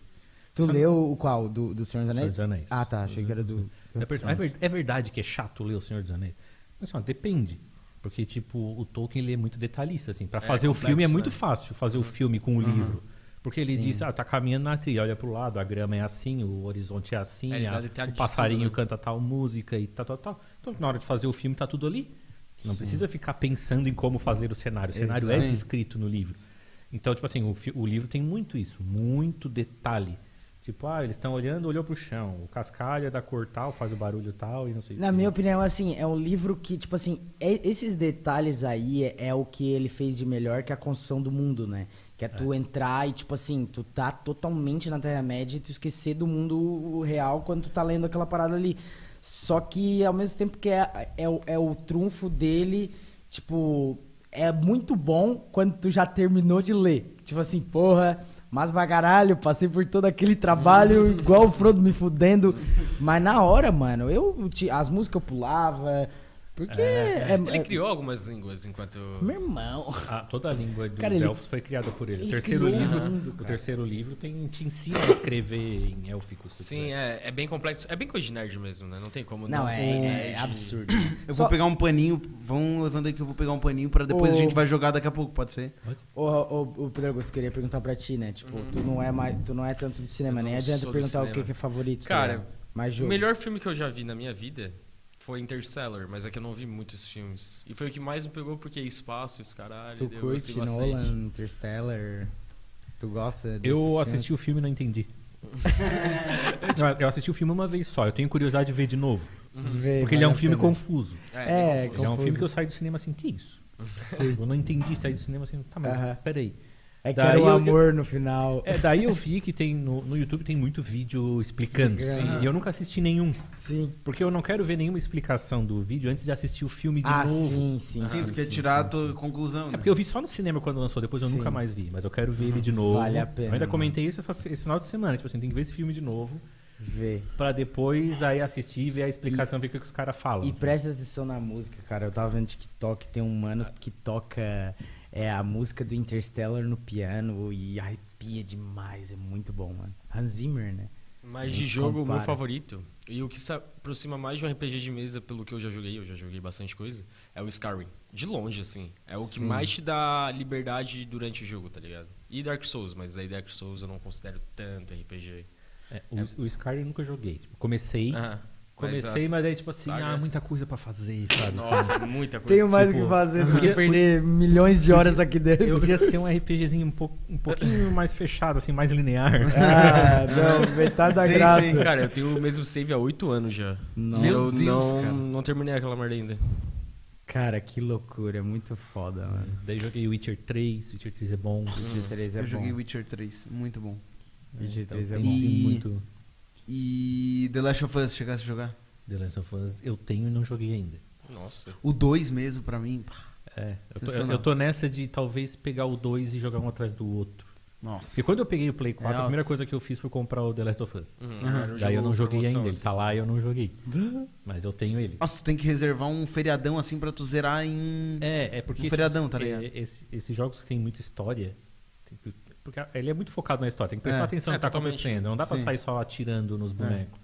S4: Tu leu o qual? Do, do Senhor dos Anéis?
S3: Senhor dos Anéis.
S4: Ah, tá. Achei que era do.
S3: É, per- é ver- é verdade que é chato ler O Senhor dos Anéis? Mas, assim, ó, depende. Porque, tipo, o Tolkien ele é muito detalhista, assim. Pra fazer o
S2: complexo,
S3: filme é
S2: né?
S3: muito fácil fazer o
S5: Uhum.
S3: filme com o livro. Porque ele diz, ah, tá caminhando na trilha, olha pro lado, a grama é assim, o horizonte é assim,
S5: É, ele
S3: a-
S5: dá detalhe
S3: o
S5: de
S3: passarinho
S5: tudo, né?
S3: canta tal música e tal, tal, tal. Então, na hora de fazer o filme, tá tudo ali. Não precisa ficar pensando em como fazer o cenário. O cenário é
S1: Exato.
S3: descrito no livro. Então, tipo assim, o, fi- o livro tem muito isso, muito detalhe. Tipo, ah, eles estão olhando, olhou pro chão. O cascalho é da cor tal, faz o barulho tal e não sei o
S4: Na
S3: quê.
S4: minha opinião, assim, é um livro que, tipo assim, é- esses detalhes aí é, é o que ele fez de melhor que a construção do mundo, né? Que é tu entrar e, tipo assim, tu tá totalmente na Terra-média e tu esquecer do mundo real quando tu tá lendo aquela parada ali. Só que, ao mesmo tempo que é, é, o- é o trunfo dele, tipo, é muito bom quando tu já terminou de ler. Tipo assim, porra, mas pra caralho, passei por todo aquele trabalho igual o Frodo me fudendo. Mas na hora, mano, eu ti- as músicas eu pulava. Porque é,
S5: Ele
S4: é-
S5: criou algumas línguas enquanto.
S4: Meu irmão.
S3: Ah, toda a língua dos
S4: Cara, ele-
S3: elfos foi criada por ele.
S4: ele
S3: o terceiro
S4: criou um
S3: livro,
S4: mundo,
S3: o
S4: cara.
S3: terceiro livro tem, te ensina a escrever em élfico. se
S5: Sim,
S3: quiser.
S5: é, é bem complexo. É bem coisa de nerd mesmo, né? Não tem como
S4: Não,
S5: ser
S4: é,
S5: nerd.
S4: é absurdo.
S1: Eu
S4: Só-
S1: vou pegar um paninho, vão levando aí que eu vou pegar um paninho pra depois
S4: Ô.
S1: a gente vai jogar daqui a pouco, pode ser?
S4: Ô, ô, ô, Pedro, eu queria perguntar pra ti, né? Tipo, tu, não é mais, tu não é tanto do cinema,
S5: Eu
S4: nem
S5: não
S4: adianta
S5: sou do
S4: perguntar o
S5: cinema.
S4: que que é favorito.
S5: Cara,
S4: tá ligado? mas
S5: O
S4: jogo.
S5: melhor filme que eu já vi na minha vida foi Interstellar, mas é que eu não vi muitos filmes. E foi o que mais me pegou porque é espaço, e os caralho.
S4: tu
S5: daí eu
S4: curte
S5: gostei bastante.
S4: Nolan, Interstellar? Tu gosta desses
S3: Eu assisti o
S4: filmes?
S3: filme e não entendi. Não, eu assisti o filme uma vez só. Eu tenho curiosidade de ver de novo.
S4: Vê,
S3: Porque ele é um
S4: vale a
S3: filme
S4: pena.
S3: confuso.
S5: É,
S4: É,
S5: bem
S3: Ele é um
S5: confuso.
S4: Confuso.
S3: filme que eu saio do cinema assim, que isso? Eu não entendi sair do cinema assim, tá, mas
S4: Aham.
S3: peraí.
S4: É que
S3: Daí
S4: era o
S3: eu-
S4: amor no final.
S3: É, daí eu vi que tem no, no YouTube tem muito vídeo explicando.
S4: Explicando.
S3: E eu nunca assisti nenhum.
S4: Sim.
S3: Porque eu não quero ver nenhuma explicação do vídeo antes de assistir o filme de
S4: ah,
S3: novo.
S4: sim,
S1: Sim,
S4: sim. sim,
S1: tu quer
S4: sim,
S1: tirar a
S4: sim,
S1: tua
S4: sim.
S1: conclusão,
S3: É
S1: né?
S3: porque eu vi só no cinema quando lançou, depois eu
S4: Sim. Uhum.
S3: nunca mais vi, mas eu quero ver ele de novo.
S4: Vale a pena,
S3: Eu ainda
S4: né?
S3: comentei isso essa- esse final de semana, tipo assim, tem que ver esse filme de novo,
S4: Vê.
S3: pra depois aí assistir, ver a explicação, ver o que, que os caras falam.
S4: E
S3: assim.
S4: presta atenção na música, cara. Eu tava vendo TikTok, tem um mano que toca é, a música do Interstellar no piano e arrepia demais. É muito bom, mano. Hans Zimmer, né?
S5: Mas
S4: Nem
S5: de
S4: se
S5: jogo, o meu
S4: compara.
S5: favorito, e o que se aproxima mais de um RPG de mesa, pelo que eu já joguei, eu já joguei bastante coisa, é o Skyrim. De longe, assim. É o que
S4: Sim.
S5: mais te dá liberdade durante o jogo, tá ligado? E Dark Souls, mas daí Dark Souls eu não considero tanto RPG.
S3: É, o, o Skyrim eu nunca joguei. Tipo, comecei,
S5: Aham.
S3: comecei,
S5: a
S3: mas aí tipo assim,
S5: saga-
S3: ah, muita coisa pra fazer, sabe?
S5: Nossa, muita coisa.
S4: Tenho mais
S3: tipo-
S4: o que fazer do que
S3: Podia-
S4: perder milhões de horas aqui dentro.
S3: Eu podia ser um RPGzinho um, pouco- um pouquinho mais fechado, assim, mais linear.
S4: Ah, não, metade da
S1: Sim,
S4: graça.
S1: sim,
S5: Cara, eu tenho o mesmo save há oito anos já.
S4: Nossa.
S5: E eu
S1: Meu Deus,
S5: não,
S1: cara.
S5: não terminei aquela merda ainda.
S4: Cara, que loucura. É Muito foda, mano.
S3: daí joguei Witcher 3, Witcher 3 é bom.
S4: Witcher 3 é
S1: eu
S4: bom.
S1: joguei Witcher 3, muito bom.
S4: Witcher 3 é
S3: Então tem,
S4: bom.
S3: tem
S1: E-
S3: muito
S1: E The Last of Us, chegasse a jogar?
S3: The Last of Us. Eu tenho e não joguei ainda.
S5: Nossa.
S1: O 2 mesmo, pra mim. pá.
S3: É, eu tô,
S1: Sensacional.
S3: eu tô nessa de talvez pegar o 2 e jogar um atrás do outro.
S1: Nossa.
S3: Porque quando eu peguei o Play 4,
S1: É,
S3: a primeira
S1: altos.
S3: coisa que eu fiz foi comprar o The Last of Us.
S5: Era um
S3: Daí eu
S5: jogo
S3: não joguei
S5: promoção,
S3: ainda. Ele
S5: assim.
S3: tá lá e eu não joguei. Mas eu tenho ele.
S1: Nossa, tu tem que reservar um feriadão assim pra tu zerar em.
S3: É, é porque.
S1: Um feriadão, tá
S3: é,
S1: ligado?
S3: esse- esses jogos que tem muita história. tem que- Porque a- ele é muito focado na história, tem que prestar
S1: É.
S3: atenção no
S5: É,
S3: que tá
S5: totalmente.
S3: acontecendo. Não dá pra
S1: Sim. É.
S3: sair só atirando nos bonecos.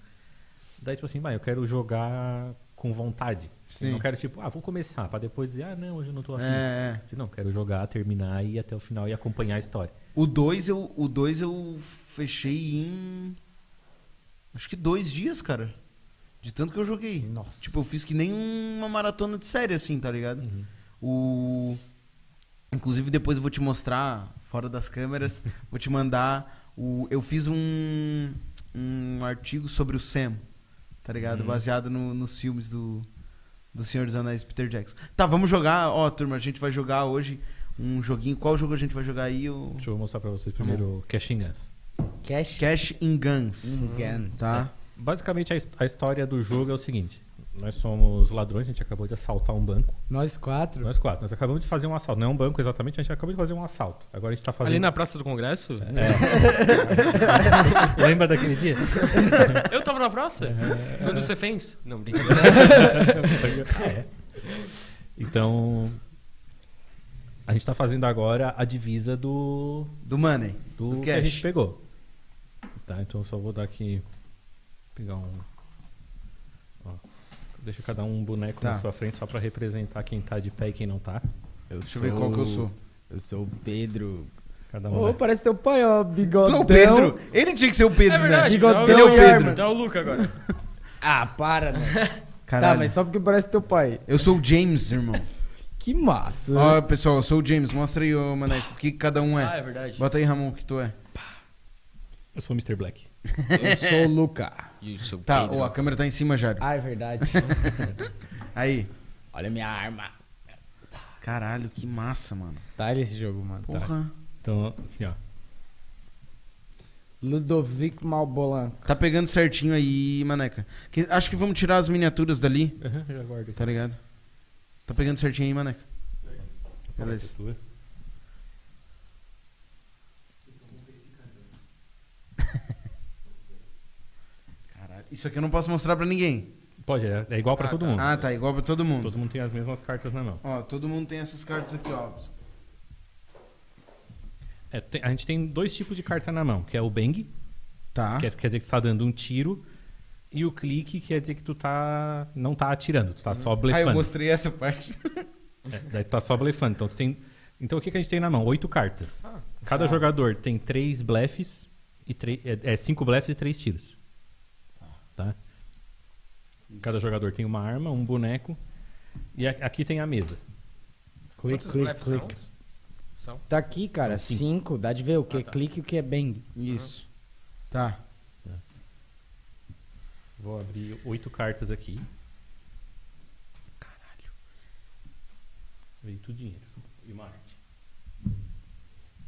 S3: Daí, tipo assim, vai, eu quero jogar com vontade.
S1: Sim.
S3: Eu não quero, tipo, ah, vou começar, pra depois dizer, ah, não, hoje eu não tô afim.
S1: É, é.
S3: Assim, não, quero jogar, terminar e ir até o final e acompanhar a história.
S1: O 2 eu, o dois eu fechei em. Acho que dois dias, cara. De tanto que eu joguei.
S4: Nossa.
S1: Tipo, eu fiz que nem uma maratona de série, assim, tá ligado?
S5: Uhum.
S1: O. Inclusive, depois eu vou te mostrar, fora das câmeras, vou te mandar. O... Eu fiz um, um artigo sobre o Sam, tá ligado? Baseado no- nos filmes do, do Senhor dos Anéis, Peter Jackson. Tá, vamos jogar. Ó, turma, a gente vai jogar hoje um joguinho. Qual jogo a gente vai jogar aí? O...
S3: Deixa eu mostrar pra
S1: Tá
S3: vocês primeiro o é Cashin Us.
S4: Cash,
S1: Cash in Guns.
S4: Guns.
S1: Tá?
S3: Basicamente, a, his- a história do jogo é o seguinte: nós somos ladrões, a gente acabou de assaltar um banco.
S4: Nós quatro.
S3: Nós quatro, nós acabamos de fazer um assalto. Não é um banco exatamente, a gente acabou de fazer um assalto. Agora a gente tá fazendo.
S5: Ali na Praça do Congresso?
S3: Lembra daquele dia?
S5: Eu tava na praça? Quando você fez? Não, brincadeira.
S3: Ah, é. Então. A gente tá fazendo agora a divisa do,
S1: Do Money.
S3: do,
S1: Do
S3: que a gente
S1: cash.
S3: pegou. Tá, então eu só vou dar aqui. Pegar um. Ó, deixa cada um um boneco
S1: Tá.
S3: na sua frente só pra representar quem tá de pé e quem não tá.
S6: Eu
S1: Deixa eu ver qual que eu sou.
S6: Eu sou o Pedro.
S3: Cada um.
S4: Ô,
S3: né?
S4: parece teu pai, ó, bigodão.
S1: Tu é o Pedro? Ele tinha que ser o Pedro,
S5: É verdade,
S1: né?
S4: Bigodão
S1: Ele é o
S4: e
S1: Pedro.
S4: arma.
S5: Tá o Luca agora.
S4: Ah, para, né?
S1: Caralho.
S4: Tá, mas só porque parece teu pai.
S1: Eu sou o James, irmão.
S4: Que massa.
S1: Ó, pessoal, eu sou o James. Mostra aí, ô, Maneco, o que cada um é.
S5: Ah, é verdade.
S1: Bota aí, Ramon, o que tu é.
S3: Eu sou o Mr. Black.
S4: Eu sou o Luca.
S1: Tá, ó, a câmera tá em cima, Jário.
S4: Ah, é verdade.
S1: Aí.
S6: Olha a minha arma.
S1: Caralho, que massa, mano.
S4: Style esse jogo, mano. Tá.
S1: Porra.
S3: Então, assim, ó.
S4: Ludovic Malbolan.
S1: Tá pegando certinho aí, Maneca. Que- acho que vamos tirar as miniaturas dali,
S3: já guardo.
S1: tá ligado? Tá pegando certinho aí, Maneca.
S3: é
S1: Beleza. Caralho. Isso aqui eu não posso mostrar pra ninguém.
S3: Pode, é, é igual pra todo mundo.
S1: Ah, tá. Igual pra todo mundo.
S3: Todo mundo tem as mesmas cartas na mão.
S1: Ó, todo mundo tem essas cartas aqui, ó.
S3: É, tem- a gente tem dois tipos de carta na mão, que é o bang,
S1: Tá.
S3: que é- quer dizer que tu tá dando um tiro, e o clique, que quer dizer que tu tá não tá atirando, tu tá só
S1: Ah, eu
S3: blefando.
S1: mostrei essa parte.
S3: É, daí tu tá só blefando. Então tu tem Então o que que a gente tem na mão? Oito cartas.
S1: Ah.
S3: Cada jogador tem três blefes e três é, é cinco blefes e três tiros. Tá? Cada jogador tem uma arma, um boneco e a- aqui tem a mesa.
S4: Click,
S5: Quantos
S4: click,
S5: blefs
S4: click.
S5: São? São?
S4: Tá aqui, cara.
S3: São
S4: Cinco. Dá de ver o que
S1: Ah, tá.
S4: é clique e o que é bang.
S1: Isso. Tá.
S3: Vou abrir oito cartas aqui.
S5: Caralho.
S3: Veio tudo dinheiro. E uma arte.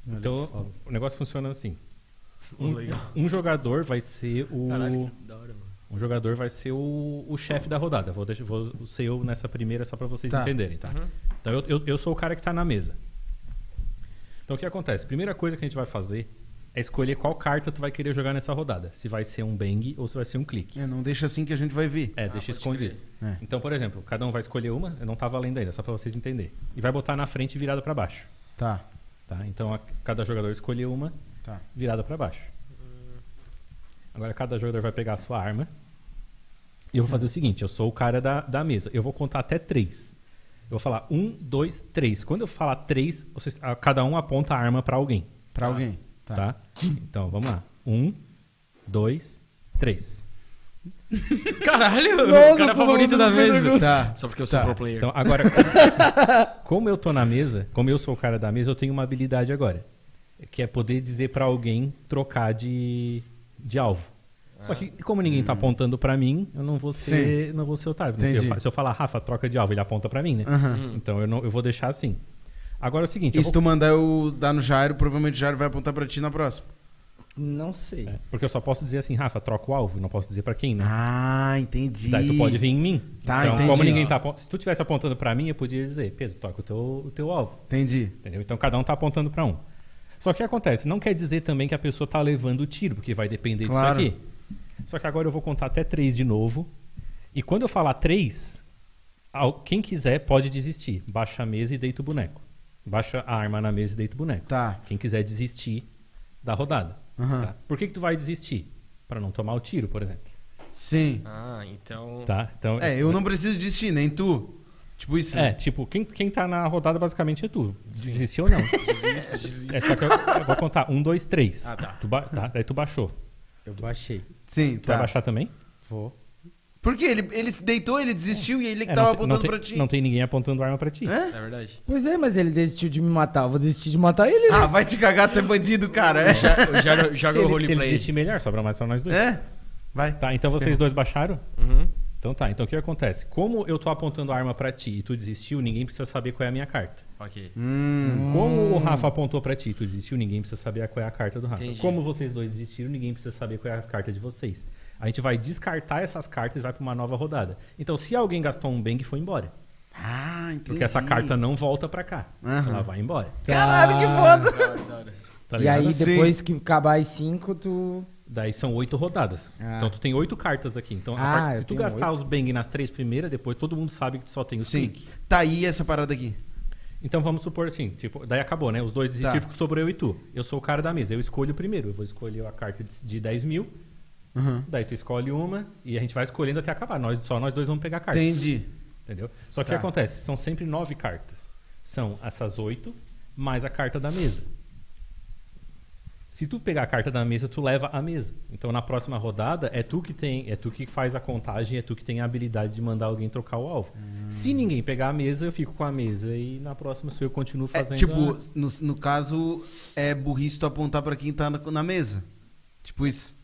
S3: Então, o negócio funciona assim. Um, um jogador vai ser o.
S5: Caralho, que da hora, mano.
S3: Um jogador vai ser o, o chefe da rodada. Vou, deixar, vou ser eu nessa primeira só pra vocês
S1: Tá.
S3: entenderem,
S5: Uhum.
S3: tá? Então eu, eu, eu sou o cara que tá na mesa. Então o que acontece? Primeira coisa que a gente vai fazer é escolher qual carta tu vai querer jogar nessa rodada. Se vai ser um bang ou se vai ser um clique.
S1: É, não deixa assim que a gente vai ver.
S3: É, deixa
S5: pode
S3: escondido.
S1: crer. É.
S3: Então, por exemplo, cada um vai escolher uma, eu não tá valendo ainda, só pra vocês entenderem. E vai botar na frente virada pra baixo,
S1: Tá.
S3: tá? Então, a- cada jogador escolheu uma
S1: Tá.
S3: virada pra baixo. Agora, cada jogador vai pegar a sua arma. E eu vou fazer o seguinte, eu sou o cara da, da mesa. Eu vou contar até três. Eu vou falar um, dois, três. Quando eu falar três, vocês- a- cada um aponta a arma pra alguém,
S1: Pra alguém. Tá.
S3: tá? Então, vamos lá. Um, dois, três.
S5: Caralho, o cara favorito da vez.
S1: Tá.
S5: Só porque eu sou
S1: Tá.
S5: pro player.
S3: Então, agora, como- como eu tô na mesa, como eu sou o cara da mesa, eu tenho uma habilidade agora. Que é poder dizer pra alguém trocar de, de alvo. Só que,
S1: Ah.
S3: como ninguém tá apontando pra mim, eu não vou ser, não vou ser otário. Porque
S1: Hum. Entendi.
S3: eu fa- se eu falar, Rafa, troca de alvo, ele aponta pra mim, né? Então eu, não, eu vou deixar assim. Agora é o seguinte. eu
S1: E se
S3: vou-
S1: tu mandar eu dar no Jairo, provavelmente o Jairo vai apontar pra ti na próxima.
S4: Não sei.
S3: é, porque eu só posso dizer assim, Rafa, troca o alvo, não posso dizer pra quem, né?
S1: Ah, entendi.
S3: Daí tu pode vir em mim.
S1: Tá,
S3: então,
S1: entendi.
S3: como ninguém tá apontando. Se tu estivesse apontando pra mim, eu podia dizer, Pedro, toca o teu, o teu alvo.
S1: Entendi.
S3: Entendeu? Então cada um tá apontando pra um. Só que o que acontece? Não quer dizer também que a pessoa tá levando o tiro, porque vai depender
S1: Claro.
S3: disso aqui. Só que agora eu vou contar até três de novo. E quando eu falar três, ao- quem quiser pode desistir. Baixa a mesa e deita o boneco. Baixa a arma na mesa e deita o boneco.
S1: Tá.
S3: Quem quiser desistir da rodada.
S1: Aham.
S3: tá? Por que, que tu vai desistir? Pra não tomar o tiro, por exemplo.
S1: Sim.
S5: Ah, então.
S3: Tá? Então,
S1: É, eu não preciso desistir, nem tu. Tipo isso.
S3: É, tipo, quem, quem tá na rodada basicamente é tu. Desistiu ou não?
S5: Desisto, desisto.
S3: É só que eu, eu vou contar. Um, dois, três.
S5: Ah, tá.
S3: Tu ba- tá, Daí tu baixou.
S6: Eu baixei.
S1: Sim,
S3: Tu
S1: tá.
S3: vai baixar também?
S6: Vou.
S1: Porque ele, ele se deitou, ele desistiu e ele que
S3: É,
S1: tava
S3: não, te- não,
S1: apontando
S3: tem,
S1: pra ti.
S3: não tem ninguém apontando arma pra ti.
S1: É?
S5: É verdade.
S6: Pois é, mas ele desistiu de me matar. Eu vou desistir de matar ele. né?
S1: Ah, vai te cagar, tu é bandido, cara. É?
S5: Já, eu já, eu já
S3: se, ele, se
S5: o
S3: ele
S5: roleplay.
S3: desistir melhor, sobra mais pra nós dois.
S1: É? Vai.
S3: Tá, então vocês dois baixaram?
S5: Uhum.
S3: Então tá, então o que acontece? Como eu tô apontando a arma pra ti e tu desistiu, ninguém precisa saber qual é a minha carta.
S5: Ok.
S3: Hum.
S4: Hum.
S3: Como o Rafa apontou pra ti e tu desistiu, ninguém precisa saber qual é a carta do Rafa.
S5: Entendi.
S3: Como vocês dois desistiram, ninguém precisa saber qual é a carta de vocês. A gente vai descartar essas cartas e vai pra uma nova rodada. Então, se alguém gastou um bang, foi embora.
S1: Ah, entendi.
S3: Porque essa carta não volta pra cá.
S1: Aham.
S3: Ela vai embora.
S6: Caralho, que foda.
S3: Tá
S4: E
S3: ligado?
S4: aí,
S1: Ah, Sim.
S4: depois que acabar as cinco, tu.
S3: Daí são oito rodadas.
S4: Ah.
S3: Então tu tem oito cartas aqui. Então, a
S4: Ah,
S3: parte-
S4: eu
S3: se tu
S4: tenho
S3: gastar os bang nas três primeiras, depois todo mundo sabe que tu só tem os
S1: Sim.
S3: cliques.
S1: Tá aí essa parada aqui.
S3: Então vamos supor assim, tipo, daí acabou, né? Os dois desistiram,
S1: Tá.
S3: ficou sobrou eu e tu. Eu sou o cara da mesa, eu escolho o primeiro. Eu vou escolher a carta de- de 10 mil,
S4: Uhum.
S1: Aham.
S3: daí tu escolhe uma e a gente vai escolhendo até acabar. Nós, só nós dois vamos pegar a carta.
S1: Entendi.
S3: Entendeu? Só que o que acontece? São sempre nove cartas. São essas oito, mais a carta da mesa. Se tu pegar a carta da mesa, tu leva a mesa. Então na próxima rodada é tu que tem, é tu que faz a contagem, é tu que tem a habilidade de mandar alguém trocar o alvo. Se ninguém pegar a mesa, eu fico com a mesa e na próxima sou eu que continuo
S1: É,
S3: fazendo.
S1: tipo,
S3: a-
S1: no, no caso, é burrice tu apontar pra quem tá na, na mesa. Tipo isso.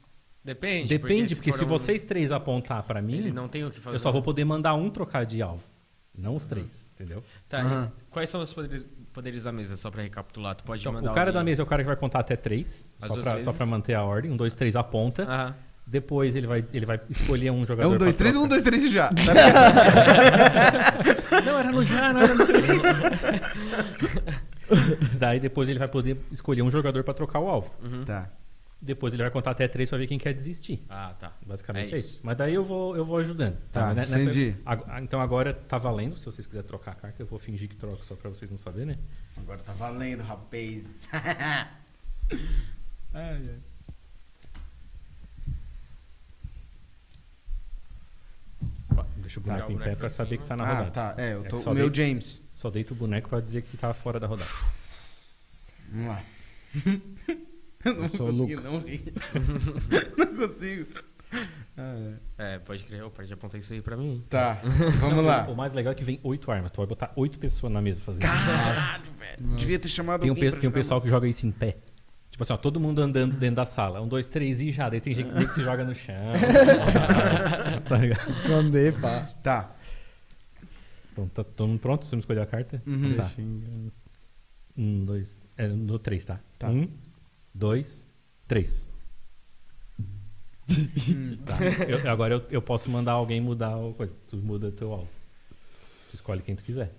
S5: Depende.
S3: depende, porque, se,
S5: for um-
S3: vocês três apontar pra mim,
S5: Ele não tem o que fazer.
S3: eu só vou poder mandar um trocar de alvo, não os três, entendeu?
S5: Tá, e
S1: Aham.
S5: quais são os poderes, poderes da mesa, só pra recapitular? Tu pode
S3: Então,
S5: mandar
S3: o cara da
S1: né?
S5: alguém-
S3: mesa é o cara que vai contar até três,
S5: As
S3: só
S5: duas
S3: pra, só
S5: vezes.
S3: pra manter a ordem. Um, dois, três, aponta.
S5: Aham.
S3: Depois ele vai, ele vai escolher um
S1: É
S3: jogador.
S1: um, dois,
S3: pra
S1: três,
S3: troca.
S1: um, dois, três e já. Tá
S3: Não, era no já, não era no Daí depois ele vai poder escolher um jogador pra trocar o alvo.
S1: bom? tá.
S3: Depois ele vai contar até três pra ver quem quer desistir.
S5: Ah, tá.
S3: Basicamente
S5: É
S3: é, isso. Mas daí eu vou, eu vou ajudando.
S1: Tá,
S3: Né- nessa-
S1: entendi.
S3: ag- ah, então agora tá valendo, se vocês quiserem trocar a carta, eu vou fingir que troco só pra vocês não saberem, né?
S1: Agora tá valendo, rapaz.
S3: Deixa o
S5: Pegar
S3: boneco
S5: o
S3: em
S5: boneco
S3: pé pra
S5: pra
S3: saber
S5: cima.
S3: que tá na
S1: Ah,
S3: rodada.
S1: tá. É, eu
S3: É
S1: tô,
S3: que só
S1: o meu
S3: dei-
S1: James.
S3: Só deita o boneco pra dizer que tá fora da rodada.
S1: Vamos lá. Eu não
S6: sou o
S1: consigo não rir. não consigo. Ah, é.
S5: É, pode crer. O pode apontar isso aí pra mim.
S1: Tá, vamos lá.
S3: O mais legal é que vem oito armas. Tu vai botar oito pessoas na mesa fazendo.
S1: Devia ter chamado
S3: Tem um,
S1: alguém
S3: pe-
S1: pra
S3: tem um
S1: jogar
S3: pessoal que joga isso em pé. Tipo assim, ó, todo mundo andando dentro da sala. Um, dois, três e já. Daí tem gente que se joga no chão. tá ligado?
S6: Esconder, pá.
S1: no- Tá.
S3: Então, tá todo mundo pronto? Você me escolheu a carta?
S1: Uhum.
S3: Tá. Um, dois. É, no três, tá?
S1: Tá.
S3: Um, dois, três. Tá. Eu- agora eu, eu posso mandar alguém mudar a coisa. Tu muda teu alvo. Tu escolhe quem tu quiser.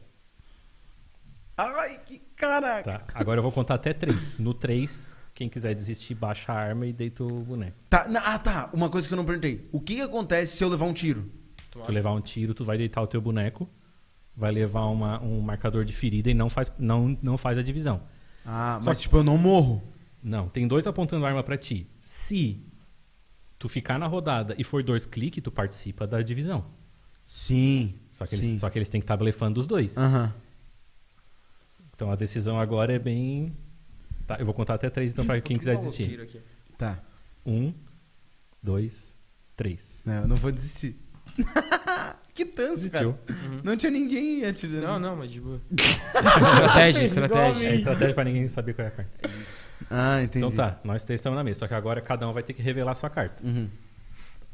S1: Ai, que caraca.
S3: Tá. Agora eu vou contar até três. No três, quem quiser desistir, baixa a arma e deita o boneco.
S1: Tá. na- ah, tá. Uma coisa que eu não perguntei. O que, que acontece se eu levar um tiro?
S3: Se tu levar um tiro, tu vai deitar o teu boneco, vai levar uma- um marcador de ferida e não faz, não, não faz a divisão.
S1: Ah,
S3: Só
S1: mas
S3: que-
S1: tipo, eu não morro.
S3: Não, tem dois apontando arma pra ti. Se tu ficar na rodada e for dois cliques, tu participa da divisão.
S1: Sim. Ah.
S3: Só que, eles, só que eles têm que estar blefando os dois.
S1: Aham.
S3: Então a decisão agora é bem. Tá, eu vou contar até três então pra quem quiser desistir.
S1: Tá.
S3: Um, dois, três.
S1: Não, eu não vou desistir. que tanso, cara.
S3: Desistiu.
S1: Não tinha ninguém atirando.
S5: Não, não, mas de boa. estratégia,
S3: É a
S5: estratégia.
S3: estratégia pra ninguém saber qual é a carta.
S1: Ah, entendi.
S3: Então tá, nós três estamos na mesa. Só que agora cada um vai ter que revelar a sua carta.
S1: Uhum.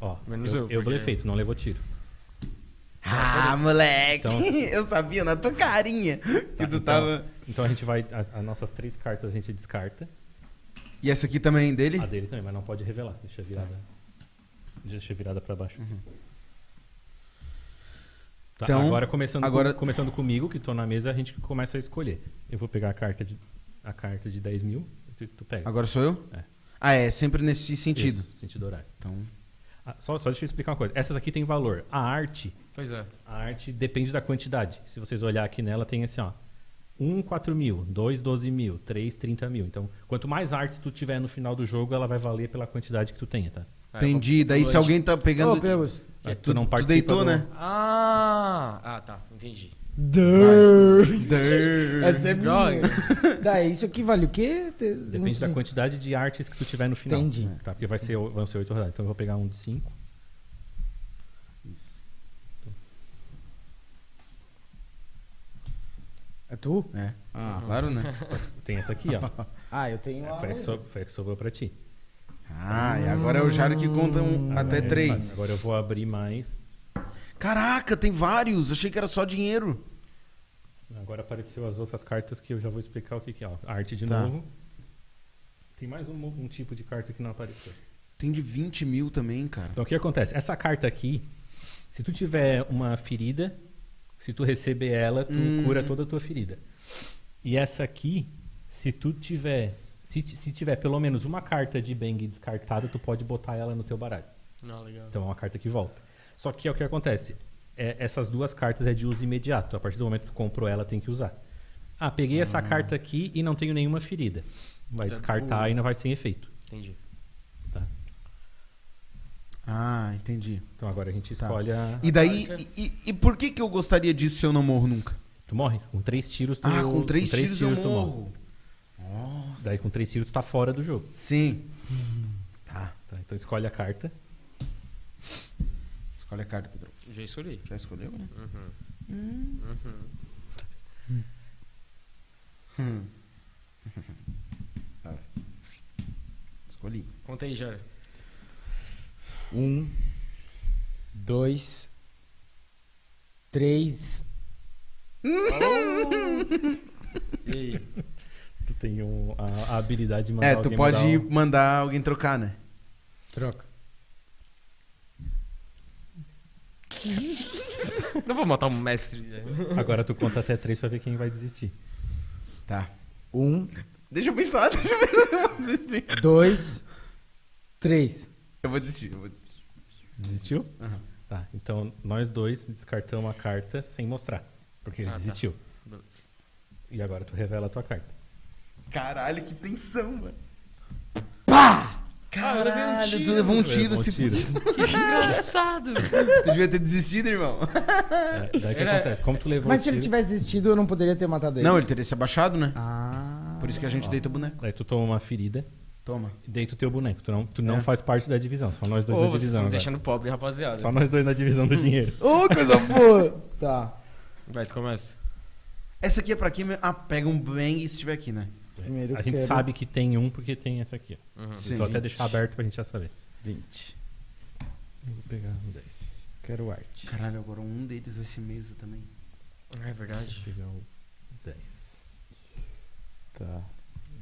S3: Ó,
S5: Menos
S3: eu,
S5: eu,
S3: eu
S5: porque-
S3: blefei, tu não levou tiro.
S1: Ah, moleque.
S3: Tá, Então-
S1: Eu sabia na tua carinha que
S3: Tá,
S1: tu
S3: então-
S1: tava...
S3: Então a gente vai. a- As nossas três cartas a gente descarta.
S1: E essa aqui também é dele?
S3: A dele também, mas não pode revelar. Deixa virada.
S1: Tá.
S3: Deixa virada pra baixo. Tá,
S1: Uhum. Então,
S3: agora começando, com-
S1: agora-
S3: começando comigo, que tô na mesa, a gente começa a escolher. Eu vou pegar a carta de, a carta de 10 mil, tu, tu pega.
S1: Agora sou eu?
S3: É.
S1: Ah, é, sempre nesse sentido.
S3: Isso, sentido horário.
S1: Então,
S3: Ah, só, só deixa eu explicar uma coisa. Essas aqui têm valor. A arte,
S5: Pois é.
S3: a arte depende da quantidade. Se vocês olhar aqui nela, tem assim, ó. 1, 4 mil, 2, 12 mil, 3, 30 mil. Então, quanto mais artes tu tiver no final do jogo, ela vai valer pela quantidade que tu tenha, tá?
S1: entendi. Daí se alguém tá pegando.
S6: Ô, Perus.
S3: É,
S1: É, tu, tu deitou,
S3: do-
S1: né?
S5: Ah! Ah, tá. Entendi.
S6: É sempre.
S4: Tá, isso aqui vale o quê? Te-
S3: Depende da quantidade de artes que tu tiver no final.
S4: Entendi.
S3: Tá? Porque vai ser, o- vão ser 8 rodadas. Então eu vou pegar um de 5.
S6: É tu?
S1: É.
S6: Ah.
S1: Claro, né?
S3: Tem essa aqui, ó.
S4: Ah, eu
S6: É
S4: tenho a...
S3: Foi a que so- foi a que sobrou pra ti.
S1: Ah, e agora é o Jário que conta um- até
S3: Agora-
S1: três.
S3: Agora eu vou abrir mais.
S1: Caraca, tem vários. Achei que era só dinheiro.
S3: Agora apareceu as outras cartas que eu já vou explicar o que, que é. ó. Arte de
S1: Tá.
S3: novo. Tem mais um, um tipo de carta que não apareceu.
S1: Tem de 20 mil também, cara.
S3: Então o que acontece? Essa carta aqui, se tu tiver uma ferida, se tu receber ela, tu
S5: Hum.
S3: cura toda a tua ferida. E essa aqui, se tu tiver. Se, ti- se tiver pelo menos uma carta de Bang descartada, tu pode botar ela no teu baralho.
S5: Não, legal.
S3: Então é uma carta que volta. Só que é o que acontece. É, essas duas cartas é de uso imediato. A partir do momento que tu comprou ela, tem que usar. Ah, peguei essa carta aqui e não tenho nenhuma ferida. Vai
S5: Hum. É
S3: descartar
S5: boa.
S3: e não vai sem efeito.
S5: Entendi.
S3: Tá?
S1: Ah, entendi.
S3: Então agora a gente
S1: Tá.
S3: escolhe a.
S1: E daí, e, e- e por que que eu gostaria disso se eu não morro nunca?
S3: Tu morre. Com três tiros tu
S1: Ah, com três, tiros, eu
S3: tu morre.
S1: morro.
S3: Daí com três tiros tu tá fora do jogo.
S1: Sim. Tá.
S3: Tá? Então escolhe a carta.
S1: Escolhe a carta, Pedro.
S5: Já escolhi.
S1: Já escolheu, né? Uhum. Hum. Tá. Escolhi.
S5: Conta aí, Jara.
S6: Um, dois, três.
S5: E aí?
S3: Tu tem um- a, a habilidade de mandar
S1: É, tu
S3: alguém
S1: pode
S3: mandar um-
S1: mandar alguém trocar, né?
S6: Troca.
S5: Não vou matar um mestre.
S3: Agora tu conta até três pra ver quem vai desistir.
S1: Tá.
S6: Um,
S1: Deixa eu pensar, deixa eu pensar. Eu vou desistir.
S6: dois, três.
S1: Eu vou desistir, eu vou desistir.
S3: Desistiu? Tá. Então nós dois descartamos a carta sem mostrar. Porque ele
S5: Ah, tá.
S3: desistiu.
S5: Beleza.
S3: E agora tu revela a tua carta.
S1: Caralho, que tensão, mano.
S5: Caralho,
S1: Tu levou um tiro,
S3: Levou um
S1: se
S3: tiro.
S1: fuder.
S5: desgraçado.
S1: Tu devia ter desistido, irmão.
S3: É, daí o que
S5: Era-
S3: acontece? Como tu levou
S4: Mas
S3: o
S4: se ele
S3: tiro,
S4: tivesse existido, eu não poderia ter matado ele.
S1: Não, ele teria se abaixado, né?
S4: Ah.
S1: Por isso que a gente deita boneco.
S3: daí tu toma uma ferida,
S1: Toma.
S3: deita o teu boneco. Tu não, tu não
S1: É.
S3: faz parte da divisão, só nós dois
S5: Ô,
S3: na
S5: vocês
S3: divisão.
S5: estão me
S3: agora.
S5: deixando pobre, rapaziada.
S3: Só nós dois na divisão do dinheiro.
S6: Ô, é coisa boa!
S4: Tá.
S5: Vai, tu começa.
S1: Essa aqui é pra quem? Ah, pega um bang se tiver aqui, né?
S6: Primeiro
S3: a gente
S6: quero-
S3: sabe que tem um porque tem essa aqui. ó.
S1: Sim.
S3: Vou até deixar aberto pra gente já saber.
S6: 20.
S3: Vou pegar um 10.
S6: Quero arte.
S1: Caralho, agora um deles vai ser mesa também.
S5: É verdade.
S3: Vou pegar o 10.
S6: Tá.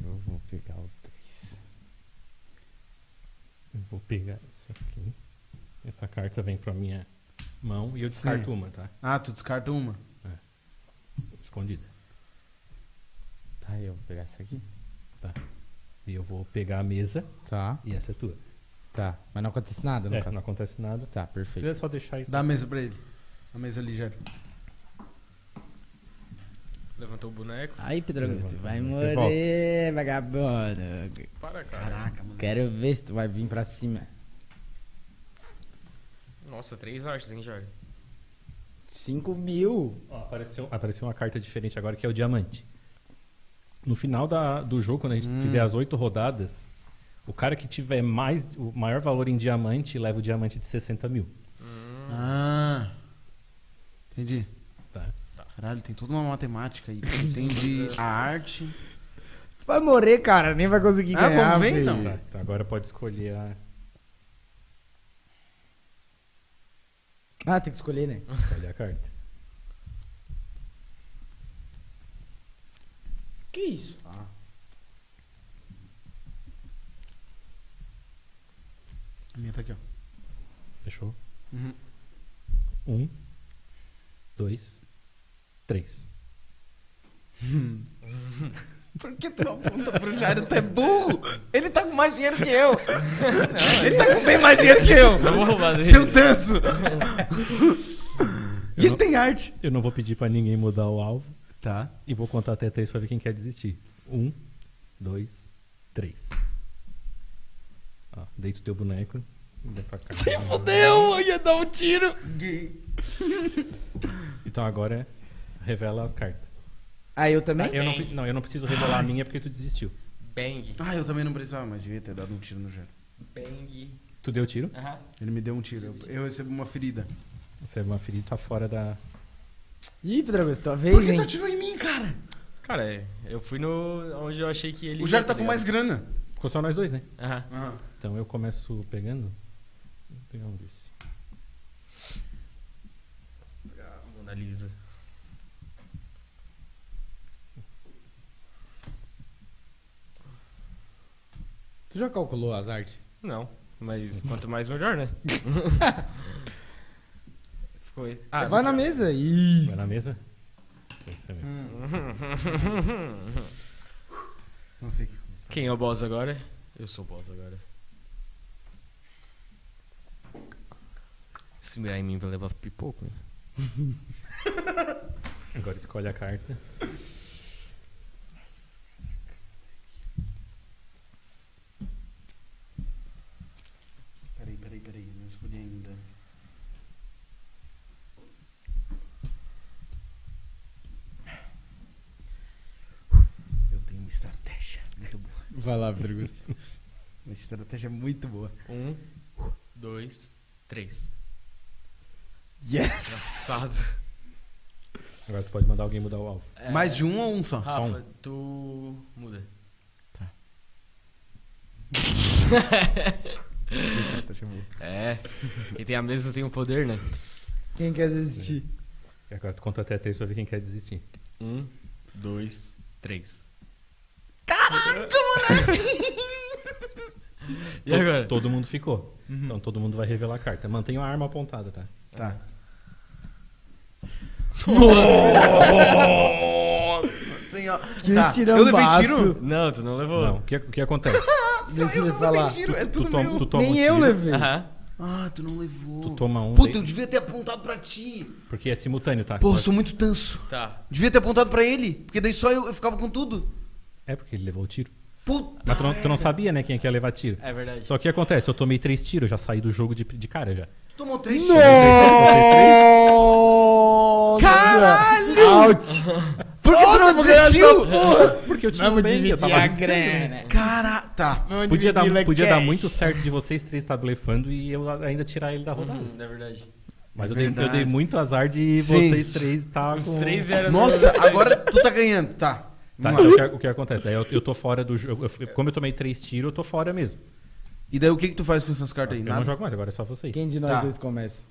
S6: Eu vou pegar o 3.
S3: Eu vou pegar isso aqui. Essa carta vem pra minha mão e eu descarto
S1: Sim.
S3: uma, tá?
S1: Ah, tu descarta uma.
S3: Escondida.
S6: Tá, eu vou pegar essa aqui.
S3: E eu vou pegar a mesa
S6: Tá,
S3: e essa é tua.
S6: tá. Mas não acontece nada, no
S3: É,
S6: caso.
S3: não acontece nada.
S6: Tá,
S3: Se
S6: perfeito.
S3: quiser só deixar isso.
S1: Dá a mesa pra ele. A mesa ali já.
S5: Levantou o boneco.
S6: Aí, Pedro
S3: Augusto, vai
S6: morrer, vagabundo.
S5: Para, cara.
S1: Caraca, mano.
S6: Quero ver se tu vai vir pra cima.
S5: Nossa, três artes, hein, Jara?
S6: 5 mil.
S3: Ó, apareceu, apareceu uma carta diferente agora que é o diamante. No final da- do jogo, quando a gente fizer as oito rodadas, o cara que tiver mais, o maior valor em diamante leva o diamante de 60 mil.
S1: Ah. Entendi.
S3: Tá.
S1: Caralho, tem toda uma matemática aí. Tem de a arte.
S6: Vai morrer, cara. Nem vai conseguir
S1: Ah,
S6: ganhar.
S1: vamos ver,
S6: filho.
S1: então.
S3: Tá, então agora pode escolher a.
S6: Ah, tem que escolher, né?
S3: Escolher a carta.
S6: Que isso?
S1: A minha tá aqui, ó.
S3: Fechou?
S1: Uhum.
S3: Um, dois, três.
S7: Por que tu aponta pro Jairo? Tu é burro! Ele tá com mais dinheiro que eu! ele tá com bem mais dinheiro que eu!
S5: Eu vou roubar dele.
S7: Seu tanso!
S3: Eu
S7: e ele
S3: não-
S7: tem arte!
S3: Eu não vou pedir pra ninguém mudar o alvo
S1: Tá.
S3: e vou contar até três pra ver quem quer desistir. Um, dois, três. Ó, deita o teu boneco. da tua cara.
S7: Se fudeu! Ia dar um tiro!
S3: Então agora revela as cartas.
S4: Ah, eu também?
S3: Eu não, pre- não, eu não preciso revelar a minha porque tu desistiu.
S7: Bang,
S1: Ah, eu também não precisava, mas devia ter dado um tiro no Jairo.
S7: bang.
S3: Tu deu o tiro?
S7: Aham.
S1: Ele me deu um tiro. Eu, eu recebo uma ferida.
S3: Você é uma ferida, tá fora da.
S4: Ih, Pedro, Augusto, tua
S1: Por
S4: vez,
S1: que
S4: hein?
S1: tu atirou em mim, cara?
S5: Cara, é, eu fui no. onde eu achei que ele.
S1: O Jairo tá com mais grana.
S3: Ficou só nós dois, né?
S5: Aham.
S1: Aham.
S3: Então eu começo pegando. Vou pegar um desse.
S5: Mona Lisa.
S4: Tu já calculou as artes?
S5: Não, mas quanto mais melhor, né? Ficou aí. Ah,
S4: Vai na mesa. Isso.
S3: Vai na mesa? Esse é meu.
S1: Não sei o que.
S5: Quem é o boss agora? Eu sou o boss agora. Se mirar em mim, vai levar pipoco, né?
S3: Agora escolhe a carta.
S1: Peraí, peraí, peraí. Não escolhi ainda. Eu tenho uma estratégia muito boa.
S4: Vai lá, Pedro Augusto.
S1: Uma estratégia muito boa.
S5: Um, dois, três.
S4: Yes!
S5: Engraçado.
S3: Agora tu pode mandar alguém mudar o alvo.
S5: É,
S1: Mais de um ou um só?
S5: Rafa, tu muda.
S1: Estratégia boa.
S5: É. Quem tem a mesa tem o poder, né?
S4: Quem quer desistir?
S1: Tá.
S3: E agora tu conta até três pra ver quem quer desistir.
S5: Um, dois, três. Caraca, moleque! e
S3: To-
S5: agora?
S3: Todo mundo ficou. Então todo mundo vai revelar a carta. Mantenha a arma apontada, tá?
S1: Tá. Nossa senhora.
S4: Que
S1: tá.
S4: tirão
S1: Eu levei
S4: um baço.
S1: tiro?
S5: Não, tu não levou.
S3: Não, o que, o que acontece?
S4: Deixa
S1: eu
S4: ele
S1: não
S4: falar.
S1: levei tiro, é
S3: tu,
S1: tudo
S3: toma,
S1: meu.
S3: tu toma um
S4: Nem eu
S3: tiro,
S4: levei.
S5: Aham.
S1: Ah, tu não levou.
S3: Tu toma um.
S1: Puta,
S3: dei-
S1: eu devia ter apontado pra ti.
S3: Porque é simultâneo, tá?
S1: Porra, eu sou muito tanso.
S5: Tá.
S1: Devia ter apontado pra ele, porque daí só eu, eu ficava com tudo.
S3: É porque ele levou o tiro.
S1: Puta.
S3: Mas tu não, tu não sabia, né, quem é que ia levar tiro.
S5: É verdade.
S3: Só que o que acontece? Eu tomei três tiros, eu já saí do jogo de, de cara já.
S1: Tu tomou três É.
S4: Nossa!
S1: Caralho!
S4: Out!
S1: Por que tu não desistiu?
S3: Porque eu tinha um
S4: Vamos
S3: bem, eu
S4: dividir
S3: tava
S4: a
S3: arriscando.
S1: né?
S4: grana.
S1: Cara, tá.
S4: Vamos
S3: Podia, dar,
S4: dividir like
S3: podia dar
S4: cash.
S3: muito certo de vocês três estar blefando e eu a- ainda tirar ele da rodada.
S5: Hum, é verdade.
S1: É
S3: Mas eu, dei, eu
S1: verdade.
S3: dei muito azar de
S1: Sim.
S3: vocês três estar
S5: Os
S3: com...
S5: três vieram no-
S1: Nossa, agora tu tá ganhando, tá.
S3: Tá,
S1: Vamos
S3: então,
S1: lá.
S3: o, que, o que acontece? Daí eu, eu tô fora do jogo. Eu fui- Como eu tomei três tiros, eu tô fora mesmo.
S1: E daí o que que tu faz com essas cartas aí?
S3: Eu não
S1: Nada?
S3: jogo mais, agora é só vocês.
S4: Quem de nós
S1: Tá.
S4: dois começa?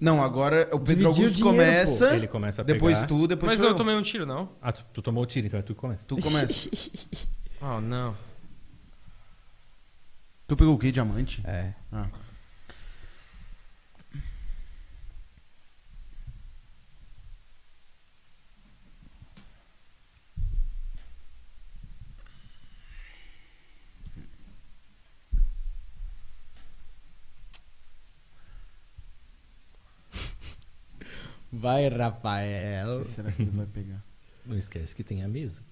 S1: Não, agora o Pedro
S4: Dividir o
S1: Augusto
S4: dinheiro,
S1: começa,
S3: Ele começa a
S1: é? depois
S3: pegar.
S1: tu, depois
S5: Mas
S1: sou
S5: eu tomei um tiro, não?
S3: Ah, tu, tu tomou o tiro, então é tu que começa.
S1: Tu começa.
S5: Oh, não.
S1: tu pegou o quê? Diamante?
S4: É.
S1: Ah.
S4: Vai, Rafael.
S1: Será que ele vai pegar?
S3: Não esquece que tem a mesa.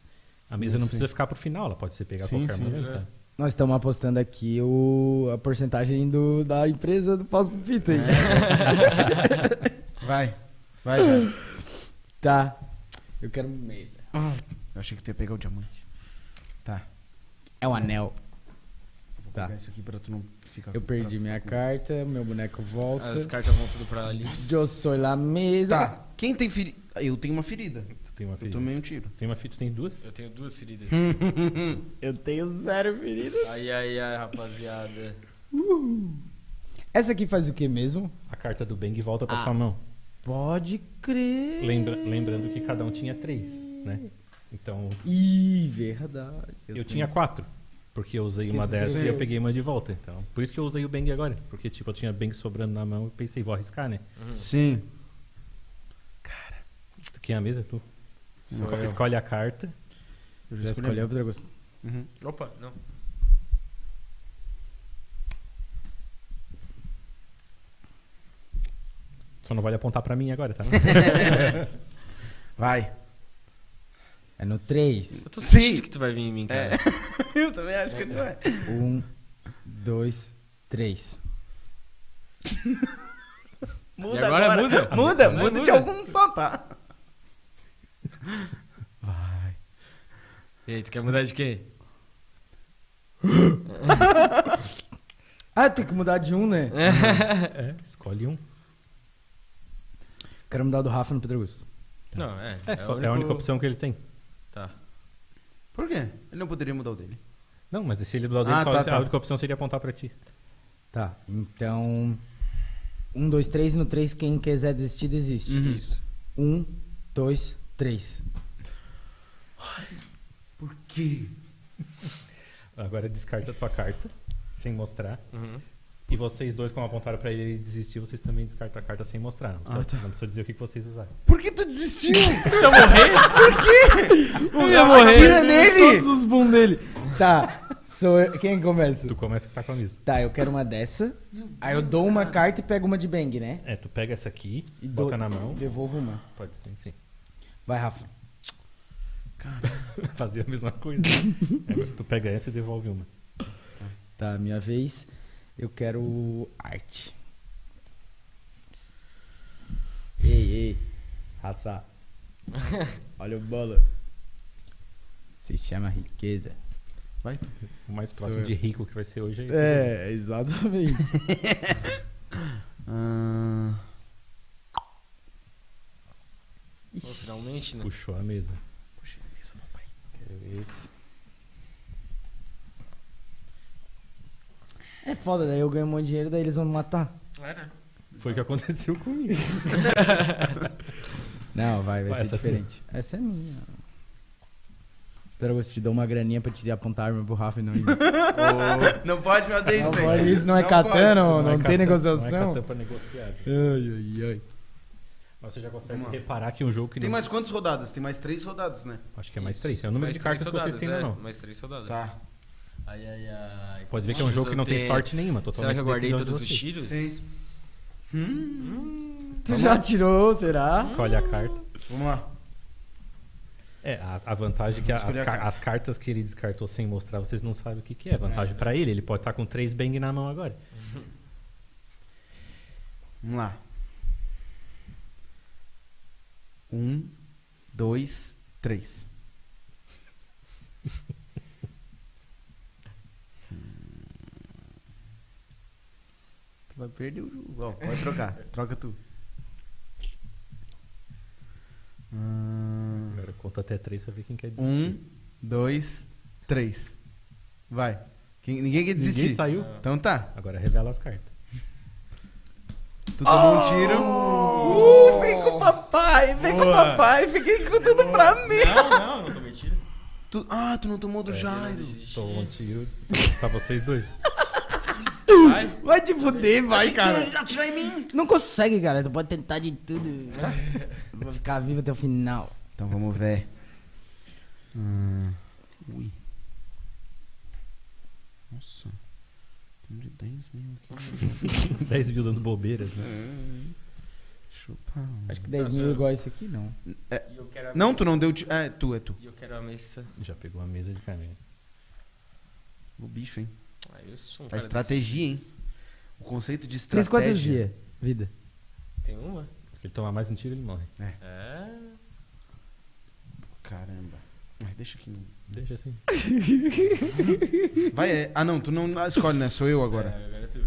S3: A mesa não precisa ficar pro final, ela pode ser pegar a
S1: Sim,
S3: qualquer
S1: sim,
S3: momento.
S1: é.
S3: tá?
S4: Nós estamos apostando aqui o, a porcentagem do, da empresa do pós-pupita. hein?
S1: Vai. Vai, Jairo.
S4: Tá. Eu quero mesa.
S1: Eu achei que tu ia pegar o diamante. Tá.
S4: É um anel.
S1: Vou
S4: Tá.
S1: pegar isso aqui pra tu não ficar...
S4: Eu perdi
S1: pra-
S4: minha carta, meu boneco
S3: Ah,
S4: volta.
S5: As cartas vão tudo pra ali.
S4: Eu sou la mesa.
S1: Tá. Quem tem ferida? Eu tenho uma ferida.
S3: Tu tem uma
S1: Eu É.
S3: ferida.
S1: tomei um tiro.
S3: Tem uma ferida, tu tem duas?
S5: Eu tenho duas feridas.
S1: Hum.
S4: Eu tenho zero ferido.
S5: ai, ai, ai, rapaziada.
S4: Essa aqui faz o que mesmo?
S3: A carta do Bang volta pra
S4: Ah.
S3: tua mão.
S4: Pode crer.
S3: Lembra- lembrando que cada um tinha três, né? Então,
S4: Ih, verdade.
S3: eu, tinha quatro. Porque eu usei uma
S4: Que
S3: dessa e eu
S4: doido.
S3: peguei uma de volta. Então, por isso que eu usei o Bang agora. Porque, tipo, eu tinha Bang sobrando na mão e pensei, vou arriscar, né?
S2: Uhum.
S1: Sim.
S3: Quem é a mesa? Tu. Esco- Escolhe a carta.
S1: Eu
S4: Já
S1: escolhi a
S4: escolheu, Pedro Augusto?
S1: Uhum.
S2: Opa, não.
S3: Só não vale apontar pra mim agora, tá?
S1: Vai.
S4: É no 3,
S2: Eu tô
S1: Sim.
S2: sentindo que tu vai vir em mim, cara.
S1: Eu também acho que é. ele vai.
S4: 1, 2, 3.
S7: Muda
S2: E agora muda?
S7: Muda,
S2: Agora
S7: muda, de
S2: muda.
S7: algum só, tá?
S2: E aí, tu quer mudar de quem?
S4: Ah, tem que mudar de um, né?
S3: É, escolhe um.
S4: Quero mudar o do Rafa no Pedro Augusto.
S2: Não, é.
S3: É, só- é a única opção que ele tem.
S2: Tá.
S1: Por quê? Ele não poderia mudar o dele.
S3: Não, mas se ele mudar o dele,
S1: Ah,
S3: só é
S1: tá,
S3: a
S1: tá.
S3: única opção seria apontar pra ti.
S4: Tá, então. 1, 2, 3 e no 3, quem quiser desistir, desiste.
S1: Uhum.
S2: Isso.
S4: 1, 2, 3.
S1: Por quê?
S3: Agora descarta a tua carta, sem mostrar.
S2: Uhum.
S3: E vocês dois, como apontaram pra ele e desistiu, vocês também descartam a carta sem mostrar. Não precisa,
S1: Ah, tá.
S3: não precisa dizer o que que vocês usaram.
S1: Por que tu desistiu?
S4: Eu ia morrer. Tira nele! Todos os boom dele. Tá, sou eu. Quem começa?
S3: Tu começa a ficar com a missa.
S4: Tá, eu quero uma dessa. Aí eu dou uma carta e pego uma de bang, né?
S3: É, tu pega essa aqui,
S4: E
S3: bota
S4: dou-
S3: na mão.
S4: Devolvo uma.
S3: Pode sim, sim.
S4: Vai, Rafa.
S3: Fazer a mesma coisa. Agora tu pega essa e devolve uma.
S4: Tá, minha vez. Eu quero arte. Ei, ei. Raça. Olha o bolo. Se chama riqueza.
S1: Vai tu.
S3: O mais
S4: Sou
S3: próximo
S4: eu.
S3: de rico que vai ser hoje é isso.
S4: É, exatamente.
S1: Ah,
S2: Pô, finalmente, né?
S3: Puxou a mesa.
S4: É foda, daí eu ganho um monte de dinheiro, daí eles vão me matar.
S3: Foi o que aconteceu comigo.
S4: Não, vai, vai
S3: Vai,
S4: ser
S3: essa é
S4: diferente. Essa é minha. Pera, eu te dou uma graninha pra te apontar a arma pro Rafa e não. Não,
S1: Não pode fazer isso aí.
S4: pode, isso não é katana, não, não tem negociação.
S3: Não é pra negociar.
S4: Ai, ai, ai.
S3: Mas você já consegue
S1: Vamos lá.
S3: reparar que um jogo que
S1: Tem
S3: não...
S1: mais quantas rodadas? Tem mais três rodadas, né?
S3: Acho que é mais três. É o número de cartas que vocês têm na mão.
S5: Mais três soldados. é.
S1: Tá.
S5: Ai, ai, ai.
S3: Pode ver que é um
S5: Nossa,
S3: jogo que
S5: eu
S3: não tem
S5: tenho-
S3: sorte nenhuma.
S5: Será
S3: Totalmente
S5: que eu guardei
S3: decisão de
S5: todos os
S3: vocês.
S5: tiros?
S1: Sim. Hum,
S4: Tu já tirou, será?
S3: Escolhe a carta.
S1: Vamos lá.
S3: É, a, a vantagem é que as,
S1: Escolhi a
S3: ca-
S1: carta.
S3: as cartas que ele descartou sem mostrar, vocês não sabem o que, que é. Vantagem pra ele. Ele pode estar com três bang na mão agora.
S1: Vamos lá. Um, dois, três. Tu vai perder o jogo. Ó, pode trocar. Troca tu.
S5: Hum.
S1: Ah,
S3: Agora conta até três pra ver quem quer desistir.
S1: Um, dois, três. Vai. Quem- ninguém quer desistir.
S3: Ninguém saiu.
S5: Ah.
S1: Então tá.
S3: Agora revela as cartas.
S1: Tu tomou um tiro. Oh!
S7: Uh, vem com o papai, vem com o papai, fiquei com tudo pra mim.
S2: Não, não, não tô mentindo.
S1: Tu- ah, tu não tomou do Jairo.
S3: Tomou um tiro. Tá vocês dois.
S4: Vai te fuder, vai, cara. Não consegue, cara. Tu pode tentar de tudo. Tá? Vou ficar vivo até o final.
S1: Então vamos ver. Hum. Ui. Nossa. Tem de 10 mil aqui.
S3: 10 mil dando bobeiras, né?
S1: Chupa.
S4: Acho que 10 mil é igual esse aqui, não.
S5: É,
S2: E eu quero a
S1: Não,
S2: mesa.
S1: tu não deu. ti- É, tu, é tu.
S2: E eu quero a mesa.
S3: Já pegou a mesa de caminho.
S1: O bicho, hein?
S2: Ah, eu sou um
S1: A
S2: cara
S1: estratégia, hein? O conceito de
S4: Três quantos
S1: estratégia.
S4: dias? Vida.
S2: desse- Tem uma?
S3: Se ele tomar mais um tiro, ele morre.
S2: É.
S1: Caramba. Ai, deixa aqui.
S3: Deixa assim.
S1: Vai, é. Ah, não, tu não ah, escolhe, né? Sou eu agora.
S2: É, agora é tu.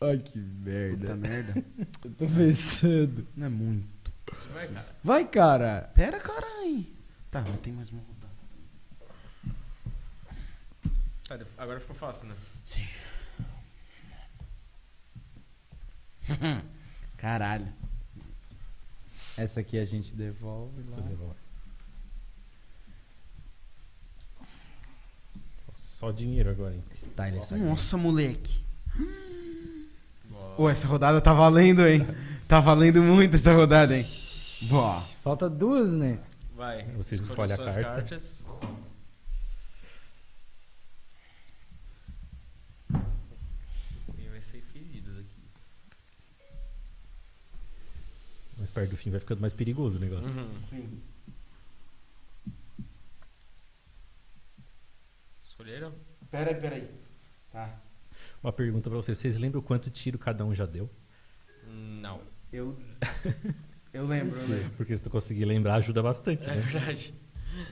S4: Ai, que merda.
S1: É, Puta merda.
S4: Eu tô pensando.
S1: Não é muito.
S4: Vai, cara.
S1: Pera, carai. Tá, mas tem mais uma rodada.
S2: Tá, de- agora ficou fácil, né?
S1: Caralho.
S4: Essa aqui a gente devolve lá.
S3: Devolve. Só dinheiro agora, hein?
S4: Style essa aqui.
S1: Nossa, moleque. Pô, essa rodada tá valendo, hein? Tá valendo muito essa rodada, hein? Boa.
S4: Falta duas, né?
S5: Vai.
S6: Vocês
S5: escolham
S6: escolhem a
S5: suas
S6: carta.
S5: cartas. E vai ser ferido daqui.
S3: Mas perto do fim vai ficando mais perigoso o
S5: Uhum.
S3: negócio.
S1: Sim.
S5: Escolheram?
S1: Peraí, peraí. Tá.
S3: Uma pergunta pra vocês. Vocês lembram quanto tiro cada um já deu?
S5: Não.
S1: Eu. Eu lembro, eu lembro.
S3: Porque se tu conseguir lembrar, ajuda bastante,
S5: É
S3: né?
S5: verdade.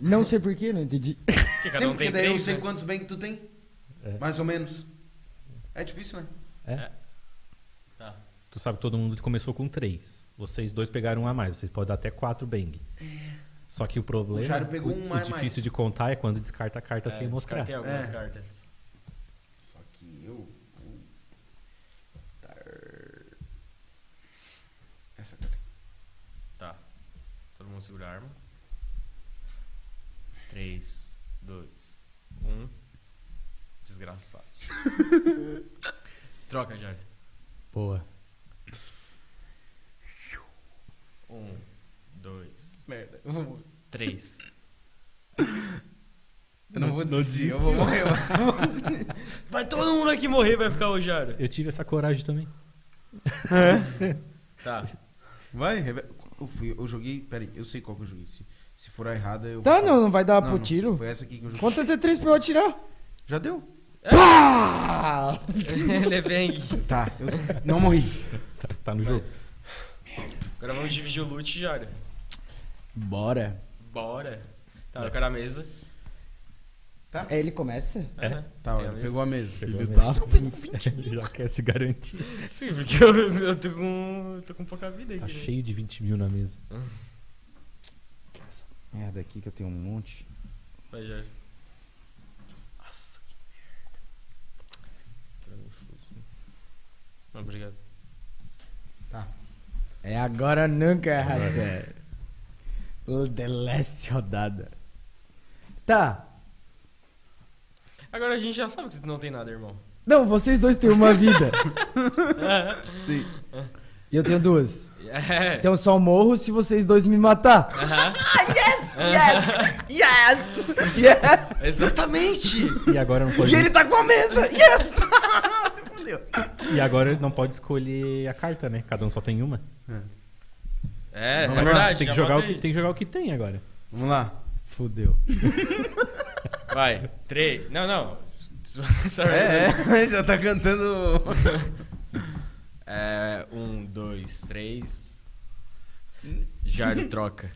S4: Não sei porquê, não entendi.
S5: Porque cada
S1: Sempre
S5: um
S1: que
S5: tem
S1: daí eu
S5: três,
S1: sei
S5: né?
S1: quantos bem que tu tem.
S3: É.
S1: Mais ou menos. É tipo isso, né?
S5: Tá.
S3: Tu sabe que todo mundo começou com três. Vocês dois pegaram um a mais. Vocês podem dar até quatro bang. Só que o
S1: O Jairo
S3: problema,
S1: pegou
S3: o,
S1: um
S3: o
S1: a
S3: difícil
S1: mais.
S3: de contar é quando descarta a
S6: Tá
S3: carta sem
S5: É,
S3: mostrar.
S5: descartei algumas
S1: É.
S5: cartas.
S1: Só que eu. vou dar- Essa cara.
S5: Tá. Todo mundo segura a arma. 3, 2, 1. Desgraçado. Troca, Jair.
S3: Boa.
S5: 1, 2,
S1: Merda. Eu vou,
S5: 3.
S1: eu não vou desistir. Eu vou morrer.
S5: Vai todo mundo aqui morrer, vai ficar o Jair.
S3: Eu tive essa coragem também.
S5: Tá.
S1: Vai, reve- eu fui, eu joguei. Peraí, eu sei qual que eu joguei. Se, se for a errada, eu.
S4: Tá,
S1: vou-
S4: não, não vai dar
S1: Não,
S4: pro
S1: não,
S4: tiro.
S1: Foi essa aqui que eu joguei.
S4: Conta até três pra eu atirar.
S1: Já deu?
S4: Pá!
S5: Ele é bang.
S1: Tá, eu não morri.
S3: Tá, tá no jogo.
S5: Agora vamos dividir o loot, Jair.
S4: Bora.
S5: Bora. Tá, eu quero a mesa.
S4: É, ele começa?
S3: É?
S5: Aham,
S1: Tá,
S5: tem a
S1: olha,
S5: mesa.
S1: pegou a mesa.
S3: Pegou
S1: Filho
S3: a
S4: tá
S1: da-
S3: Ele já quer se garantir.
S5: Sim, porque eu, eu tô com. eu tô com pouca vida
S3: Tá
S5: aqui. né?
S3: cheio de 20 mil na mesa.
S6: Merda aqui que eu tenho um monte.
S5: né? Vai, Jair. né? Não, obrigado.
S4: É agora ou nunca, Razé. The last rodada. Tá.
S5: Agora a gente já sabe que tu não tem nada, irmão.
S4: Não, vocês dois têm uma vida.
S1: Sim.
S4: E eu tenho duas.
S5: É.
S4: Então eu só morro se vocês dois me matar.
S7: Ah, Yes! Yes!
S5: Exatamente!
S3: E agora não pode.
S7: E ele tá com a mesa! Yes! Se fudeu.
S3: E agora ele não pode escolher a carta, né? Cada um só tem uma.
S5: É,
S1: Vamos lá,
S5: é verdade.
S3: Tem que,
S5: já
S3: jogar o
S5: bota
S3: que,
S5: aí.
S3: tem que jogar o que tem agora.
S1: Vamos lá.
S4: Fudeu.
S5: Vai, três. Não, não. Sorry.
S1: É, é, já tá cantando.
S5: É, um, dois, três. Jairo troca.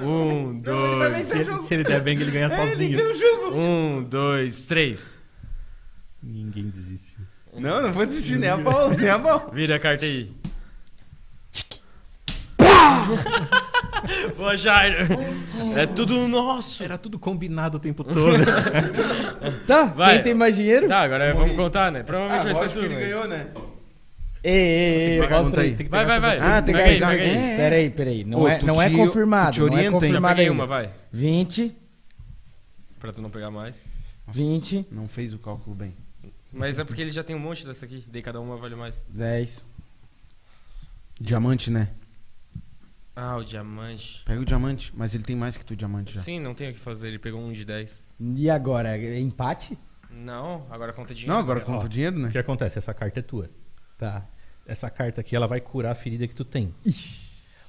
S5: um, dois.
S3: Se ele, se ele der bang, É, ele ganha sozinho.
S5: Um, dois, três.
S3: Ninguém desiste.
S1: Não, não vou desistir nem a pau, nem a pau.
S5: Vira a carta aí. Boa, Jairo. É tudo nosso.
S3: Era tudo combinado o tempo todo.
S4: Tá,
S5: Vai.
S4: quem tem mais dinheiro?
S5: Tá, agora vamos contar, né?
S1: Ah,
S5: Provavelmente vai ser
S1: lógico
S5: tudo.
S1: que ele
S5: né?
S1: ganhou, né?
S4: Ei, ei, ei,
S1: Vai,
S4: mostra
S1: conta
S4: aí.
S1: aí.
S3: Tem que
S5: Vai,
S3: pegar
S5: vai, vai.
S3: essas-
S1: Ah, tem que
S5: Pega aí,
S1: avisar.
S5: pega aí.
S1: É.
S4: Peraí, peraí. Não,
S1: Ô,
S4: é,
S1: tu
S4: não é
S1: te-
S4: confirmado.
S1: tu te
S4: não é
S1: orienta, hein?
S5: Já
S4: confirmado
S5: peguei
S4: ainda.
S5: uma, vai.
S4: 20,
S5: Pra tu não pegar mais.
S4: 20,
S1: Não fez o cálculo bem.
S5: Mas é porque ele já tem um monte dessa aqui. Daí cada uma vale mais.
S4: 10.
S1: Diamante, né?
S5: Ah, o diamante.
S1: Pega o diamante, mas ele tem mais que tu diamante já.
S5: Sim, não tem o que fazer. Ele pegou um de 10.
S4: E agora? é Empate?
S5: Não, agora conta um. dinheiro.
S1: Não, agora
S5: Ó,
S1: conta o dinheiro, né?
S3: O que acontece? Essa carta é tua.
S4: Tá.
S3: Essa carta aqui, ela vai curar a ferida que tu tem.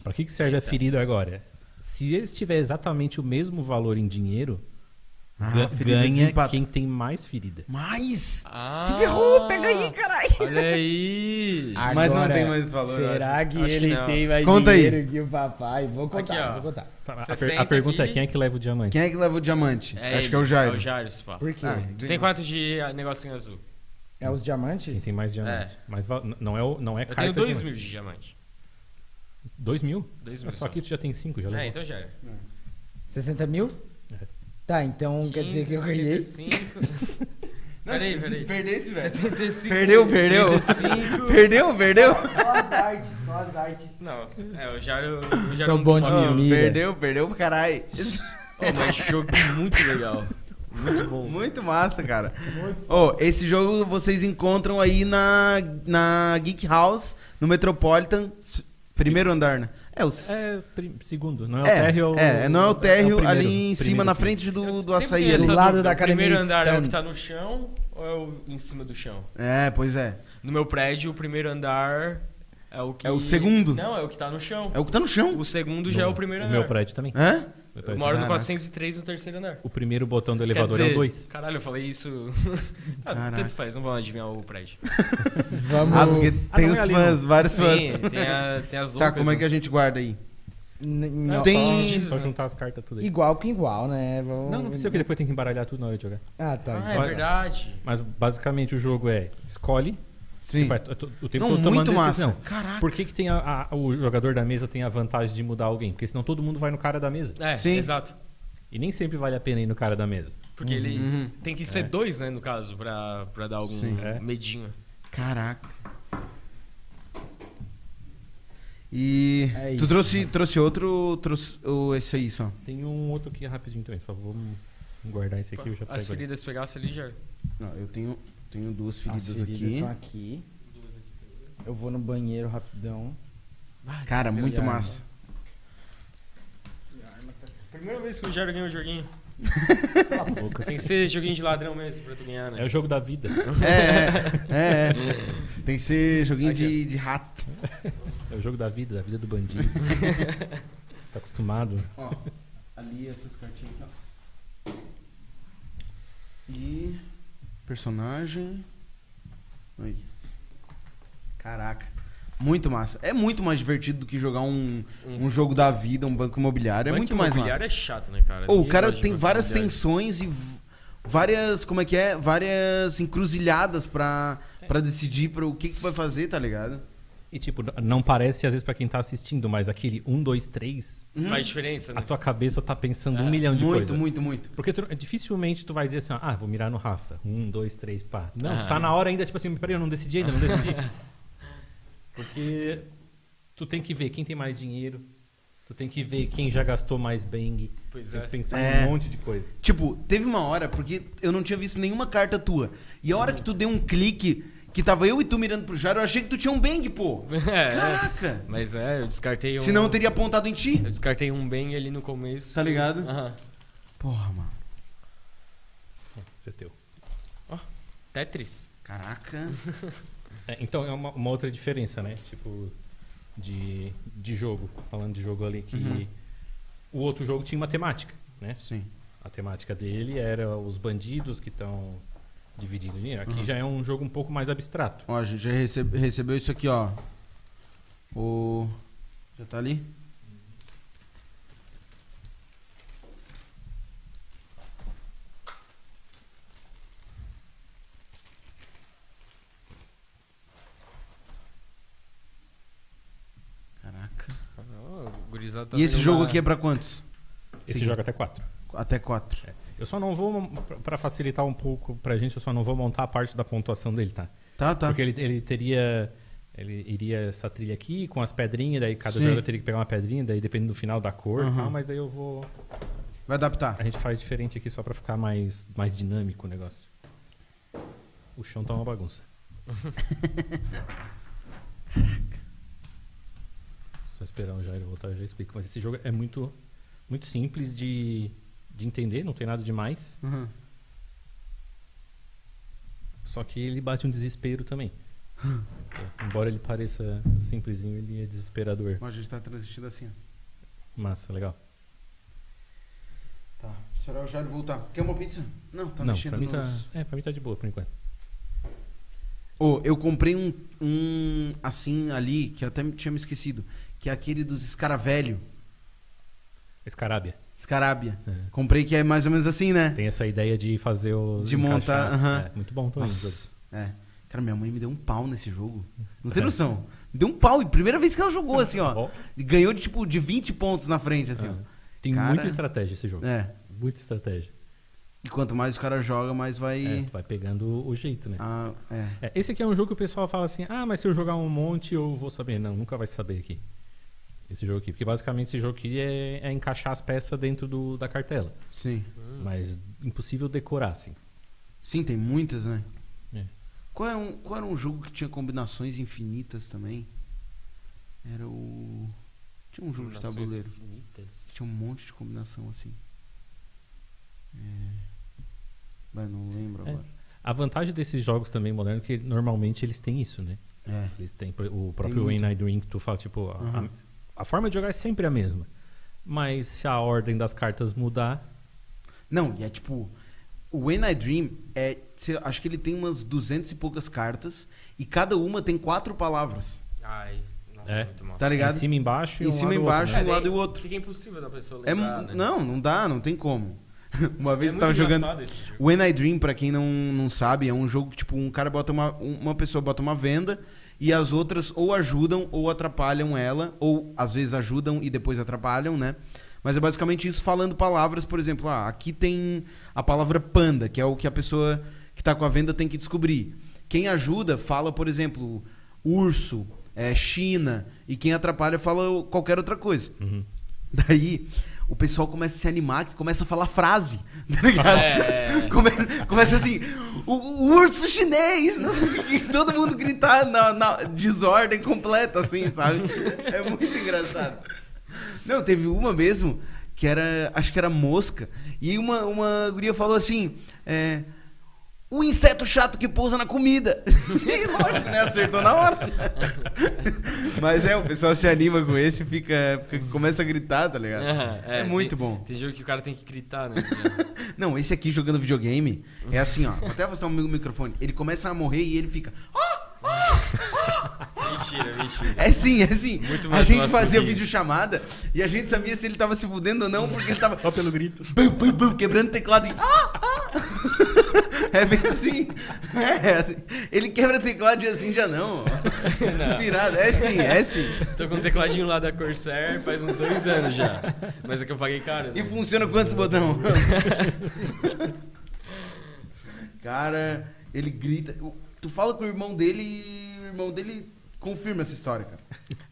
S3: Pra que, que serve a ferida agora? Se ele tiver exatamente o mesmo valor em dinheiro,
S1: Ah,
S3: ga-
S1: ferida
S3: ganha
S1: desempata.
S3: quem tem mais ferida.
S1: Mais!
S5: Ah,
S7: Se ferrou! Pega aí, caralho!
S5: Olha aí.
S1: Mas não tem mais valor, eu
S4: Será que
S5: Acho que
S4: ele
S5: não.
S4: tem mais
S1: Conta aí.
S4: dinheiro que o papai? Vou contar,
S5: Aqui, ó.
S4: vou contar.
S3: Tá, a,
S5: 60
S3: per- a pergunta é
S5: aqui.
S3: quem é que leva o diamante?
S1: Quem é que leva o diamante? Acho
S5: ele,
S1: que é o Jairo.
S5: É o Jairo, esse papo.
S4: Por quê?
S1: Ah,
S5: Tu tem quatro de ah, negocinho azul.
S4: É os
S3: Quem
S4: diamantes?
S3: tem mais diamante. Mas val- n- não é, o- não é
S5: Eu
S3: carta
S5: tenho dois
S3: diamante.
S5: mil de diamante.
S3: Dois mil?
S5: Dois
S3: Ah,
S5: mil.
S3: Só que tu já tem cinco,
S1: tá
S3: já
S5: É,
S3: levou.
S5: então Jairo.
S4: 60 mil?
S3: É.
S4: Tá, então quer dizer que eu ganhei.
S5: 75. Peraí, peraí.
S1: Perdeu esse, velho.
S5: 75.
S1: Perdeu, perdeu.
S5: 35.
S1: Perdeu, perdeu.
S4: Só as artes, só as artes.
S5: Não, é, o Jairo. o Jairo
S4: Sou
S5: é um
S4: bom de
S5: bom-
S4: família.
S1: Perdeu, perdeu pra caralho.
S5: Ó, mas jogo muito legal. Muito bom.
S1: Muito massa, cara. Ô, esse jogo vocês encontram aí na, na Geek House, no Metropolitan, s- primeiro andar, né? É, o s-
S3: É, prim- segundo, não é o
S1: é,
S3: térreo. o-
S1: é, não é o térreo
S3: primeiro,
S1: ali em cima,
S3: primeiro
S1: na
S3: aqui.
S1: frente do, do
S5: Sempre
S1: açaí
S5: tem
S1: ali.
S5: essa
S4: lado
S5: dúvida,
S4: da
S5: o primeiro
S4: academia
S5: andar é o que
S4: Stone.
S5: tá no chão ou é o em cima do chão?
S1: É, pois é.
S5: No meu prédio, o primeiro andar é o que.
S1: É o segundo?
S5: Não, é o que tá no chão.
S1: É o que tá no chão.
S5: O segundo já é o primeiro
S3: O
S5: andar.
S3: meu prédio também.
S1: Hã?
S3: Meu
S5: Eu
S3: prédio.
S5: moro
S1: Caraca.
S5: no 403 no terceiro andar.
S3: O primeiro botão do
S5: Quer
S3: elevador é
S5: dizer,
S3: o 2.
S5: Caralho, eu falei isso. Ah,
S1: Caraca.
S5: tanto faz, não vão adivinhar o prédio.
S4: Vamos.
S1: Ah, porque tem
S3: não
S1: os
S3: é ali,
S1: fãs, vários
S5: Sim,
S1: fãs.
S5: tem, a- tem as
S1: Tá,
S5: loucas.
S1: como é que a gente guarda aí?
S4: N- n-
S1: Tem-
S3: Só
S5: né?
S3: juntar as cartas tudo aí.
S4: Igual que igual, né? Vamos...
S3: Não, não precisa, porque depois tem que embaralhar tudo na hora de jogar.
S4: Ah, tá.
S5: Ah,
S4: então
S5: é
S4: tá.
S5: verdade.
S3: Mas basicamente o jogo é escolhe.
S1: Sim.
S3: Tipo, é to- to- o tempo
S1: Não,
S3: todo tomando
S1: muito massa.
S3: decisão.
S1: Caraca.
S3: Por que, que tem a- a- o jogador da mesa tem a vantagem de mudar alguém? Porque senão todo mundo vai no cara da mesa.
S5: É,
S1: Sim.
S5: exato.
S3: E nem sempre vale a pena ir no cara da mesa.
S5: Porque ele
S1: Uhum.
S5: tem que ser dois, né, no caso, pra, pra dar algum
S1: Sim.
S3: É.
S5: medinho.
S1: Caraca. E
S4: É
S1: tu
S4: isso,
S1: trouxe, trouxe outro, trouxe o- esse aí só.
S3: Tem um outro aqui rapidinho também, só vou guardar esse aqui. Eu já pego
S5: As
S3: ali.
S5: feridas pegasse ali já.
S1: Não, eu tenho, tenho duas
S4: As
S1: feridas,
S4: feridas
S1: aqui.
S4: tá, estão aqui. Eu vou no banheiro rapidão.
S1: Cara, muito massa.
S5: Primeira vez que eu já joguei um joguinho. Tem que ser joguinho de ladrão mesmo pra tu ganhar,
S3: É o
S5: né?
S3: jogo da vida.
S1: É, é, é, é. Tem que ser joguinho de, de rato.
S3: É o jogo da vida, da vida do bandido. tá acostumado.
S1: Ó, ali essas cartinhas aqui, ó. E. Personagem. Aí. Caraca. Muito massa. É muito mais divertido do que jogar um, um jogo da vida, um banco imobiliário. é
S5: Banco
S1: muito mais massa.
S5: imobiliário é chato, né, cara?
S1: Ou o
S5: Ninguém
S1: cara
S5: gosta de
S1: tem
S5: banco
S1: várias
S5: imobiliário.
S1: tensões e v- várias, como é que é? Várias encruzilhadas pra,
S5: É.
S1: pra decidir pro o que que vai fazer, tá ligado?
S3: E tipo, n- não parece às vezes pra quem tá assistindo, mas aquele 1, 2, 3,
S5: Faz diferença, né?
S3: a tua cabeça tá pensando um milhão de
S1: muito,
S3: coisas.
S1: muito, muito.
S3: Porque tu- dificilmente tu vai dizer assim, ó, ah, vou mirar no Rafa. Um, dois, três, pá. Não,
S5: Ah.
S3: tu tá na hora ainda, tipo assim, peraí, eu não decidi ainda, não decidi. Porque tu tem que ver quem tem mais dinheiro, tu tem que ver quem já gastou mais bang,
S5: Pois
S3: tem
S5: é.
S3: que pensar
S1: É.
S3: em um monte de coisa.
S1: Tipo, teve uma hora, porque eu não tinha visto nenhuma carta tua. E a hora que tu deu um clique, que tava eu e tu mirando pro Jairo, eu achei que tu tinha um bang, pô.
S5: É, é.
S1: Caraca!
S5: Mas é, eu descartei um.
S1: Senão eu teria apontado em ti.
S5: Eu descartei um bem ali no começo.
S1: Tá ligado?
S5: Aham.
S1: Porra, mano.
S3: Isso é teu.
S5: Tetris.
S1: Caraca.
S3: É, então é uma, uma outra diferença, né? Tipo, de, de jogo. Falando de jogo ali, que
S1: Uhum.
S3: o outro jogo tinha uma temática, né?
S1: Sim.
S3: A temática dele era os bandidos que estão dividindo dinheiro.
S1: Uhum.
S3: Aqui já é um jogo um pouco mais abstrato.
S1: Ó, a gente já recebe- recebeu isso aqui, ó. O. Já tá ali? Caraca.
S5: Oh, gurizada tá
S1: E esse
S5: vendo
S1: jogo
S5: uma-
S1: aqui é pra quantos?
S3: Esse
S1: Sim.
S3: joga até quatro. É.
S1: Até quatro.
S3: Eu só não vou, para facilitar um pouco pra gente, eu só não vou montar a parte da pontuação dele, tá?
S1: Tá, tá.
S3: Porque ele, ele teria. Ele iria essa trilha aqui com as pedrinhas, daí cada
S1: Sim.
S3: jogador teria que pegar uma pedrinha, daí dependendo do final da cor e
S1: Uhum.
S3: tal, mas daí eu vou.
S1: Vai adaptar.
S3: A gente faz diferente aqui só pra ficar mais, mais dinâmico o negócio. O chão tá uma bagunça. Só esperar o Jair voltar, eu já explico. Mas esse jogo é muito, muito simples de, de entender, não tem nada demais.
S1: Uhum.
S3: Só que ele bate um desespero também. É, Embora ele pareça simplesinho, ele é desesperador.
S1: Ó, a gente tá transistindo assim, ó.
S3: Massa, legal.
S1: Tá. Esperar o Jairo voltar. Quer uma pizza? Não, tá
S3: não,
S1: mexendo
S3: pra mim tá,
S1: nos-
S3: é, pra mim tá de boa por enquanto.
S1: Ô, eu comprei um, um assim ali, que eu até me- tinha me esquecido, que é aquele dos escaravelho,
S3: Escarábia.
S1: escarábia.
S3: É.
S1: Comprei que é mais ou menos assim, né?
S3: Tem essa ideia de fazer o.
S1: De montar, aham.
S3: É, muito bom também.
S1: Nossa, é. Cara, minha mãe me deu um pau nesse jogo. Não tem noção. Me deu um pau, e primeira vez que ela jogou assim, ó.
S3: Tá Bom. Ah,
S1: Ganhou de tipo de 20 pontos na frente assim, ó.
S3: Tem
S1: Cara.
S3: muita estratégia esse jogo.
S1: É.
S3: Muita estratégia.
S1: E quanto mais o cara joga, mais vai
S3: É, tu vai pegando o jeito, né?
S1: Ah, é.
S3: É, esse aqui é um jogo que o pessoal fala assim: ah, mas se eu jogar um monte eu vou saber. Não, nunca vai saber aqui. Esse jogo aqui. Porque basicamente esse jogo aqui é, é encaixar as peças dentro do- da cartela.
S1: Sim.
S5: Hum,
S3: Mas impossível decorar, assim.
S1: Sim, tem muitas, né?
S3: É.
S1: Qual, é um, qual era um jogo que tinha combinações infinitas também? Era o. Tinha um jogo de tabuleiro. que Tinha um monte de combinação assim. É. Vai, não lembro
S3: É.
S1: agora.
S3: A vantagem desses jogos também modernos é que normalmente eles têm isso, né?
S1: É.
S3: Eles têm por- o próprio
S1: muito.
S3: Wayne I Drink, tu fala, tipo, a, a-
S1: Uhum.
S3: a forma de jogar é sempre a mesma. Mas se a ordem das cartas mudar,
S1: Não, e é tipo. O When I Dream é. sei lá, acho que ele tem umas duzentas e poucas cartas. E cada uma tem quatro palavras.
S5: Ai, nossa,
S3: É.
S5: muito massa.
S1: Tá ligado?
S3: em cima e embaixo e
S1: Em
S3: um
S1: cima
S3: lado
S1: e
S3: e outro,
S1: embaixo.
S3: né?
S1: um lado
S5: daí
S1: e o outro.
S5: Fica impossível da pessoa
S1: É,
S5: lembrar,
S1: mu-
S5: né?
S1: Não, não dá, não tem como. Uma
S5: É
S1: vez eu
S5: muito
S1: tava jogando.
S5: engraçado esse jogo.
S1: When I Dream, pra quem não, não sabe, é um jogo que, tipo, um cara bota uma. um- Uma pessoa bota uma venda e as outras ou ajudam ou atrapalham ela, ou às vezes ajudam e depois atrapalham, né? Mas é basicamente isso falando palavras, por exemplo, ah, aqui tem a palavra panda, que é o que a pessoa que tá com a venda tem que descobrir. Quem ajuda fala, por exemplo, urso, é, China, e quem atrapalha fala qualquer outra coisa. Daí o pessoal começa a se animar, que começa a falar frase, tá ligado? Come- começa assim, o, o urso chinês, não sei o quê, todo mundo gritar na, na desordem completa, assim, sabe? É muito engraçado. Não, teve uma mesmo, que era, acho que era mosca, e uma, uma guria falou assim, é, o inseto chato que pousa na comida. E lógico, né? Acertou na hora. Mas é, o pessoal se anima com esse e fica, fica- começa a gritar, tá ligado?
S5: Aham,
S1: É muito
S5: tem-
S1: bom.
S5: Tem jogo que o cara tem que gritar, né?
S1: Não, esse aqui jogando videogame é assim, ó. Vou até afastar o meu microfone. Ele começa a morrer e ele fica.
S5: mentira, mentira.
S1: É sim, é sim.
S5: Muito
S1: a
S5: mais
S1: gente
S5: fácil
S1: fazia
S5: do que isso.
S1: videochamada e a gente sabia se ele tava se fudendo ou não, porque ele tava
S2: Só pelo grito.
S1: bum, bum, bum, quebrando o teclado e. Ah, ah. É bem assim. É, é assim. Ele quebra o teclado e assim já não. não. Pirada. É sim, é sim.
S5: Tô com um tecladinho lá da Corsair faz uns dois anos já. Mas é que eu paguei caro.
S1: E
S5: Né?
S1: funciona quantos botão? cara, ele grita. Tu fala com o irmão dele e o irmão dele confirma essa história, cara.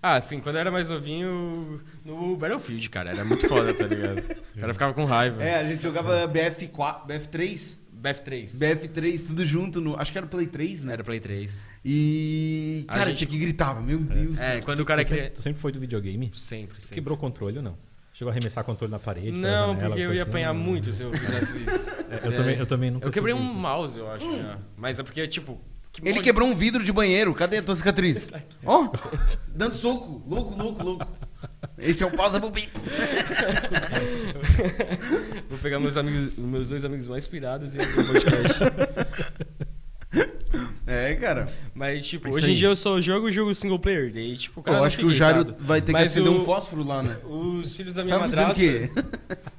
S5: Ah, sim, quando eu era mais novinho, no Battlefield, cara, era muito foda, tá ligado? O cara ficava com raiva.
S1: É, a gente jogava BF4, BF3,
S5: BF3.
S1: BF3, tudo junto no, acho que era Play 3, né?
S5: Era Play 3.
S1: E
S5: A
S1: cara,
S5: gente-
S1: esse aqui gritava, meu Deus.
S5: É, quando o cara
S3: tu, sempre,
S5: queria.
S3: tu sempre foi do videogame?
S5: Sempre, sempre.
S3: Quebrou o controle ou não? Chegou a arremessar controle na parede? pela
S5: Não,
S3: janela,
S5: porque eu
S3: coisa
S5: ia
S3: assim?
S5: apanhar muito se eu fizesse isso.
S3: É, eu também- eu também nunca
S5: Eu quebrei
S3: fiz
S5: um
S3: isso. Hum.
S5: mouse, eu acho, já. Mas é porque, tipo. que
S1: Ele
S5: monte-
S1: quebrou um vidro de banheiro. Cadê a tua cicatriz?
S5: Tá
S1: Ó, dando soco, louco, louco, louco. Esse é o pausa bobito.
S5: Vou pegar meus, amigos, meus dois amigos mais pirados e abrir um podcast.
S1: É, cara.
S5: Mas, tipo,
S1: Isso
S5: hoje
S1: aí.
S5: em dia eu só jogo jogo single player. Daí, tipo, o cara.
S1: eu
S5: não
S1: acho que o
S5: fica
S1: Jairo
S5: irritado.
S1: vai ter que
S5: Mas
S1: acender
S5: o-
S1: um fósforo lá, né?
S5: Os filhos da minha
S1: Tá fazendo o
S5: madrasta.
S1: quê?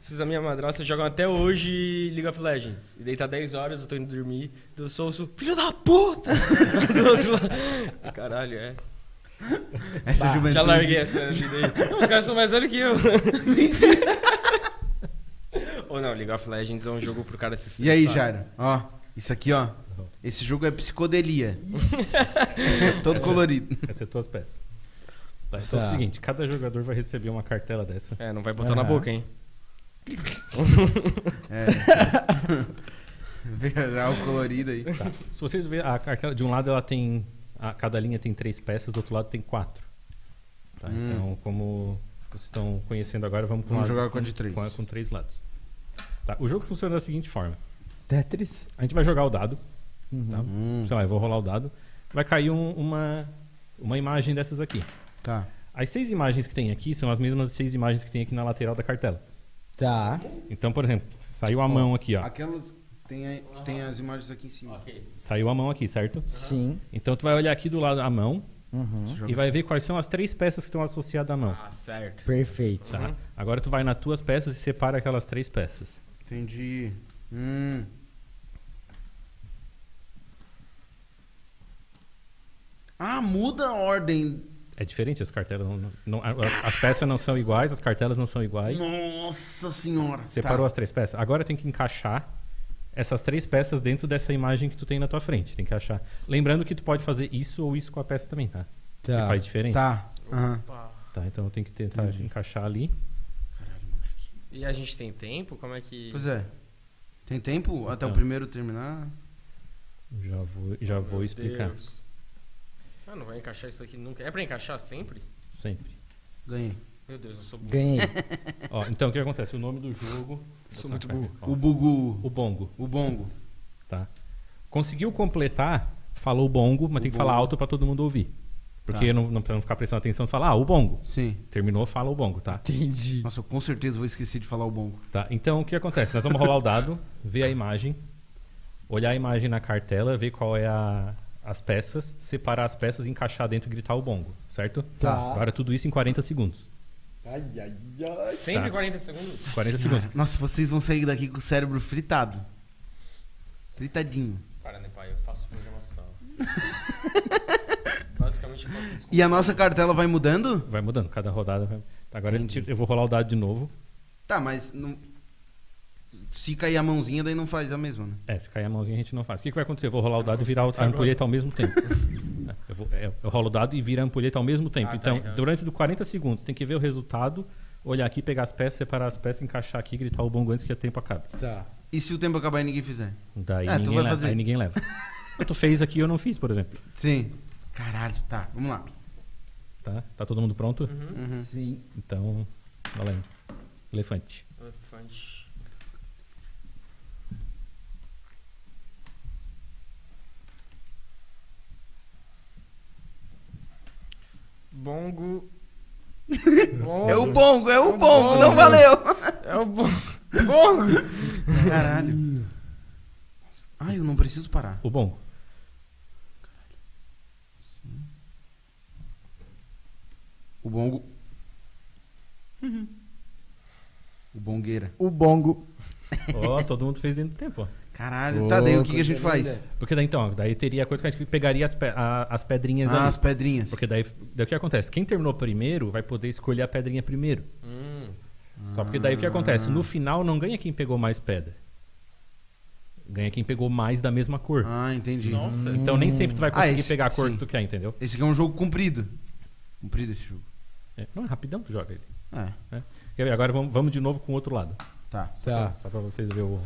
S5: Os filhos da minha madrasta jogam até hoje League of Legends. E daí tá 10 horas, eu tô indo dormir. Eu sou ouço, filho da puta! Do outro lado. Caralho, é.
S1: Essa juventude.
S5: Já larguei essa vida aí. Não, os caras são mais velhos que eu. Ou não, League of Legends é um jogo pro cara se
S1: E aí,
S5: estressar.
S1: Jairo? Ó, isso aqui, ó. Esse jogo é psicodelia. É Todo colorido.
S3: Essas são tuas peças. Tá, então é
S6: Tá.
S3: o seguinte, cada jogador vai receber uma cartela dessa.
S5: É, não vai botar na
S1: Ah.
S6: Aham.
S5: boca, hein?
S1: É. Veja já o É. colorido aí.
S3: Tá. Se vocês verem, a cartela, de um lado ela tem. A, cada linha tem três peças, do outro lado tem quatro. Tá,
S1: Hum.
S3: Então, como vocês estão conhecendo agora, vamos,
S1: Vamos
S3: lado-
S1: jogar com a de três.
S3: Com, com três lados. Tá, o jogo funciona da seguinte forma:
S6: Tetris?
S3: a gente vai jogar o dado, tá?
S1: Hum,
S3: sei lá, eu vou rolar o dado, vai cair um- uma, uma imagem dessas aqui.
S1: tá.
S3: As seis imagens que tem aqui são as mesmas seis imagens que tem aqui na lateral da cartela.
S4: Tá.
S3: Então, por exemplo, saiu a mão aqui,
S5: Tá.
S3: ó.
S1: Aquelas tem, aí- tem as imagens aqui em cima.
S3: Saiu a mão aqui, certo?
S4: Sim.
S3: Então tu vai olhar aqui do lado a mão
S1: Você
S4: Uhum.
S1: joga
S3: e vai ver quais são as três peças que estão associadas à mão.
S5: Ah, uhum. certo.
S4: Perfeito.
S3: Tá? Agora tu vai nas tuas peças e separa aquelas três peças.
S1: assim. Entendi. Hum. Ah, muda a ordem.
S3: É diferente as cartelas. Não, não- as, as peças não são iguais, as cartelas não são iguais.
S1: Nossa senhora.
S3: Separou
S1: tá.
S3: as três peças. Agora tem que encaixar essas três peças dentro dessa imagem que tu tem na tua frente. Tem que achar. Lembrando que tu pode fazer isso ou isso com a peça também, tá? Que
S4: Tá.
S3: faz diferença.
S1: Tá. Aham.
S3: Tá, então eu tenho que tentar encaixar ali.
S5: E a gente tem tempo? Como é que.
S1: Pois é. Tem tempo até o
S3: Então.
S1: primeiro terminar?
S3: Já vou, já vou explicar.
S5: Oh, Deus. Ah, não vai encaixar isso aqui nunca. É pra encaixar sempre?
S3: Sempre.
S1: Ganhei.
S5: Meu Deus, eu sou burro.
S4: Ganhei.
S3: Ó, então o que acontece? O nome do jogo.
S5: Sou
S3: Tá,
S5: muito
S3: tá,
S5: burro.
S3: ó,
S1: O Bugu.
S3: o bongo.
S1: O Bongo.
S3: Tá. Conseguiu completar, falou bongo, mas tem que falar alto pra todo mundo ouvir. Porque não, não, pra não ficar prestando atenção, fala, ah, o bongo.
S1: Sim.
S3: Terminou, fala o bongo, tá?
S4: Entendi.
S1: Nossa, eu com certeza vou esquecer de falar o Bongo.
S3: tá? Então o que acontece? Nós vamos rolar o dado, ver a imagem, olhar a imagem na cartela, ver qual é a, as peças, separar as peças, encaixar dentro e gritar o bongo, certo?
S4: Tá.
S3: Agora tudo isso em 40 segundos.
S5: Sempre
S3: Tá.
S5: 40 segundos?
S3: 40 segundos.
S1: Nossa, vocês vão sair daqui com o cérebro fritado. Fritadinho.
S5: Para, né, pai? Eu faço programação. Basicamente, eu faço isso.
S1: E a nossa cartela vai mudando?
S3: Vai mudando, cada rodada vai. Tá, Agora eu,
S1: Entendi.
S3: tiro- eu vou rolar o dado de novo.
S1: Tá, mas não... se cair a mãozinha, daí não faz a mesma, né?
S3: É, se cair a mãozinha a gente não faz. O que, que vai acontecer? Eu vou rolar o dado e virar a ampulheta ao mesmo tempo. É, eu, vou- é, eu rolo o dado e vira a ampulheta ao mesmo tempo.
S5: Ah, tá,
S3: então,
S5: então.
S3: durante os 40 segundos, tem que ver o resultado, olhar aqui, pegar as peças, separar as peças, encaixar aqui e gritar o bongo antes que o tempo acabe.
S4: Tá.
S1: E se o tempo acabar e ninguém fizer?
S3: Daí,
S1: É, tu
S3: ninguém,
S1: vai
S3: leva,
S1: fazer.
S3: aí ninguém leva. tu fez aqui eu não fiz, por exemplo.
S1: Sim. Caralho, tá, vamos lá.
S3: Tá, tá todo mundo pronto?
S5: Uhum.
S1: Uhum.
S4: Sim.
S3: Então, valendo. Elefante.
S5: Elefante. Bongo. Bongo.
S7: É o bongo, é o
S5: o
S7: bongo, não
S5: bongo.
S7: valeu.
S5: É o bongo. Bongo!
S1: Caralho. Ai, eu não preciso parar.
S3: O bongo.
S1: O bongo.
S5: Uhum.
S1: O bongueira.
S4: O bongo.
S3: Ó, todo mundo fez dentro do tempo, ó.
S1: Caralho, tá, daí o que, que a gente faz?
S3: Porque daí então, ó, daí teria a coisa que a gente pegaria as, pe- a- as pedrinhas
S1: Ah,
S3: ali.
S1: as pedrinhas.
S3: Porque daí, daí o que acontece? Quem terminou primeiro vai poder escolher a pedrinha primeiro.
S5: Hum.
S3: Só porque daí o que acontece?
S1: Ah.
S3: No final não ganha quem pegou mais pedra. Ganha quem pegou mais da mesma cor.
S1: Ah, entendi.
S5: Nossa.
S3: Então nem sempre tu vai conseguir
S1: esse-
S3: pegar a cor
S1: sim.
S3: que tu quer, entendeu?
S1: Esse aqui é um jogo comprido. Comprido esse jogo.
S3: É, não é rapidão tu joga ele.
S1: É,
S3: né? Quer ver? Agora vamos, vamos de novo com o outro lado.
S1: tá.
S4: Tá.
S3: Só pra vocês verem o.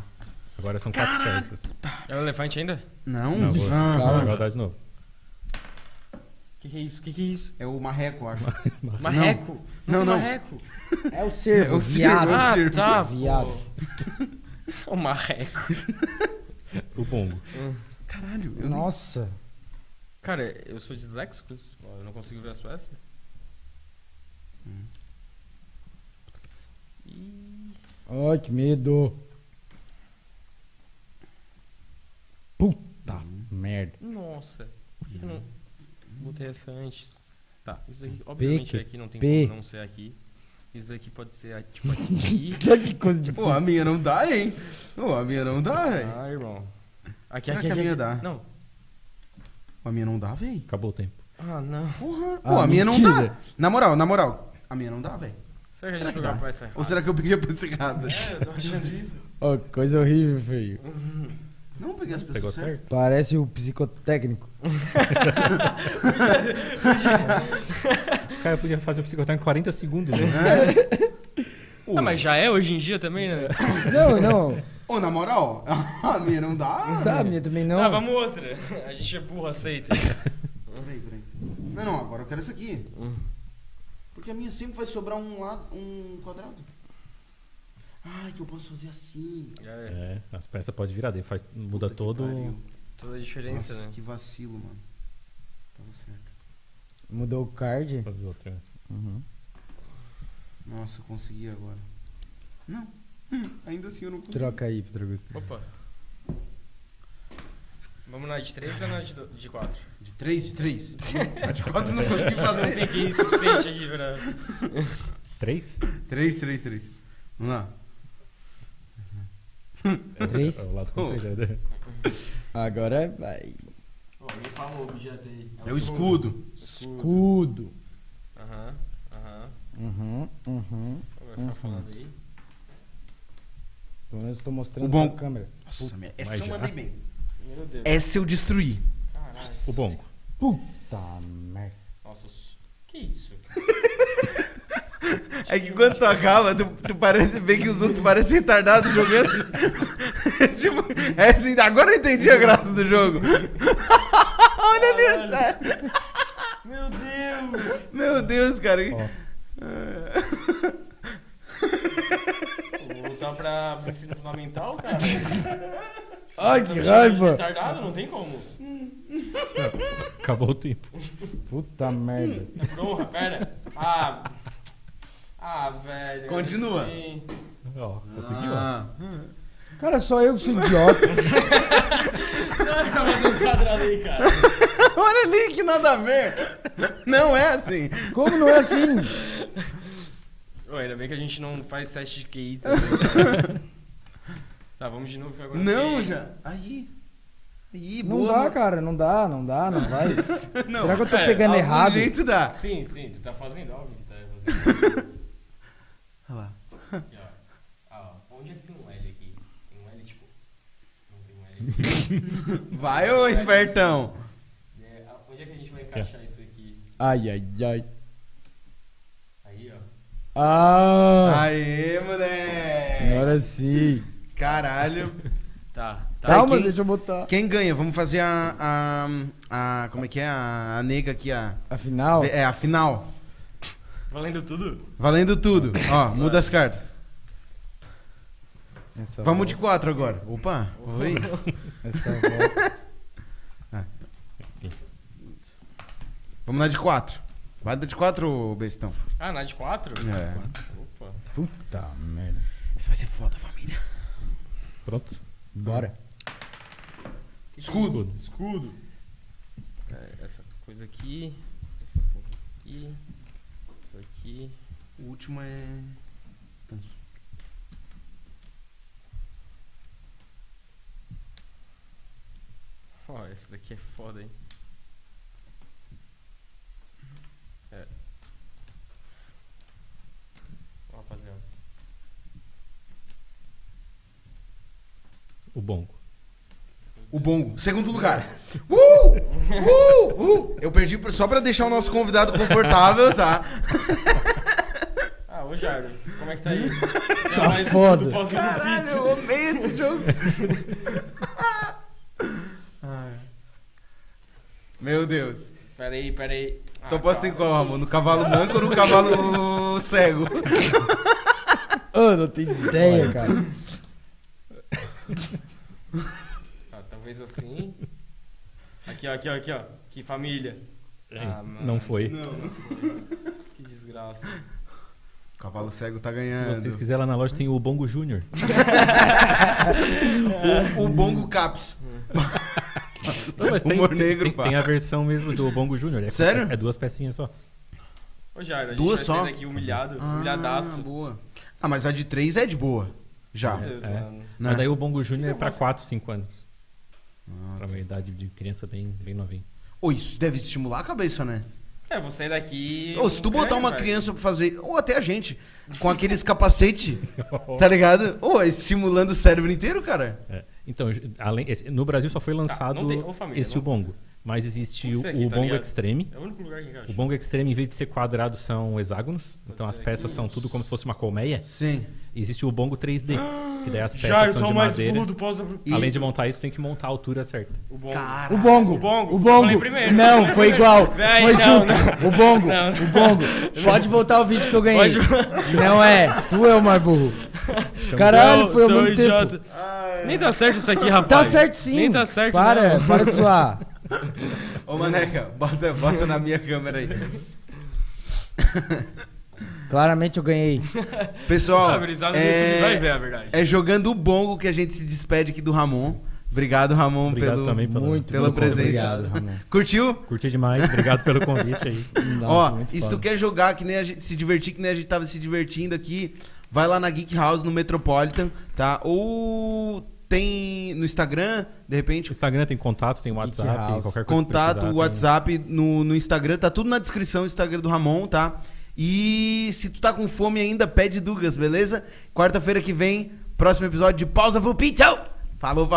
S3: Agora são quatro peças.
S5: É o elefante ainda?
S1: Não,
S3: Não, vou,
S1: Ah,
S3: vou agora dar de novo.
S5: Que que é isso? Que que é isso?
S1: É o marreco, eu acho.
S5: Marreco?
S1: Não,
S5: tem
S1: não.
S5: Marreco?
S4: É o cervo,
S1: É o
S4: viado.
S1: cervo, é o
S5: Ah,
S1: cervo.
S5: tá. pô.
S4: Viado.
S5: O marreco.
S3: O bongo.
S1: Caralho, eu não.
S4: Nossa.
S5: Cara, eu sou disléxico. Eu não consigo ver as peças.
S1: Hum.
S4: Ai, que medo. Puta merda.
S5: Nossa. Por que, que eu não botei essa antes? Tá. Isso aqui,
S4: que
S5: obviamente, aqui não tem
S4: P.
S5: como não ser aqui. Isso aqui pode ser a- tipo aqui.
S4: que coisa
S1: Pô, a minha não dá, hein? Pô, a minha não dá, velho.
S5: ah, irmão. Aqui,
S1: Será
S5: aqui,
S1: que a
S5: aqui,
S1: minha
S5: aqui.
S1: dá?
S5: Não.
S1: A minha não dá, velho.
S3: Acabou o tempo.
S5: Ah, não.
S1: Porra. Pô,
S4: Ah,
S1: a minha não dá.
S4: mentira.
S1: Na moral, na moral. A minha não dá, velho.
S5: Será que
S1: Será
S5: a gente
S1: que
S5: pegou
S1: dá?
S5: a peça
S1: Ou
S5: errada?
S1: será que eu peguei a peça errada?
S5: É, eu tô achando isso.
S4: Ó, coisa horrível, feio.
S1: Não peguei as pessoas.
S3: Pegou
S1: certas.
S3: certo?
S4: Parece o psicotécnico.
S3: Cara, eu podia fazer o psicotécnico em 40 segundos. Né?
S5: Ah, mas já é hoje em dia também, né?
S4: Não, não.
S1: Ô, na moral, a minha não dá.
S4: Tá, a minha também não.
S5: Tá, vamos outra. A gente é burro, aceita.
S1: Peraí, peraí. Não, não, agora eu quero essa aqui. Porque a minha sempre vai sobrar um lado, um quadrado. Ai, que eu posso fazer assim.
S5: Já é.
S3: É, as peças podem virar, daí faz, muda
S1: Puta que
S3: todo.
S1: pariu.
S5: Toda a diferença,
S1: Nossa,
S5: né?
S1: que vacilo, mano. Tava certo.
S4: Mudou o card. Uhum.
S3: Fazer outra. né?
S1: Nossa, eu consegui agora. Não. Hum, ainda assim eu não consegui.
S4: Troca aí, Pedro Augusto.
S5: Opa. Vamos na de 3 ou na de, do... de 4?
S1: De 3, de 3. De 4 não consegui
S5: Não
S1: fazer.
S5: peguei suficiente aqui pra...
S3: Três?
S1: 3, 3, 3. Vamos lá.
S4: Três?
S3: É o lado com três. é.
S4: Agora vai.
S5: Ô, me fala o objeto aí. um
S1: É o escudo.
S4: Escudo.
S5: Aham, aham.
S4: Uhum, uhum.
S5: Vai ficar tá falando aí.
S4: Pelo menos eu tô mostrando
S1: O bom-
S4: pra câmera.
S1: Nossa, minha- essa
S3: Mas
S1: eu
S3: já?
S1: mandei bem.
S5: Meu Deus.
S1: Essa eu destruí.
S5: Caralho.
S3: O bongo.
S4: Puta merda.
S5: Nossa, eu sou- Que isso?
S6: É que quando tu acaba, tu, tu parece ver que os outros parecem retardados jogando. tipo, é assim, agora eu entendi a graça do jogo. Olha ali.
S5: Meu Deus!
S6: Meu Deus, cara.
S5: Vou voltar pra pro ensino fundamental, cara.
S4: Ai, que raiva!
S5: Retardado, não tem como.
S3: Acabou o tempo.
S4: Puta merda.
S5: Bronca, perna. Ah. Ah, velho.
S6: Continua.
S5: Sim.
S3: Ó, conseguiu, ó.
S6: Ah.
S4: Cara, só eu que sou idiota.
S5: Tá fazendo um quadrado aí, cara.
S6: Olha ali que nada a ver. Não é assim.
S4: Como não é assim?
S5: Ô, ainda bem que a gente não faz teste de QI também, sabe? Tá, vamos de novo que agora.
S6: Não,
S5: tem-
S6: já. Aí. Aí,
S4: Não
S6: boa.
S4: dá, cara. Não dá, não dá, não vai.
S6: Não.
S4: Será que eu tô
S5: é,
S4: pegando
S6: Algum
S4: errado?
S6: jeito dá.
S5: Sim, sim, tu tá fazendo, óbvio que tá fazendo.
S6: Olha lá.
S5: Aqui, ó. Ah, ó. Onde é que tem um L aqui? Tem um L tipo. Não tem um L aqui.
S6: Vai, ô espertão.
S5: É, ah, onde é que a gente vai encaixar isso aqui?
S4: Ai, ai, ai.
S5: Aí, ó.
S4: Ah!
S6: Aê, moleque.
S4: Agora sim.
S6: Caralho.
S5: Tá, tá.
S4: Calma,
S6: quem-
S4: deixa eu botar.
S6: Quem ganha? Vamos fazer a. a, a como é que é? A, a nega aqui, a.
S4: Afinal,
S6: É, a final.
S5: Valendo tudo?
S6: Valendo tudo. Ó, muda as cartas.
S4: essa
S6: Vamos de
S4: volta-
S6: quatro agora. Opa. Oi.
S4: Essa volta.
S6: Vamos lá de quatro. Vai dar de quatro, ô bestão.
S5: Ah, na de 4?
S6: É.
S5: Opa.
S4: Puta merda.
S6: Isso vai ser foda, família.
S3: Pronto.
S4: Bora.
S6: Escudo.
S5: Escudo. É, essa coisa aqui. Essa porra aqui. Isso aqui.
S6: O último é.
S5: Ó, essa daqui é foda, hein? É. Ó, rapaziada.
S3: O bongo.
S6: O bongo. Segundo lugar. Uh! Uh! Uh! Eu perdi pra- só pra deixar o nosso convidado confortável, tá?
S5: Ah, ô Jairo, como é que tá isso?
S4: Tá foda.
S5: um
S6: Caralho, eu amei esse jogo. Meu Deus.
S5: Pera aí, pera aí.
S6: Então
S5: Ah,
S6: posso
S5: tá.
S6: ir qual, Ramon? No cavalo manco ou no cavalo cego?
S4: Ah, não tem ideia, cara.
S5: Tá, talvez assim. Aqui, ó, aqui, ó, aqui, ó. Que família. Ah, mano.
S3: É, não foi.
S5: Que desgraça.
S6: Cavalo cego tá
S3: Se
S6: ganhando.
S3: vocês quiserem lá na loja tem o Bongo Júnior.
S6: O, o bongo caps.
S3: Não, mas tem-
S6: Humor
S3: tem,
S6: negro,
S3: tem,
S6: pá.
S3: tem a versão mesmo do Bongo Júnior. É,
S6: Sério?
S3: É duas pecinhas só.
S5: Ô Jairo, a gente
S6: Duas
S5: vai
S6: só?
S5: saindo aqui humilhado,
S6: Ah,
S5: humilhadaço.
S6: boa. Ah, mas a de três é de boa. Já.
S5: Meu Deus,
S3: É.
S5: mano.
S6: né?
S3: Mas daí o Bongo Júnior é pra 4, 5 anos.
S5: Ah,
S3: pra uma idade de criança bem, bem novinha.
S6: Ô, isso deve estimular a cabeça, né?
S5: É, vou sair daqui.
S6: Ou se tu
S5: um
S6: botar
S5: crânio,
S6: uma
S5: velho.
S6: criança pra fazer, ou até a gente, com aqueles capacete, tá ligado? Ou é estimulando o cérebro inteiro, cara.
S3: É. Então, ju- além- esse- no Brasil só foi lançado
S5: Tá, não tem- ô, família,
S3: esse
S5: não-
S3: o Bongo. Mas existe
S5: Tem que
S3: o,
S5: ser aqui,
S3: o
S5: tá
S3: Bongo
S5: ligado?
S3: Extreme.
S5: É o único lugar que encaixa.
S3: O Bongo Extreme, em vez de ser quadrado, são hexágonos. então as
S5: ser
S3: peças
S5: aqui.
S3: são tudo como se fosse uma colmeia.
S6: Sim.
S3: E existe o Bongo 3D, que daí as peças
S5: Jairo,
S3: são de
S5: toma mais
S3: madeira.
S5: burro, pausa pro...
S6: E-
S3: Além de montar isso, tem que montar a altura certa.
S5: O bom.
S6: Cara.
S4: O bongo.
S5: O bongo.
S4: O
S5: Falei
S4: bongo.
S5: primeiro.
S4: Não,
S5: Falei
S4: foi
S5: primeiro.
S4: igual.
S5: Véi,
S4: foi
S5: não,
S4: junto. O bongo.
S5: Não.
S4: O bongo. Pode voltar o vídeo que eu ganhei. Não é. Tu é o mais burro. Caralho, foi ao
S5: Tão
S4: mesmo tempo.
S5: um idiota. Nem tá certo isso aqui, rapaz.
S4: Tá certo sim.
S5: Nem tá certo,
S4: Para,
S5: não.
S4: para de zoar.
S6: Ô, Maneca, bota, bota na minha câmera aí.
S4: Claramente eu ganhei.
S6: Pessoal,
S3: Tá
S5: A brisada Tá no YouTube vai ver
S6: é,
S5: a verdade.
S6: é jogando o bongo que a gente se despede aqui do Ramon. Obrigado, Ramon,
S3: Obrigado
S6: pelo...
S3: também pela,
S4: Muito
S6: pela
S4: muito
S6: presença.
S4: Obrigado, Ramon.
S6: Curtiu?
S3: Curti demais, obrigado pelo convite aí.
S4: Nossa,
S6: Ó,
S4: muito
S6: e se tu
S4: foda.
S6: quer jogar que nem a gente, se divertir que nem a gente tava se divertindo aqui, vai lá na Geek House, no Metropolitan, tá? Ou tem no Instagram, de
S3: O
S6: repente,
S3: Instagram tem contato, tem WhatsApp,
S4: Geek
S3: qualquer
S4: House.
S3: coisa. que
S6: é contato,
S3: precisar, tá, né? tem-
S6: WhatsApp no, no Instagram, tá tudo na descrição, o Instagram do Ramon, tá? E se tu tá com fome ainda, pede Dugas, beleza? Quarta-feira que vem, próximo episódio de Pausa pro Pizza! Falou,